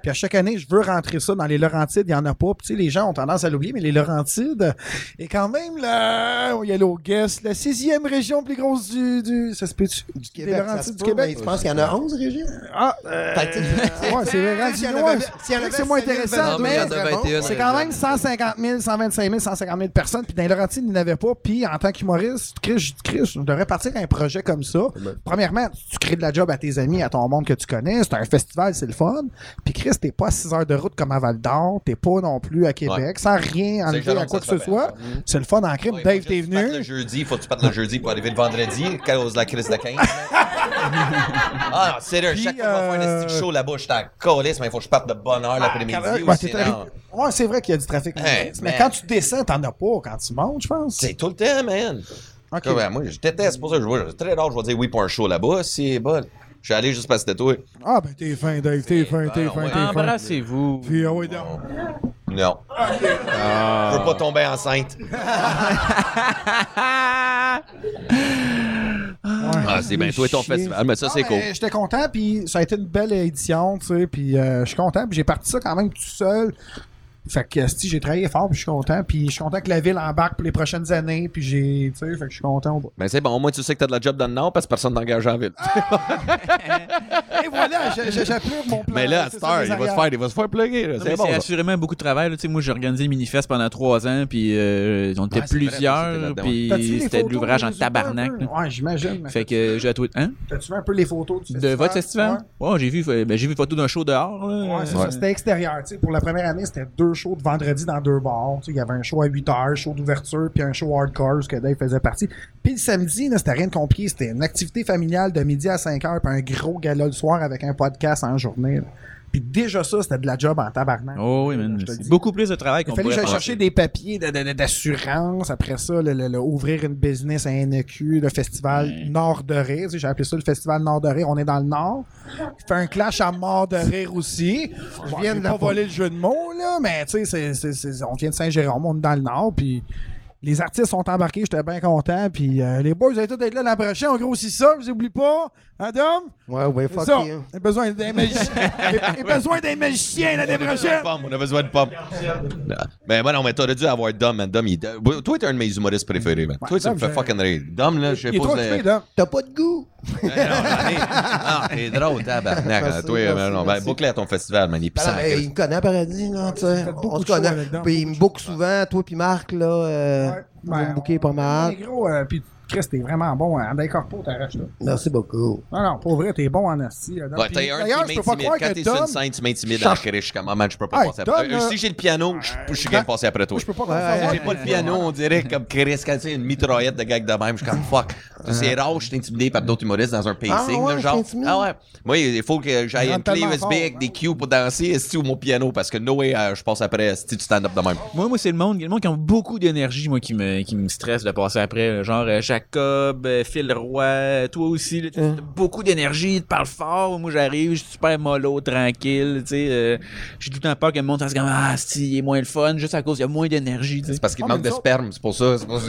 S2: Puis à chaque année, je veux rentrer ça dans les Laurentides, il n'y en a pas. Puis tu sais, les gens ont tendance à l'oublier, mais les Laurentides est quand même là, au Yellow Guest, la sixième région plus grosse du... du ça se peut-tu? Du
S5: Québec,
S2: des
S5: ça se
S2: Laurentides du
S5: peut, mais
S2: Québec?
S5: Tu penses qu'il y en a 11 régions?
S2: Ah, euh,
S5: Fait que tu sais,
S2: ouais, c'est vrai,
S5: S'il y en
S2: rendu
S5: avait-
S2: loin.
S5: s'il y en
S2: C'est vrai que
S5: avait
S2: C'est moins
S5: 5 000,
S2: intéressant.
S4: Non, mais il y en
S2: mais
S4: a
S5: Raymond,
S4: 21.
S2: C'est quand même 150 000, 125 000, 150 000 personnes. Puis dans les Laurentides, il n'y en avait pas. Puis en tant qu'humoriste, Chris, je dis, Chris, on devrait partir un projet comme ça. Premièrement, tu crées de la job à tes amis, à ton monde que tu connais. C'est un festival, c'est le fun. Puis Chris, t'es pas à 6 heures de route comme à Val d'Or. T'es pas non plus à Québec.
S1: Ouais.
S2: Sans rien enlever
S1: Jérôme,
S2: à quoi
S1: ça
S2: que
S1: se
S2: ce
S1: fait
S2: soit. C'est le fun en crime.
S1: Ouais, faut
S2: Dave,
S1: juste
S2: t'es
S1: que tu partes
S2: venu.
S1: le jeudi, faut que tu partes le jeudi pour arriver le vendredi, à cause de la crise de la 15. là. ah, non, sérieux,
S2: Puis,
S1: chaque fois qu'on va faire un
S2: euh, Ah,
S1: stick show là-bas, je suis en calice, mais il faut que je parte de bonne heure l'après-midi.
S2: Ouais,
S1: ou
S2: t'es
S1: sinon-
S2: arrivé- Ouais, c'est vrai qu'il y a du trafic.
S1: Hey,
S2: mais
S1: man.
S2: quand tu descends, t'en as pas. Quand tu montes, je pense.
S1: C'est tout le temps, man.
S2: Ok.
S1: Ah ouais, moi, je déteste c'est pour ça. que Je vois, très rare, je vais dire oui pour un show là-bas. C'est bon. Je suis allé juste parce que c'était toi.
S2: Ah, ben t'es fin, Dave, t'es fin, t'es
S1: ben,
S2: fin,
S1: ouais.
S2: t'es
S3: Ah,
S2: fin.
S3: Embrassez-vous.
S2: Puis, ah ouais, donc.
S1: Non.
S2: Ah.
S1: Je veux pas tomber enceinte. Ah, c'est bien. Toi et ton
S2: Chier.
S1: festival. Mais ça,
S2: Non,
S1: c'est
S2: mais
S1: cool.
S2: J'étais content, puis ça a été une belle édition, tu sais, puis euh, je suis content, puis j'ai parti ça quand même tout seul. Fait que, si j'ai travaillé fort, puis je suis content, puis je suis content que la ville embarque pour les prochaines années, puis j'ai, tu sais, fait que je suis content.
S1: Mais c'est bon, au moins tu sais que t'as de la job dans le Nord parce que personne t'engage en ville.
S2: Et voilà, j'ai- j'ai- j'appuie mon plan.
S1: mais là, à
S2: C'est
S1: cette
S2: ça,
S1: heure,
S2: mes
S1: il va se
S2: arrières.
S1: faire, il va se faire plugger. là.
S3: Non, mais
S1: C'est
S3: C'est
S1: bon. ça.
S3: assurément beaucoup de travail. là. Tu sais, Moi, j'ai organisé le Minifest pendant trois ans, puis euh, on était
S1: Ouais, c'est vrai, c'était
S3: plusieurs,
S1: là-dedans,
S2: T'as-tu les
S3: puis c'était de
S2: photos
S3: l'ouvrage
S2: des
S3: en
S2: résultats un
S3: tabarnak.
S2: peu?
S3: là.
S2: Ouais, j'imagine. mais
S3: Fait que j'ai à tout. Hein?
S2: T'as-tu vu un peu les photos du
S3: De
S2: festival?
S3: votre festival?
S2: Ouais.
S3: Ouais, j'ai vu, euh, ben, j'ai vu une photo d'un show dehors. là.
S2: Ouais, c'est
S3: Euh,
S2: ça, c'était extérieur. tu sais. Pour la première année, c'était deux shows de vendredi dans deux bars. Tu sais, Il y avait un show à 8 heures, show d'ouverture, puis un show hardcore, ce que Dave faisait partie. Puis le samedi, là, c'était rien de compliqué. C'était une activité familiale de midi à 5 heures, puis un gros gala le soir avec un podcast en journée. là. Puis déjà ça, c'était de la job en tabarnak.
S3: Oh oui, man.
S2: Je te le
S3: C'est
S2: dis.
S3: beaucoup plus de travail qu'on
S2: Il fallait
S3: pourrait
S2: que j'aille
S3: penser.
S2: chercher des papiers de- de- de- d'assurance. Après ça, le- le- le ouvrir une business à NEQ, le festival Nord de Rire. Tu sais, J'ai appelé ça le festival Nord de Rire. On est dans le Nord. Il fait un clash à mort de rire aussi. Je viens de pas voler le jeu de mots, là, mais tu sais, c'est- c'est- c'est- on vient de Saint-Jérôme, on est dans le Nord. Puis Les artistes sont embarqués, j'étais bien content. Puis euh, les boys, vous allez tous être là l'an prochain. On grossit ça, je vous oublie pas. Adam,
S5: Ouais, ouais,
S2: c'est
S5: fuck
S2: ça.
S5: you.
S2: Il a besoin d'un magicien. Il a besoin d'un magicien l'année prochaine.
S1: Pomme, on a besoin de pomme. Non. Mais moi, non, mais t'aurais dû avoir Dom, man. Dom, il... est- Toi, t'es un de mes humoristes préférés, man. Toi, ça
S2: Dom,
S1: me fait
S2: je-
S1: fucking rire. Dom, là, je
S2: Il est trop
S1: pose
S2: occupé, là.
S5: T'as pas de goût.
S1: Ah, t'es drôle, tabarnak.
S5: Merci,
S1: Toi,
S5: merci,
S1: euh, non, ben,
S5: merci.
S1: bouclez à ton festival, man. Il est
S5: Ben
S1: pissant,
S5: non, mais
S1: Chris.
S5: il me connaît, Paradis, là, tu sais.
S2: beaucoup
S5: On se
S2: de shows
S5: connaît.
S2: là-dedans,
S5: Puis il me book souvent, toi puis Marc, là. Euh, vous
S2: ben,
S5: me bookez pas mal.
S2: Mais gros, euh, puis Chris, t'es vraiment bon. hein. En décorpo, t'arraches là.
S5: Merci beaucoup.
S2: Non, non, pour vrai, t'es bon en asti. Adam.
S1: Ouais,
S2: Puis,
S1: t'es un
S2: D'ailleurs,
S1: qui
S2: je peux pas
S1: m'intimide.
S2: croire
S1: Quand
S2: que
S1: t'es sur une
S2: Tom...
S1: scène, tu m'intimides en crise. Je suis comme, ah, man, je peux pas
S2: Hey,
S1: passer
S2: Tom,
S1: après. Euh,
S2: là-
S1: Si j'ai le piano, je- je suis game passer après toi.
S2: Je peux pas
S5: ouais,
S2: croire euh,
S1: J'ai pas le piano, on dirait comme Chris, quand c'est une mitraillette de gag de même, je suis comme fuck. Tu sais, C'est rare, je suis intimidé par d'autres humoristes dans un pacing,
S5: Ah ouais,
S1: là,
S5: je
S1: genre.
S5: t'intimide.
S1: Ah ouais. Moi, il faut que j'aille
S2: Il
S1: une clé
S2: rentre
S1: USB
S2: tellement
S1: avec
S2: fort,
S1: des
S2: hein.
S1: cues pour danser, esti, ou mon piano, parce que Noé, je passe après, si tu stand-up de même.
S3: Moi, moi c'est le monde, le monde qui a beaucoup d'énergie, moi, qui me, qui me stresse de passer après. là. Genre, euh, Jacob, euh, Phil Roy, euh, toi aussi, là, tu-
S2: Hein.
S3: t'as beaucoup d'énergie, tu parles fort. Moi, j'arrive, je suis super mollo, tranquille, tu sais. euh, J'ai tout le temps peur que le monde fasse comme Ah, si, il est moins le fun, juste à cause, il y a moins d'énergie, tu sais.
S1: C'est parce qu'il
S2: Ah,
S1: manque de
S2: mais ça-
S1: sperme, c'est pour ça. c'est pour ça-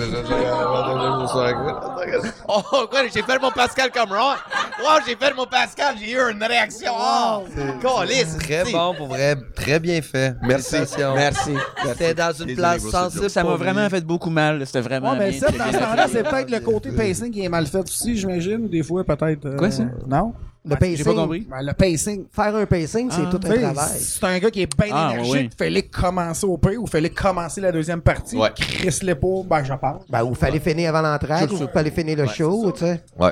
S1: Oh, quoi, j'ai fait mon Pascal comme Ron. Wow, j'ai fait mon Pascal, j'ai eu une réaction. Oh, câlisse,
S4: Très
S1: esti.
S4: bon, pour vrai. Très bien fait.
S1: Merci.
S4: Félicitations.
S1: Merci.
S4: C'était dans une
S1: Désolé,
S4: place
S1: bro, c'est
S4: sensible.
S3: Ça m'a
S4: pour
S3: vraiment
S4: lui.
S3: fait beaucoup mal, là, c'était vraiment.
S2: Ouais, mais
S3: bien
S2: ça,
S3: très
S2: dans
S3: bien
S2: ce temps-là,
S3: fait.
S2: c'est peut-être le
S1: Euh,
S2: côté pacing qui est mal fait aussi, j'imagine. Des fois, peut-être. euh,
S3: Quoi, ça?
S2: Non?
S5: Le pacing.
S3: J'ai pas compris.
S2: Ben, le pacing.
S5: Faire un pacing, c'est tout
S2: Tu
S5: un
S2: sais,
S5: travail.
S2: Ah, C'est un gars qui est bien
S3: Ah,
S2: énergique.
S3: ouais, ouais.
S2: Fallait commencer au pire ou fallait commencer la deuxième partie.
S1: Ouais.
S2: Chris les pas, ben je pense.
S5: Ben, ou fallait finir avant l'entraide, ou fallait finir le show, tu sais.
S1: Ouais.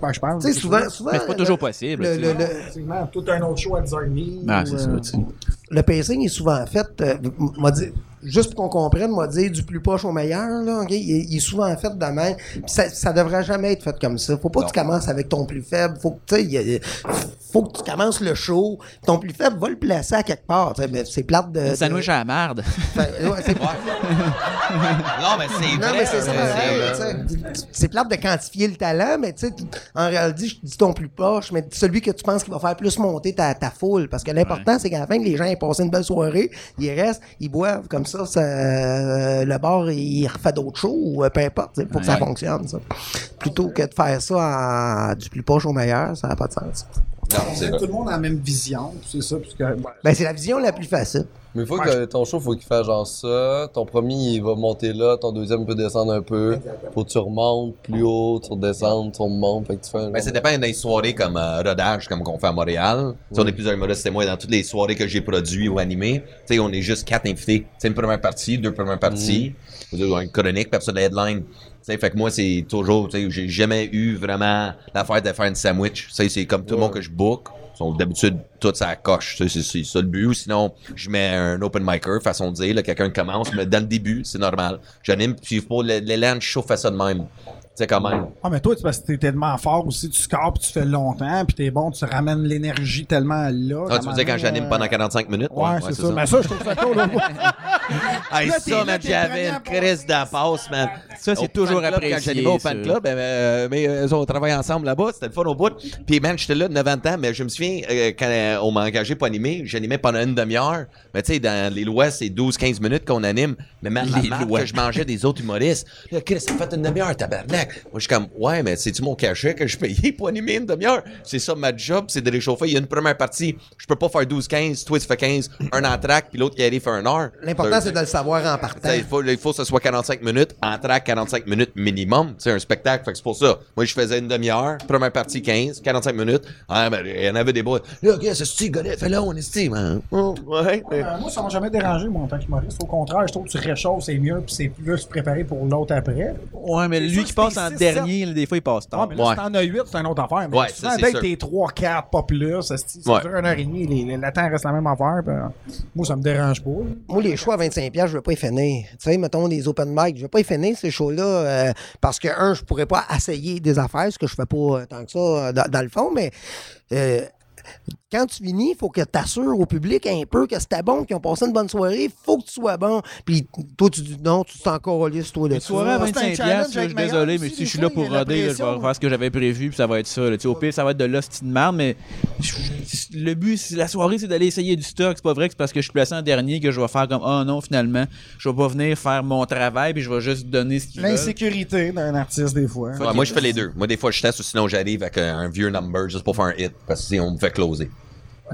S2: Ben je pense.
S5: Tu sais, souvent, souvent.
S3: Mais c'est pas
S5: le-
S3: toujours possible.
S5: Le,
S3: tu
S5: le-
S3: sais.
S5: le-
S2: Effectivement, tout un autre show à 10h30.
S3: Ah,
S2: ou,
S3: c'est
S2: euh,
S3: ça, tu sais.
S5: le pacing est souvent fait, euh, m- m'a dit- juste pour qu'on comprenne, m'a dit du plus poche au meilleur, là, ok, il, est- il est souvent fait de même. Puis Ça, ça devrait jamais être fait comme ça. Faut pas que tu commences avec ton plus faible. Faut que, tu sais, il y a- faut que tu commences le show. Ton plus faible va le placer à quelque part. tu sais, mais c'est plate
S2: euh,
S5: de.
S3: Ça
S5: de-
S3: nous à la marde.
S5: Fait- ouais, c'est-
S1: Non, mais c'est
S5: Non,
S1: vrai,
S5: mais c'est ça,
S1: c'est-
S5: pareil,
S1: c'est-
S5: là, tu sais. C'est plate de quantifier le talent, mais tu sais, tu- en réalité, je te dis ton plus proche, mais celui que tu penses qui va faire plus monter ta, ta foule. Parce que l'important, c'est qu'à la fin, que les gens aient passé une belle soirée, ils restent, ils boivent, comme ça, ça, euh, le bar, il refait d'autres choses, ou euh, peu importe, tu sais, pour que ça
S3: Ouais.
S5: fonctionne, ça. Plutôt que de faire ça en- du plus proche au meilleur, ça n'a pas de sens.
S1: Non, c'est vrai.
S2: Tout le monde a la même vision, c'est ça, parce que ben,
S5: Ben, c'est la vision la plus facile.
S4: Mais faut que ton show, faut qu'il fasse genre ça. Ton premier, il va monter là. Ton deuxième peut descendre un peu. Faut que tu remontes plus haut, tu redescendes, tu remontes. Fait que tu fais un.
S1: Ben, ça dépend des soirées comme euh, rodage, comme qu'on fait à Montréal. Si on est plusieurs humoristes, c'est moi dans toutes les soirées que j'ai produites ou animées. Tu sais, on est juste quatre invités. C'est une première partie, deux premières parties. Vous avez Une chronique, personne de headline. Tu sais, fait que moi, c'est toujours, tu sais, j'ai jamais eu vraiment l'affaire de faire une sandwich. Tu sais, c'est comme tout le monde que je book. Ils sont d'habitude toutes à la coche. Tu sais, C'est c'est ça le but. Ou Sinon, je mets un open micer, façon de dire, là, quelqu'un commence, mais dans le début, c'est normal. J'anime, puis pour l'élan, je chauffe à ça de même. Tu sais, quand même.
S2: Ah, mais toi, c'est parce que t'es tellement fort aussi, tu scores, puis tu fais longtemps, puis t'es bon, tu ramènes l'énergie tellement là. euh,
S1: Ah, tu veux dire quand j'anime pendant 45 minutes?
S2: Ouais, c'est ça. Mais ça, je trouve ça cool. là.
S1: Hey,
S2: Là, t'es-
S1: ça,
S2: là,
S1: man,
S2: t'es
S1: j'avais
S2: prenant
S1: une
S2: pour-
S1: crise de passe, man.
S3: Ça, c'est
S1: Au fan
S3: toujours
S1: club,
S3: apprécié,
S1: Quand j'animais au fan
S3: ça.
S1: club, ben, euh, mais euh, eux, on travaillait ensemble là-bas, c'était le fun au bout. Puis, man, j'étais là de 90 ans, mais je me souviens, euh, quand euh, on m'a engagé pour animer, j'animais pendant une demi-heure. Mais tu sais, dans les lois, c'est 12-15 minutes qu'on anime. Mais man, la
S3: Les
S1: marque
S3: lois.
S1: que je mangeais des autres humoristes, là, Chris, ça fait une demi-heure, tabarnak. Moi, je suis comme, ouais, mais c'est-tu mon cachet que je payais pour animer une demi-heure? C'est ça ma job, c'est de réchauffer. Il y a une première partie, je peux pas faire 12-15, toi, tu fais 15, un entraque, puis l'autre qui arrive fait un heure.
S5: L'important, c'est de le savoir en partant.
S1: T'sais, Il faut, il faut que ce soit 45 minutes, en track 45 minutes minimum. C'est un spectacle, fait que c'est pour ça. Moi, je faisais une demi-heure, première partie 15, 45 minutes. Ah, mais il y en avait des boys. Là, ok, c'est ce gars fais là, on estime. Hein? Oh, ouais. mais-
S2: Euh, moi, ça m'a jamais dérangé, moi, en tant qu'humoriste. Au contraire, je trouve que tu réchauffes, c'est mieux, puis c'est plus préparé pour l'autre après.
S3: Ouais, mais
S2: C'est
S3: lui
S2: sûr
S3: qui
S2: que
S3: passe
S2: c'est
S3: en
S2: six,
S3: dernier, là, des fois, il passe
S2: Ah,
S3: tard.
S2: mais là,
S1: Ouais.
S2: si t'en as 8, c'est une autre affaire. Mais
S1: Ouais,
S2: souvent,
S1: ça, c'est
S2: dès que
S1: sûr.
S2: t'es 3, 4, pas plus, ça se
S1: Ouais.
S2: dure une heure et demie, les- les- le temps reste la même affaire. ben, moi, ça me dérange pas.
S5: Moi, les shows à 25$, piastres, je veux pas y finir. Tu sais, mettons des open mic, je veux pas y finir ces shows-là euh, parce que, un, je pourrais pas essayer des affaires, ce que je fais pas euh, tant que ça euh, dans, dans le fond, mais euh, quand tu finis, il faut que tu assures au public un peu que c'était bon, qu'ils ont passé une bonne soirée, faut que tu sois bon. Puis toi, tu dis non, tu t'en calises, toi, là
S3: Une soirée à
S2: Ouais, c'est un
S3: 25
S2: challenge
S3: là, je suis
S2: avec
S3: désolé,
S2: Mayotte
S3: mais
S2: aussi,
S3: si
S2: des
S3: je suis
S2: fois,
S3: là
S2: il y a
S3: pour
S2: la
S3: roder, là, je vais
S2: pression.
S3: faire ce que j'avais prévu, puis ça va être ça. là. Tu sais, Au pire, ça va être de l'hostie de merde, mais je- le but, c'est- la soirée, c'est d'aller essayer du stock. C'est pas vrai que c'est parce que je suis placé en dernier que je vais faire comme, oh non, finalement, je vais pas venir faire mon travail puis je vais juste donner ce qu'il veut.
S2: L'insécurité d'un artiste, des fois.
S1: Ouais, moi, je fais les deux. Moi, des fois, je teste ou sinon, j'arrive avec un, un vieux number juste pour faire un hit parce que sinon, on me fait closer.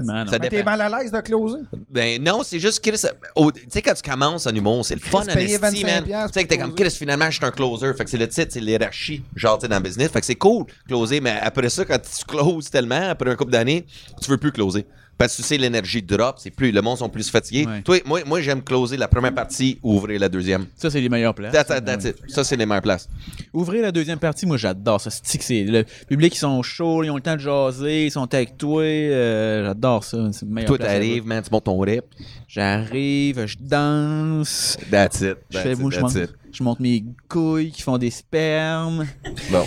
S1: Ça
S2: Mais t'es
S1: dépend.
S2: mal à l'aise de closer.
S1: Ben non, c'est juste Chris. oh, tu sais, quand tu commences en humour, c'est le fun
S2: Chris,
S1: en
S2: payer
S1: esti,
S2: 25
S1: man. Tu sais que t'es
S2: pour
S1: comme
S2: closer.
S1: Chris, finalement, je suis un closer. Fait que c'est le titre, c'est l'hierarchie, genre, tu sais, dans le business. Fait que c'est cool, closer, mais après ça, quand tu closes tellement, après un couple d'années, tu veux plus closer. Parce que tu sais, l'énergie drop, c'est plus, le monde sont plus fatigués.
S3: Ouais.
S1: Toi, moi, moi j'aime closer la première partie, ouvrir la deuxième.
S3: Ça, c'est les meilleures places.
S1: That's, that's it. Ça, c'est les meilleures places.
S3: Ouvrez la deuxième partie, moi j'adore ça. C'est que c'est le public, ils sont chauds, ils ont le temps de jaser, ils sont avec toi. euh, j'adore ça. C'est le meilleur
S1: Toi,
S3: place à
S1: t'arrives, man, tu montes ton rip.
S3: jouer. J'arrive, je danse.
S1: That's it.
S3: Je
S1: That's
S3: fais
S1: it,
S3: moi, je
S1: that's
S3: monte,
S1: it.
S3: je monte mes couilles qui font des spermes.
S1: Bon.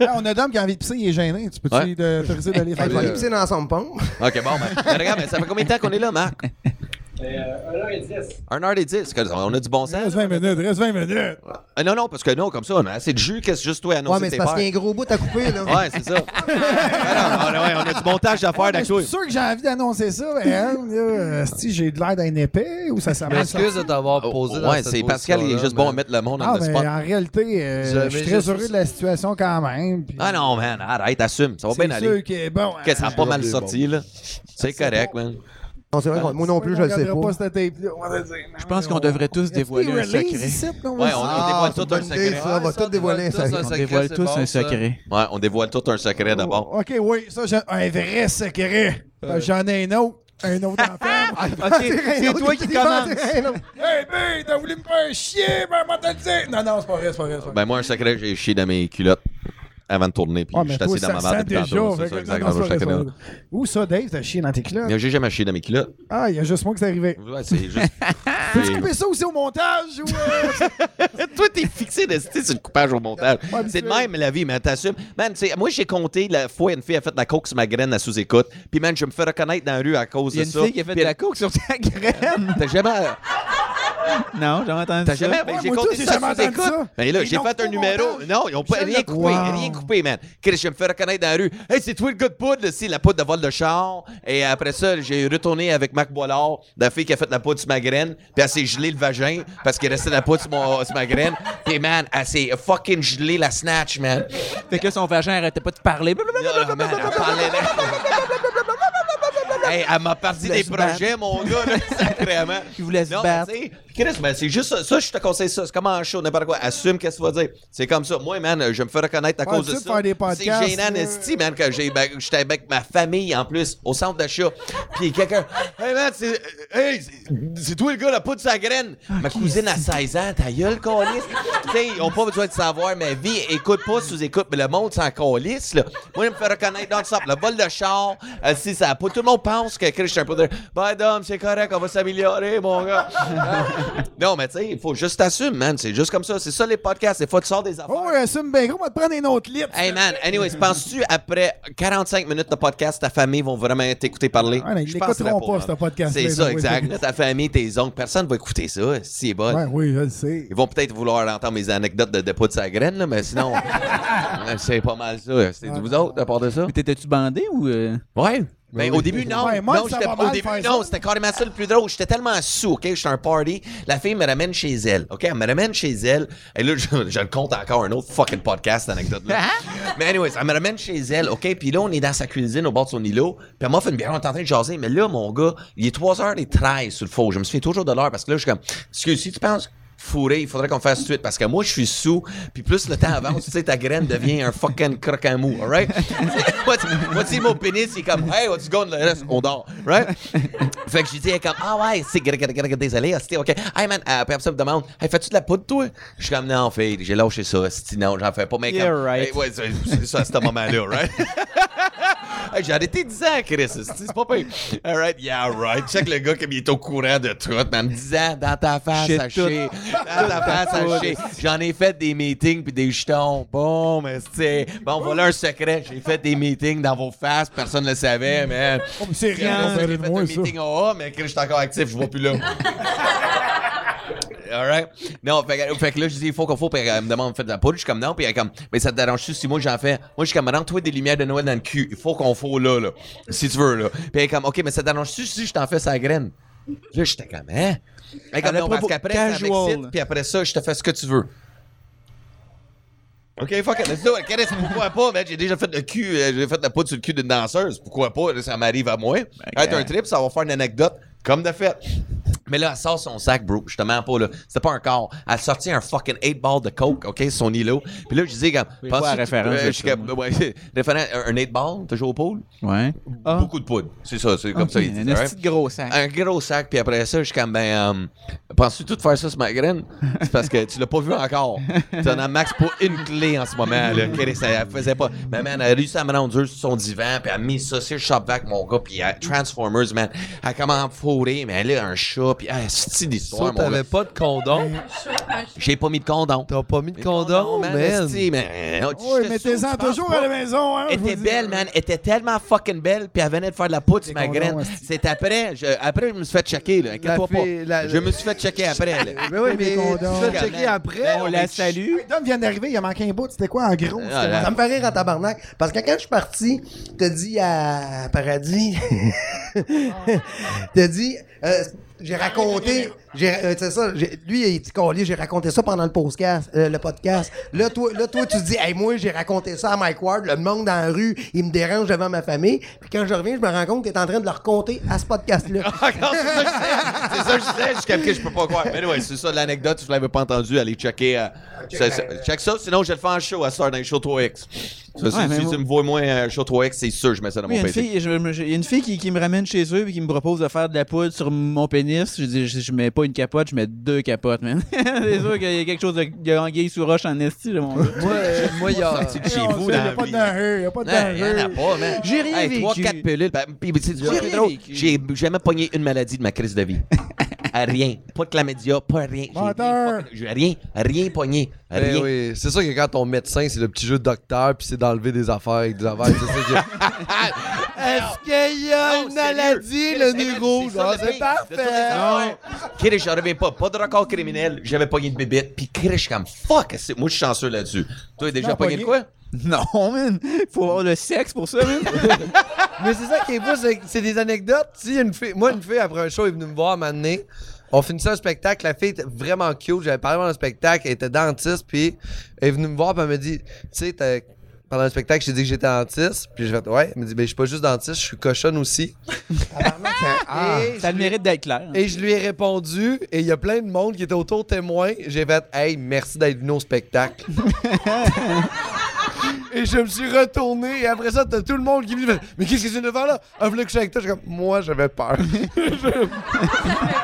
S2: Ah, on a d'hommes qui a envie de pisser, il est gêné. Tu peux-tu
S1: Ouais.
S2: de- t'autoriser d'aller
S5: Fait
S2: faire
S5: qu'on va
S2: quoi?
S5: aller pisser dans son pont.
S1: OK, bon, ben, mais regarde, mais ça fait combien de temps qu'on est là, Marc? Euh, Un heure et dix. On a du bon sens.
S2: Reste 20 minutes, reste 20 minutes.
S1: Ah, non, non, parce que non, comme ça, on a assez de jus, qu'est-ce que juste toi à
S5: Ouais,
S1: annoncer
S5: mais
S1: tes
S5: c'est parce
S1: pères.
S5: qu'il y a un gros bout à couper, là.
S1: Ouais, c'est ça. Ah, non, on, a, ouais, on a du montage à faire
S2: Mais
S1: avec
S2: Je
S1: toi.
S2: suis sûr que j'ai envie d'annoncer ça, mais hein, là, si j'ai de l'air d'un épais ou ça
S4: Je
S2: s'avance.
S4: m'excuse de t'avoir
S1: Oh,
S4: posé dans
S1: ouais,
S4: cette
S1: c'est Pascal, il est
S4: position-là,
S1: juste bon à
S4: man.
S1: mettre le monde dans
S2: Ah,
S1: le
S2: mais
S1: spot.
S2: en réalité, euh,
S4: Je- mais
S2: je suis
S4: je-
S2: très heureux de la situation quand même. puis-
S1: Ah non, man, arrête, assume. Ça va
S2: C'est
S1: bien
S2: sûr
S1: aller.
S2: que, bon,
S1: Que ça a
S2: euh,
S1: pas mal
S4: c'est
S1: sorti, là. C'est correct, man.
S5: Non, c'est vrai, qu'on- moi non plus, je
S2: on
S5: le sais
S2: regardera
S5: pas.
S2: cette tape-là, on va dire, non,
S3: Je pense
S2: mais
S3: qu'on
S2: on-
S3: devrait tous
S2: Y a-t-il
S3: dévoiler un
S2: des releases
S3: secret.
S2: ici, là, on va
S1: Ouais,
S2: se-
S1: on, on
S5: Ah,
S1: dévoile
S5: c'est
S1: tout un
S5: une bonne idée,
S1: secret.
S5: ça. On va
S4: Ah,
S5: tout dévoiler, ça.
S3: On dévoile tous un secret.
S1: Ouais, on dévoile tout un secret d'abord.
S2: Oh, OK, oui, ça, j'ai un vrai secret. Parce que J'en ai un autre. Un autre enfant. Ah,
S3: Ok, c'est toi qui commence.
S2: hey, B, t'as voulu me faire un chien, ben, moi, t'as dit. Non, non, c'est pas vrai, c'est pas vrai. c'est pas vrai.
S1: Ben, moi, un secret, j'ai chié dans mes culottes avant de tourner, puis
S2: Ah,
S1: je
S2: mais
S1: suis
S2: toi,
S1: assis dans
S2: ça
S1: ma
S2: sent
S1: marde depuis
S2: déjà.
S1: tantôt.
S2: fait
S1: C'est
S2: que-
S1: ça,
S2: non, non,
S1: exactement. un
S2: c'est pas vrai,
S1: secret.
S2: c'est pas vrai. Où ça, Dave, t'as chié dans tes
S1: Mais
S2: culottes?
S1: J'ai jamais chié dans mes culottes.
S2: Ah, il y a juste moi que c'est arrivé.
S1: Ouais, c'est juste.
S2: Peux-tu couper ça aussi au montage? Ou, euh,
S1: Toi, t'es fixé de c'est sur le coupage au montage.
S2: Ouais,
S1: c'est de
S2: habituel.
S1: même la vie, man. T'assumes. Man, tu sais, moi, j'ai compté la fois une fille a fait de la coke sur ma graine à sous-écoute. Puis, man, je me fais reconnaître dans la rue à cause
S3: Il y a
S1: de
S3: une
S1: ça.
S3: fille qui a fait de
S1: Puis
S3: la coke sur ta graine.
S1: elle- T'as jamais.
S3: Non, j'ai entendu
S1: T'as
S3: ça.
S1: jamais.
S2: Ouais,
S1: ben, j'ai
S2: moi, toi,
S1: compté
S2: j'ai
S1: ça
S2: jamais
S1: à
S2: entendu
S1: sous-écoute.
S2: ça.
S1: Mais là,
S2: Ils
S1: j'ai
S2: l'ont
S1: fait
S2: coupé
S1: un
S2: au
S1: numéro.
S2: montage.
S1: Non, ils ont pas
S2: Michel
S1: rien coupé.
S2: Lacroix.
S1: Rien coupé, man. Chris, je me fais reconnaître dans la rue. Hey, c'est toi le gars de poudre, c'est la poudre de vol de char. Et après ça, j'ai retourné avec Mac Boilard, la fille qui a fait de la poudre sur ma graine. Puis elle s'est gelée le vagin parce qu'il restait de la poudre sur, mon- sur ma graine. Puis, man, elle s'est fucking gelée la snatch, man.
S3: Fait que là, son vagin arrêtait pas de parler.
S1: Ah, man, elle parlait là. Hey, elle m'a parti
S3: voulait
S1: des
S3: se battre.
S1: projets, mon gars, là, sacrément.
S3: Il voulait se
S1: Non,
S3: battre.
S1: mais tu sais, Chris, ben, c'est juste ça, ça, je te conseille ça. C'est comme un show, n'importe quoi. Assume qu'est-ce que tu vas dire. C'est comme ça. Moi, man, je me fais reconnaître à
S2: Ouais,
S1: cause
S2: tu
S1: de
S2: sais,
S1: ça.
S2: faire des podcasts,
S1: c'est gênant,
S2: là.
S1: esti, man, quand j'ai- ben, j'étais avec ma famille, en plus, au centre d'achat. Puis quelqu'un, hey, man, c'est, hey, c'est- c'est toi le gars, la poudre sa graine. ma cousine a 16 ans, ta gueule, calice. tu sais, ils ont pas besoin de savoir ma vie. Écoute pas sous écoute, mais le monde s'en calisse, là. Moi, je me fais reconnaître dans le sable. Le vol de char, euh, si ça a pas. Tout le monde pense que Chris, je suis un peu de. Ben, Dom, c'est correct, on va s'améliorer, mon gars. non, mais tu sais, il faut juste t'assumer, man. C'est juste comme ça. C'est ça, les podcasts. Des fois, tu sors des affaires.
S2: oh, assume bien gros, on va te prendre un autre litre.
S1: Hey man, anyways, penses-tu après 45 minutes de podcast, ta famille vont vraiment t'écouter parler?
S2: Ah, non, ils
S1: Je penserais
S2: l'écouteront pas,
S1: man.
S2: ce podcast-là,
S1: C'est ça,
S2: non,
S1: exact.
S2: oui.
S1: Là, ta famille, tes oncles, personne va écouter ça. C'est bon.
S2: Ouais, oui, je le sais.
S1: Ils vont peut-être vouloir entendre mes anecdotes de dépôt de sa graine, là, mais sinon, euh, c'est pas mal ça. C'est vous autres, à part de ça?
S3: Mais t'étais-tu bandé ou. euh?
S1: Ouais. Ben,
S4: oui.
S1: au début, non.
S2: Ouais, moi,
S1: non,
S2: ça
S1: j'étais
S2: va
S1: au
S2: mal
S1: début,
S2: faire
S1: non,
S2: ça.
S1: c'était carrément ça le plus drôle. J'étais tellement sous, OK? J'étais à un party. La fille me ramène chez elle, OK? Elle me ramène chez elle. Et là, je, je le compte encore un autre fucking podcast, cette anecdote-là.
S2: Hein?
S1: mais anyways, elle me ramène chez elle, OK? Puis là, on est dans sa cuisine au bord de son îlot. Puis elle m'a fait une bière, on est en train de jaser. Mais là, mon gars, il est 3h13 sur le faux. Je me souviens toujours de l'heure parce que là, je suis comme, excuse, si tu penses fourré, il faudrait qu'on fasse tout de suite parce que moi je suis sous, puis plus le temps avance, tu sais, ta graine devient un fucking croque à mou, alright? moi, tu- moi, tu sais, mon pénis, il est comme, hey, what's going on? Le reste, on dort, right? fait que je lui dis, elle est comme, ah ouais, c'est grec, grec, grec, désolé, hostie, ok. Hey man, euh, après ça, elle me demande, hey, fais-tu de la poudre, toi? Je suis comme, non, fille, j'ai lâché ça, hostie, non, j'en fais pas, mais
S3: Yeah,
S1: comme,
S3: right.
S1: Hey, ouais, c'est c'est ça à ce moment-là, right? Hey, j'ai arrêté 10 ans, Chris. C'est c'est pas pire. All right, yeah, all right. Check le gars comme il est au courant de tout. Man, 10 ans, dans ta face,
S3: Shit,
S1: sachez. Dans ta face, sachez. J'en ai fait des meetings puis des jetons. Bon, mais c'est... Bon, voilà un secret. J'ai fait des meetings dans vos faces. Personne ne le savait, man.
S2: Oh, mais c'est
S1: J'ai fait
S2: rien, on
S1: un
S2: verrait de moi, ça.
S1: meeting au A, mais Chris, je suis encore actif. Je vois plus là. all right. Non, fait, que- fait que là, je dis, il faut qu'on faut. Puis elle me demande, fait de la poudre. Je suis comme, non. Puis elle est comme, mais ça te dérange-tu si moi j'en fais? Moi, je suis comme, madame, toi, des lumières de Noël dans le cul. Il faut qu'on faut là, là. Si tu veux, là. Puis elle est comme, OK, mais ça te dérange-tu si je t'en fais sa graine? Là, j'étais comme, hein? Elle est comme,
S3: Elle a
S1: non, parce
S3: propos-
S1: qu'après, ça
S3: casual.
S1: m'excite. Puis après ça, je te fais ce que tu veux. OK, fuck it, let's do it. Qu'est-ce que- pourquoi pas, man? J'ai déjà fait le cul, euh, j'ai fait la poudre sur le cul d'une danseuse. Pourquoi pas? Ça m'arrive à
S3: Ben,
S1: moi. Être un trip, ça va faire une anecdote comme de fait. Mais là, elle sort son sac, bro. Je te mens pas, là. C'était pas un corps. Elle sortit un fucking 8 ball de coke, OK, son îlot. Puis là, je disais, comme,
S3: Oui, quoi, la référence
S1: euh,
S3: de
S1: je suis
S3: ça,
S1: comme, ouais, référent- un 8 ball, toujours au pôle?
S3: Ouais.
S1: Beaucoup de poudre. C'est ça, c'est comme ça. il dit,
S3: Ah. Un
S1: right?
S3: petit gros sac.
S1: un gros sac, puis après ça, je suis comme, ben, euh, penses-tu tout faire ça sur ma graine? C'est parce que tu l'as pas vu encore. Tu en as max pour une clé en ce moment, là. Qu'elle- ça- Elle faisait pas. Mais man, elle a réussi à me rendre dur sur son divan, puis elle a mis ça sur le shop vac, mon gars, puis elle- Transformers, man. Elle commence à fourrer, mais elle a un chat, puis elle c'est une
S4: Ça,
S1: histoire, mon gars.
S4: t'avais pas de condom.
S1: J'ai pas mis de condom.
S4: T'as pas mis de condom,
S1: man.
S4: man.
S1: esti, man. Oh,
S2: Oui,
S1: j'étais sous,
S2: mettez-en
S1: tu penses
S2: toujours
S1: pas?
S2: à la maison. Hein, je
S1: Elle
S2: vous
S1: était
S2: dis.
S1: belle, man. Elle était tellement fucking belle, puis elle venait de faire de la poudre sur ma
S2: condoms,
S1: graine.
S2: hostie.
S1: C'est après, je, après, je me suis fait checker, là. Inquiète-toi
S4: La fille-
S1: pas.
S4: la-
S1: Je me suis fait checker après, là. Ben,
S4: Mais oui,
S2: Des
S4: mais tu
S2: condoms.
S4: vas checker après.
S3: On la salue.
S2: Hey, Dom vient d'arriver, il a manqué un bout. C'était quoi en gros?
S1: Ah,
S2: c'était-
S1: là.
S5: Ça me fait rire en tabarnak. Parce que quand je suis parti, t'as dit à Paradis, t'as dit, euh, j'ai raconté, j'ai, euh, c'est ça, j'ai- lui, il dit collier, j'ai raconté ça pendant le podcast. euh, le podcast. Là, toi, là, toi, tu dis, hey, moi, j'ai raconté ça à Mike Ward, le monde dans la rue, il me dérange devant ma famille. Puis quand je reviens, je me rends compte que t'es en train de le raconter à ce podcast-là.
S1: Ah, non, c'est ça que je disais. C'est ça que je disais. Jusqu'à ce que je peux pas croire. Mais ouais, c'est ça l'anecdote. Si vous l'avez pas entendu, allez checker. euh, ça- ça- check ça. Sinon, je le fais en show à soir dans les show 3X. Ça, si-
S3: Ouais, mais
S1: si
S3: moi-
S1: tu me vois moins euh, show 3X, c'est sûr, je mets ça dans
S3: Oui, il y
S1: mon
S3: a une
S1: PC.
S3: fille, je me- je- il y a une fille qui, qui me ramène chez eux et qui me propose de faire de la poudre sur mon pénis. Je dis, je, je mets pas une capote, je mets deux capotes, man. C'est sûr qu'il y a quelque chose de, de anguille sous roche en esti, là, mon gars.
S4: Moi, euh, moi, il y a.
S1: Sorti de chez
S2: On
S1: vous,
S2: sait,
S1: dans la
S2: Il n'y a pas de
S1: vie.
S2: danger, il n'y a pas de
S1: Non, y en a
S4: Ben,
S2: danger.
S1: pas, man.
S3: J'ai rien vécu.
S1: 3, 4 pilules. Ben, pis- pis c'est du-
S3: J'ai rien
S1: drôle.
S3: vécu.
S1: J'ai jamais pogné une maladie de ma crise de vie. À rien. Pas de chlamydia, pas rien. J'ai
S2: Menteur.
S1: rien- J'ai rien, rien pogné.
S4: Ben
S1: Rien.
S4: oui, c'est sûr que quand ton médecin, c'est le petit jeu de docteur, puis c'est d'enlever des affaires avec des affaires. C'est ça que- Est-ce qu'il y a
S1: Non, sérieux. C'est- c'est- c'est
S4: Ah,
S1: ça, le pire. C'est ça, les affaires. Chris, j'en reviens pas. Pas de record criminel. J'avais pogné une bébête. Puis Chris, je suis comme fuck. c'est- Moi, je suis chanceux là-dessus. Toi, t'as déjà
S2: Non,
S1: pogné de
S2: pogné.
S1: quoi?
S3: Non, man. Faut avoir le sexe pour ça, man.
S4: Mais c'est ça qui est beau, c'est- c'est des anecdotes. Si une fille, moi, une fille, après un show, est venue me voir m'amener. On finissait un spectacle, la fille était vraiment cute. J'avais parlé pendant le spectacle, elle était dentiste, puis elle est venue me voir, puis elle me dit, tu sais, t'as- pendant le spectacle, j'ai dit que j'étais dentiste, puis j'ai fait, ouais. Elle me dit, ben, je suis pas juste dentiste, je suis cochonne aussi.
S5: Tabarnak, ça- ah.
S4: Et
S3: Ça a
S4: je
S3: le
S4: lui-
S3: mérite d'être clair.
S4: Et je lui ai répondu, et il y a plein de monde qui était autour témoin. J'ai fait Hey, merci d'être venu au spectacle. et je me suis retourné, et après ça, t'as tout le monde qui me dit Mais qu'est-ce que tu viens de faire là Elle Ah, voulait coucher avec toi. Je suis comme Moi, j'avais peur.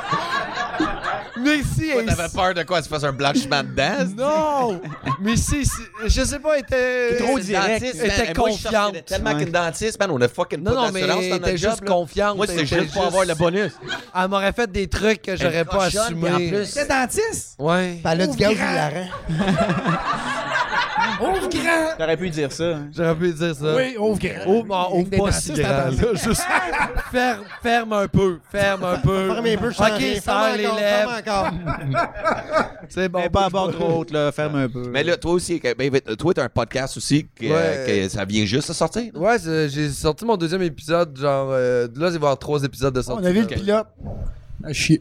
S4: Je- Mais si,
S1: Toi,
S4: elle-
S1: t'avais peur de quoi? Tu fasses un blanchiment de dents?
S4: Non Mais si, si- je sais pas, elle était.
S3: Trop direct.
S1: Dentiste,
S4: Elle
S1: man.
S4: était
S1: Et moi, je sortais
S4: confiante.
S1: Tellement
S3: Ouais.
S1: qu'une dentiste, man, on a fucking pas
S4: Non, non, mais
S1: d'assurance dans
S4: elle
S1: notre
S4: était
S1: job,
S4: juste
S1: là.
S4: confiante.
S1: Moi, c'est
S4: Elle
S1: juste
S4: était
S1: pour avoir le bonus.
S4: Elle m'aurait fait des trucs que j'aurais pas
S1: Cochonne,
S4: assumé.
S1: puis en plus,
S2: T'es dentiste?
S4: Ouais.
S5: Puis elle a du
S2: Ouvre
S5: gaz
S2: grand.
S5: hilarant.
S2: Ouvre grand!
S3: T'aurais pu dire ça. hein.
S4: J'aurais pu dire ça.
S2: Oui, ouvre grand.
S4: Oh, non,
S2: Avec
S4: ouvre
S2: des
S4: pas
S2: dentistes,
S4: si grand,
S2: attention.
S4: là. Juste ferme, ferme un peu. Ferme un peu.
S5: Ferme les bouches,
S4: Ok,
S2: hein.
S5: ferme rien,
S4: serre
S5: ferme
S4: les
S5: encore,
S4: lèvres.
S5: ferme encore.
S4: C'est bon.
S3: Mais pas à
S4: bouge
S3: bord trop haute, là. Ferme un peu.
S1: Mais là, toi aussi, que- ben, toi, t'as un podcast aussi que,
S4: Ouais.
S1: que ça vient juste de sortir.
S4: pas. Ouais, c'est- j'ai sorti mon deuxième épisode. Genre, euh, là, j'ai voir trois épisodes de sortie.
S2: On a vu le
S4: là.
S2: pilote. Ah, chier.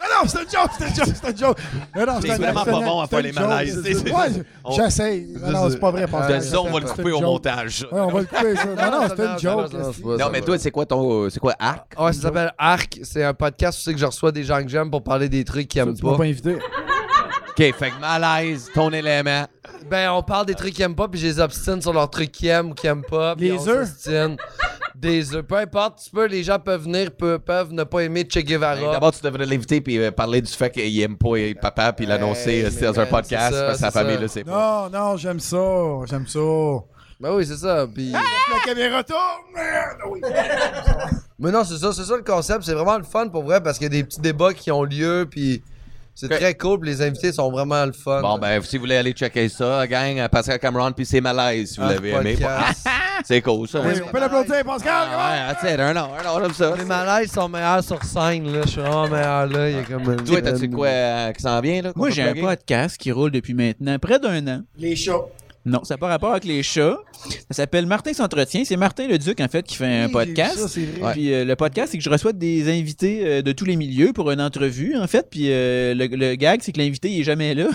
S2: Non, non, c'est une joke, c'est une joke, c'est une joke. Non, non,
S1: C'est
S2: une-
S1: vraiment
S2: une-
S1: pas bon à
S2: c'est
S1: faire
S2: une
S1: les
S2: joke,
S1: malaises.
S2: c'est-
S1: C'est-
S2: Ouais,
S1: on-
S2: j'essaye. Non, non, c'est pas vrai.
S4: Ah,
S1: De
S2: Pascal.
S1: ça, on va le
S2: C'est
S1: couper
S2: une
S1: au
S2: joke.
S1: montage.
S2: Ouais, on va le couper, ça. Non, non, c'était une
S4: non,
S2: joke.
S4: non, non,
S2: c'est-
S4: c'est pas ça,
S1: Non, mais
S4: c'est
S1: toi,
S4: pas.
S1: c'est quoi ton. euh, C'est quoi, Arc?
S4: Ouais, ça s'appelle Arc. C'est un podcast où c'est que je reçois des gens que j'aime pour parler des trucs qu'ils aiment
S2: Tu m'as
S4: pas.
S2: pas invité.
S1: OK, fait que malaise, ton élément.
S4: Ben, on parle des trucs qu'ils aiment pas, puis je les obstine sur leurs trucs qu'ils aiment ou qu'ils aiment pas. puis
S2: Les
S4: on
S2: œufs.
S4: s'obstine. Des œufs. Peu importe, tu peux, les gens peuvent venir, peuvent, peuvent ne pas aimer Che Guevara.
S1: Hey, Ben, D'abord, tu devrais l'inviter puis euh, parler du fait qu'il aime pas euh, papa puis l'annoncer
S4: Hey,
S1: euh, c'est dans
S4: mais
S1: un
S4: man,
S1: podcast
S4: c'est ça,
S1: parce que sa
S4: c'est ça.
S1: famille le sait pas.
S2: Non, non, j'aime ça. J'aime ça.
S4: Ben oui, c'est ça. Puis.
S2: La caméra tourne. Merde. oui.
S4: Mais non, c'est ça, c'est ça le concept. C'est vraiment le fun pour vrai parce qu'il y a des petits débats qui ont lieu, puis C'est
S1: Ok.
S4: très cool, puis les invités sont vraiment le fun.
S1: Bon, ben, si vous voulez aller checker ça, gang, euh, Pascal Cameron, puis c'est malaise, si vous
S4: Ah,
S1: l'avez aimé.
S4: podcast.
S1: C'est cool, ça. hein.
S2: On peut l'applaudir, Pascal! comment?
S1: Ah, ouais, that's it, un an, un an comme ça.
S4: Les malaises sont meilleurs sur scène, là. Je suis vraiment meilleur, là. Il y a comme une-
S1: Toi, t'as-tu
S4: une-
S1: quoi euh, qui s'en vient, là? qu'on
S3: Moi,
S1: peut
S3: j'ai un
S1: plugger?
S3: podcast qui roule depuis maintenant près d'un an.
S2: Les chats.
S3: Non, ça n'a pas rapport avec les chats. Ça s'appelle Martin s'entretient. C'est Martin le Duc, en fait, qui fait un
S2: Oui,
S3: podcast.
S2: j'ai vu ça, c'est vrai.
S3: Ouais. Puis euh, le podcast, c'est que je reçois des invités euh, de tous les milieux pour une entrevue, en fait. Puis euh, le, le gag, c'est que l'invité, il est jamais là.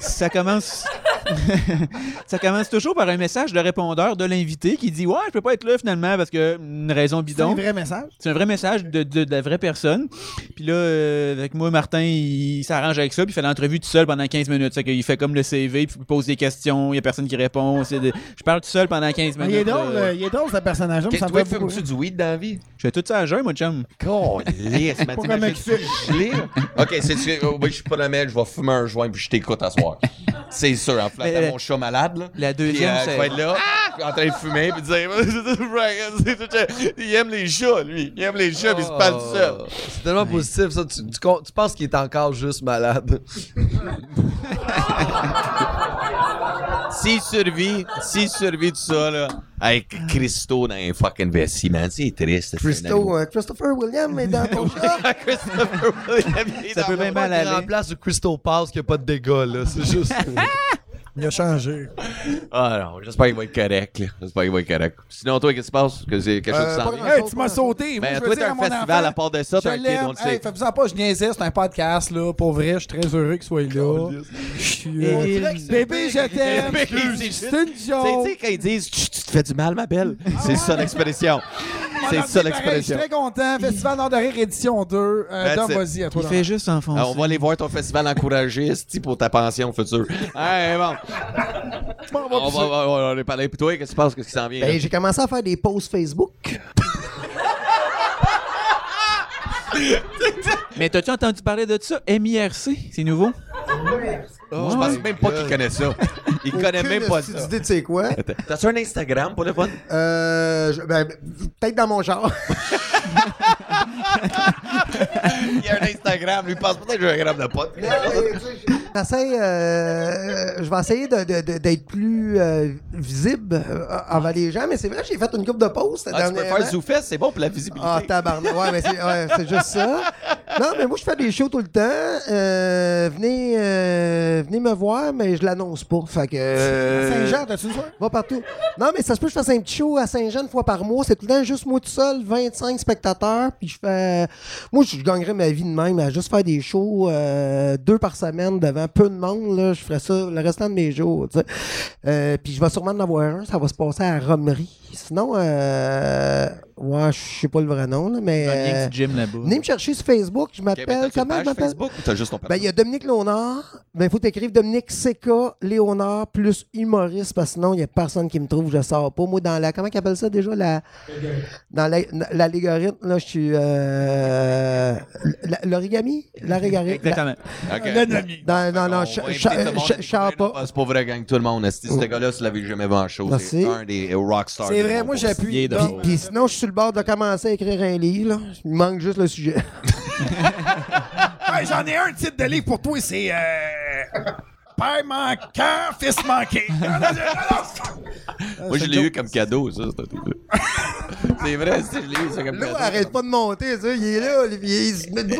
S3: ça commence. ça commence toujours par un message de répondeur de l'invité qui dit Ouais, je peux pas être là finalement parce que une raison
S2: C'est un
S3: bidon.
S2: vrai message.
S3: C'est un vrai message de, de- de la vraie personne. Puis là, euh, avec moi, Martin, il, s'arrange avec ça, puis il fait l'entrevue tout seul pendant 15 minutes. C'est qu'il fait comme le CV, puis il pose des questions, il y a personne qui répond. C'est de- Je parle tout seul pendant 15 minutes.
S2: Il est drôle,
S3: là.
S2: euh, il est drôle, ce personnage-là. mais
S1: Qu'est-
S2: Ça me
S1: Toi,
S2: fait beaucoup
S1: fumes-tu
S2: rire.
S1: du weed dans la vie?
S3: Je fais tout ça à jeun, mon chum.
S1: Yes,
S2: Pas comme un cul.
S1: Ok, c'est sûr. oh, oui, je suis pas le mec, je vais fumer un joint puis je t'écoute à soir. C'est sûr, en flattant
S3: Mais-
S1: mon chat malade. Là.
S3: La deuxième,
S1: Puis, euh,
S3: c'est-
S1: je vais être là, en train de fumer puis dire. il aime les chats, lui. Il aime les chats puis il se parle tout seul.
S4: Oh, C'est tellement positif, ça. Tu, tu con- tu penses qu'il est encore juste malade.
S1: S'il survit, s'il survit tout ça, là, avec Christo dans un fucking vessie, man, c'est triste. c'est un
S5: Christo, euh, Christopher William est dans ton chat.
S1: animal. Christopher William, il est
S3: Ça
S1: dans
S3: peut
S1: mon-
S3: bien
S4: Pas
S3: mal
S4: de
S3: aller.
S4: grand place où Crystal passe qu'il n'y a pas de dégâts, là. C'est juste.
S2: Il a changé.
S1: Ah non, j'espère qu'il va être correct. là. J'espère qu'il va être correct. Sinon, toi, qu'est-ce qui se passe? Que c'est quelque chose
S5: Euh,
S1: qui s'en
S5: pas
S1: vient?
S5: grand-
S2: Hey, tu m'as sauté. Moi,
S1: Ben,
S2: je veux
S1: toi,
S2: dire
S1: t'as
S2: à
S1: un
S2: mon
S1: festival
S2: enfant,
S1: à part de ça,
S2: je
S1: t'as un kid,
S2: l'aime.
S1: on le
S2: Hey,
S1: sait.
S2: Fais-vous-en pas, je niaisais, c'est un podcast, là. Pour vrai, je suis très heureux que soit là. Je suis. euh, Bébé, je t'aime.
S1: Bébé, c'est-
S2: C'est
S1: Tu
S2: une
S1: sais, tu
S2: joke.
S1: sais, quand ils disent tu, tu te fais du mal, ma belle, c'est ça l'expression. C'est ça
S2: Pareil, Je suis
S1: l'expression.
S2: très content. Festival Nord de Rire, édition 2. Euh,
S1: That's
S2: Dom,
S1: it.
S2: vas-y, à toi.
S3: Il
S2: Dom.
S3: fait juste enfoncer.
S1: Ah, on va aller voir ton festival encouragé, esti, pour ta pension future. Hey, bon. on, va, on va- on est parlé. Puis toi, qu'est-ce qui se passe? Qu'est-ce qui s'en vient? là?
S5: Ben, j'ai commencé à faire des posts Facebook.
S3: Mais t'as-tu entendu parler de ça? MIRC, c'est nouveau?
S1: je pense même pas qu'il connaît ça. Il connaît même pas
S5: Tu
S1: ça.
S5: dis, tu sais quoi?
S1: Attends. T'as-tu un Instagram pour le fun?
S5: Euh, je- ben, peut-être dans mon genre.
S1: Il y a un Instagram, lui pense peut-être que j'ai un gramme de Ah, pote.
S5: J'essaie, euh, je vais essayer de- de- de- d'être plus euh, visible euh, envers les gens, mais c'est vrai, j'ai fait une coupe de posts.
S1: Ah, tu peux
S5: dernièrement.
S1: faire Zoufest, c'est bon pour la visibilité.
S5: Ah, tabarnak. Ouais, mais c'est ouais, c'est juste ça. Non, mais moi, je fais des shows tout le temps. Euh, venez, euh, venez me voir, mais je l'annonce pas. Fait que. euh,
S2: Saint-Jean, t'as-tu une soirée?
S5: Va partout. Non, mais ça se peut que je fasse un petit show à Saint-Jean une fois par mois. C'est tout le temps juste moi tout seul, 25 spectateurs. Puis je fais. Moi, je gagnerais ma vie de même à juste faire des shows euh, deux par semaine devant peu de monde. Là. Je ferais ça le restant de mes jours. tu sais. Euh, puis je vais sûrement en avoir un. Ça va se passer à Romerie. Sinon, euh... ouais, je sais pas le vrai nom, là, mais.
S3: Il y a un
S5: euh,
S3: petit gym là-bas.
S5: Venez me chercher sur Facebook. Je
S1: Ok, mais
S5: m'appelle.
S1: t'as-tu une
S5: Comment je
S1: page
S5: m'appelle?
S1: Facebook ou t'as juste ton
S5: Ben,
S1: page?
S5: il y a Dominique Léonard. Ben, il faut t'écrire Dominique CK Léonard plus humoriste parce que sinon, il n'y a personne qui me trouve, je sors pas. Moi, dans la. Comment qu'ils appellent ça déjà? La, dans la- l'allégorythme, là, je suis. euh, la- L'origami? L'allégorythme.
S3: Exactement.
S1: Ok.
S2: Un ami.
S5: Non, non, non,
S1: On
S5: je
S1: va inviter tout le monde à
S5: ne
S1: découvrir
S5: sors
S1: nos
S5: pas. Oh.
S1: passes pauvres gang, tout le monde. Esti, Ce gars-là, si l'avez jamais vu en show, c'est
S5: Merci.
S1: un des rockstars.
S2: C'est
S1: de
S2: vrai,
S1: mon
S2: moi,
S1: pays.
S2: j'appuie.
S3: Il est
S2: Dom.
S3: drôle.
S5: Puis sinon, je suis sur le bord de commencer à écrire un livre. là. Il me manque juste le sujet.
S2: Ouais, J'en ai un titre de livre pour toi, c'est. Euh... Père manquant, fils manqué.
S1: Moi, je l'ai eu comme cadeau, ça. c'était- c'est vrai, si je l'ai eu ça comme
S5: Là,
S1: cadeau.
S5: arrête pas de monter, tu sais. Il est là, Olivier. Il se, met-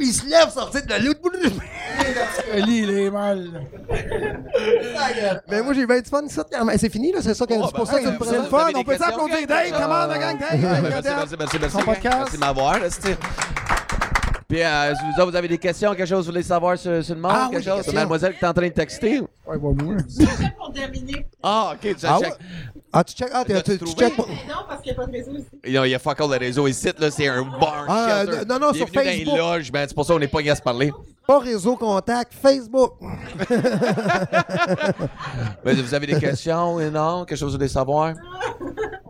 S5: il se lève, sorti de la loupe.
S2: Lui, il est mal.
S5: Mais Ben, moi, j'ai 20 fun, ça. Ah, mais C'est fini, là. C'est ça que c'est pour ça que tu me
S1: ben,
S2: C'est le
S5: présentes.
S1: Vous avez
S2: fun,
S1: des
S2: on peut
S1: questions,
S2: t'applaudir.
S1: gang?
S2: Dave, comment la gang, Dave?
S1: Ouais,
S2: Dave,
S1: Merci,
S2: Dave.
S1: merci, merci, merci.
S2: Son podcast.
S1: Merci de m'avoir. esti. Puis, euh, si vous autres, vous avez des questions, quelque chose, vous voulez savoir sur, sur le monde,
S5: Ah, oui,
S1: quelque
S5: des
S1: chose,
S5: questions.
S1: mademoiselle qui est en train de texter.
S2: Ouais, ouais, moi.
S6: Après, pour Dominique.
S1: Ah, ok, tu
S5: Ah,
S1: check.
S5: ouais? Ah, tu check. Ah, t'es-
S1: L'as-tu
S5: tu, tu
S1: trouvé?
S5: check.
S6: Mais non, parce qu'il n'y a pas de réseau ici.
S1: Il y a- il y a fuck all le réseau ici, là, c'est un barn
S5: Ah,
S1: shelter.
S5: euh, non, non,
S1: Il est
S5: sur
S1: venu dans
S5: Facebook.
S1: les loges, ben, c'est pour ça qu'on n'est pas gars à se parler.
S5: Pas réseau contact, Facebook.
S1: Ben, vous avez des questions, euh, non? Quelque chose de savoir?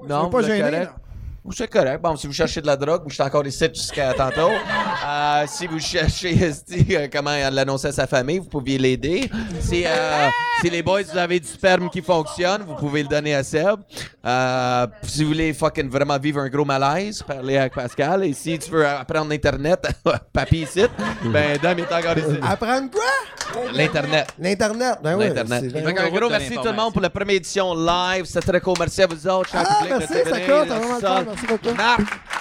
S1: Non,
S2: pas
S1: vous êtes
S2: gêné,
S1: correct?
S2: là.
S1: Vous êtes correct. Bon, si vous cherchez de la drogue, vous êtes encore ici jusqu'à tantôt. Euh, si vous cherchez esti, euh, comment l'annoncer à sa famille, vous pouviez l'aider. Si, euh, Si les boys, vous avez du sperme qui fonctionne, vous pouvez le donner à Seb. Euh, si vous voulez fucking vraiment vivre un gros malaise, parlez avec Pascal. Et si tu veux apprendre Internet, papy ici, ben Dom est encore ici.
S5: Apprendre quoi?
S1: L'Internet.
S5: L'Internet. Ben oui,
S1: L'Internet.
S5: c'est-
S1: Fait
S3: vraiment
S1: qu'un
S3: gros
S1: gros
S3: de
S1: merci tout le monde
S3: l'information.
S1: pour la première édition live. C'était très cool. Merci à vous autres, cher
S5: Ah,
S1: public.
S5: merci, ça
S1: cool.
S5: compte. Ça vraiment cool. Merci beaucoup.
S1: Marc,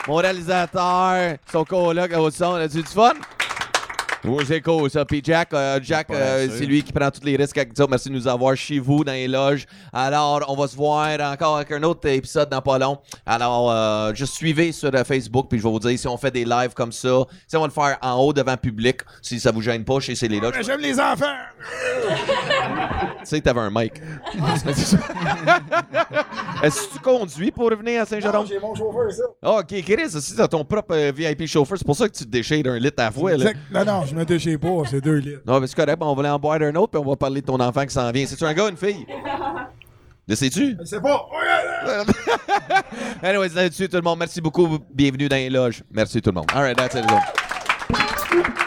S1: mon réalisateur, son coloc au son, as-tu du fun? Oui, c'est cool ça. Puis Jack, euh, Jack euh, c'est lui qui prend tous les risques avec nous autres. Merci de nous avoir chez vous dans les loges. Alors, on va se voir encore avec un autre épisode dans pas long. Alors, euh, juste suivez sur euh, Facebook, puis je vais vous dire si on fait des lives comme ça, si on va le faire en haut devant public, si ça vous gêne pas chez C'est les loges.
S2: Ah, Mais J'aime les enfants.
S1: Tu sais, t'avais un mic.
S2: Ah,
S1: Est-ce que tu conduis pour revenir à Saint-Jérôme?
S2: J'ai mon chauffeur, ça.
S1: Ah, ok, Chris, si t'as ton propre euh, VIP chauffeur, c'est pour ça que tu te déchires d'un litre à la fois. Là.
S2: Exact. Non, non, je me déchire pas, c'est deux litres.
S1: Non, mais c'est correct, ben, on va aller en boire un autre, puis on va parler de ton enfant qui s'en vient. C'est-tu un gars ou une fille? Le sais-tu?
S2: Je sais pas. Ouais, euh,
S1: Anyways, là-dessus, tout le monde, merci beaucoup. Bienvenue dans les loges. Merci, tout le monde. All right, that's it.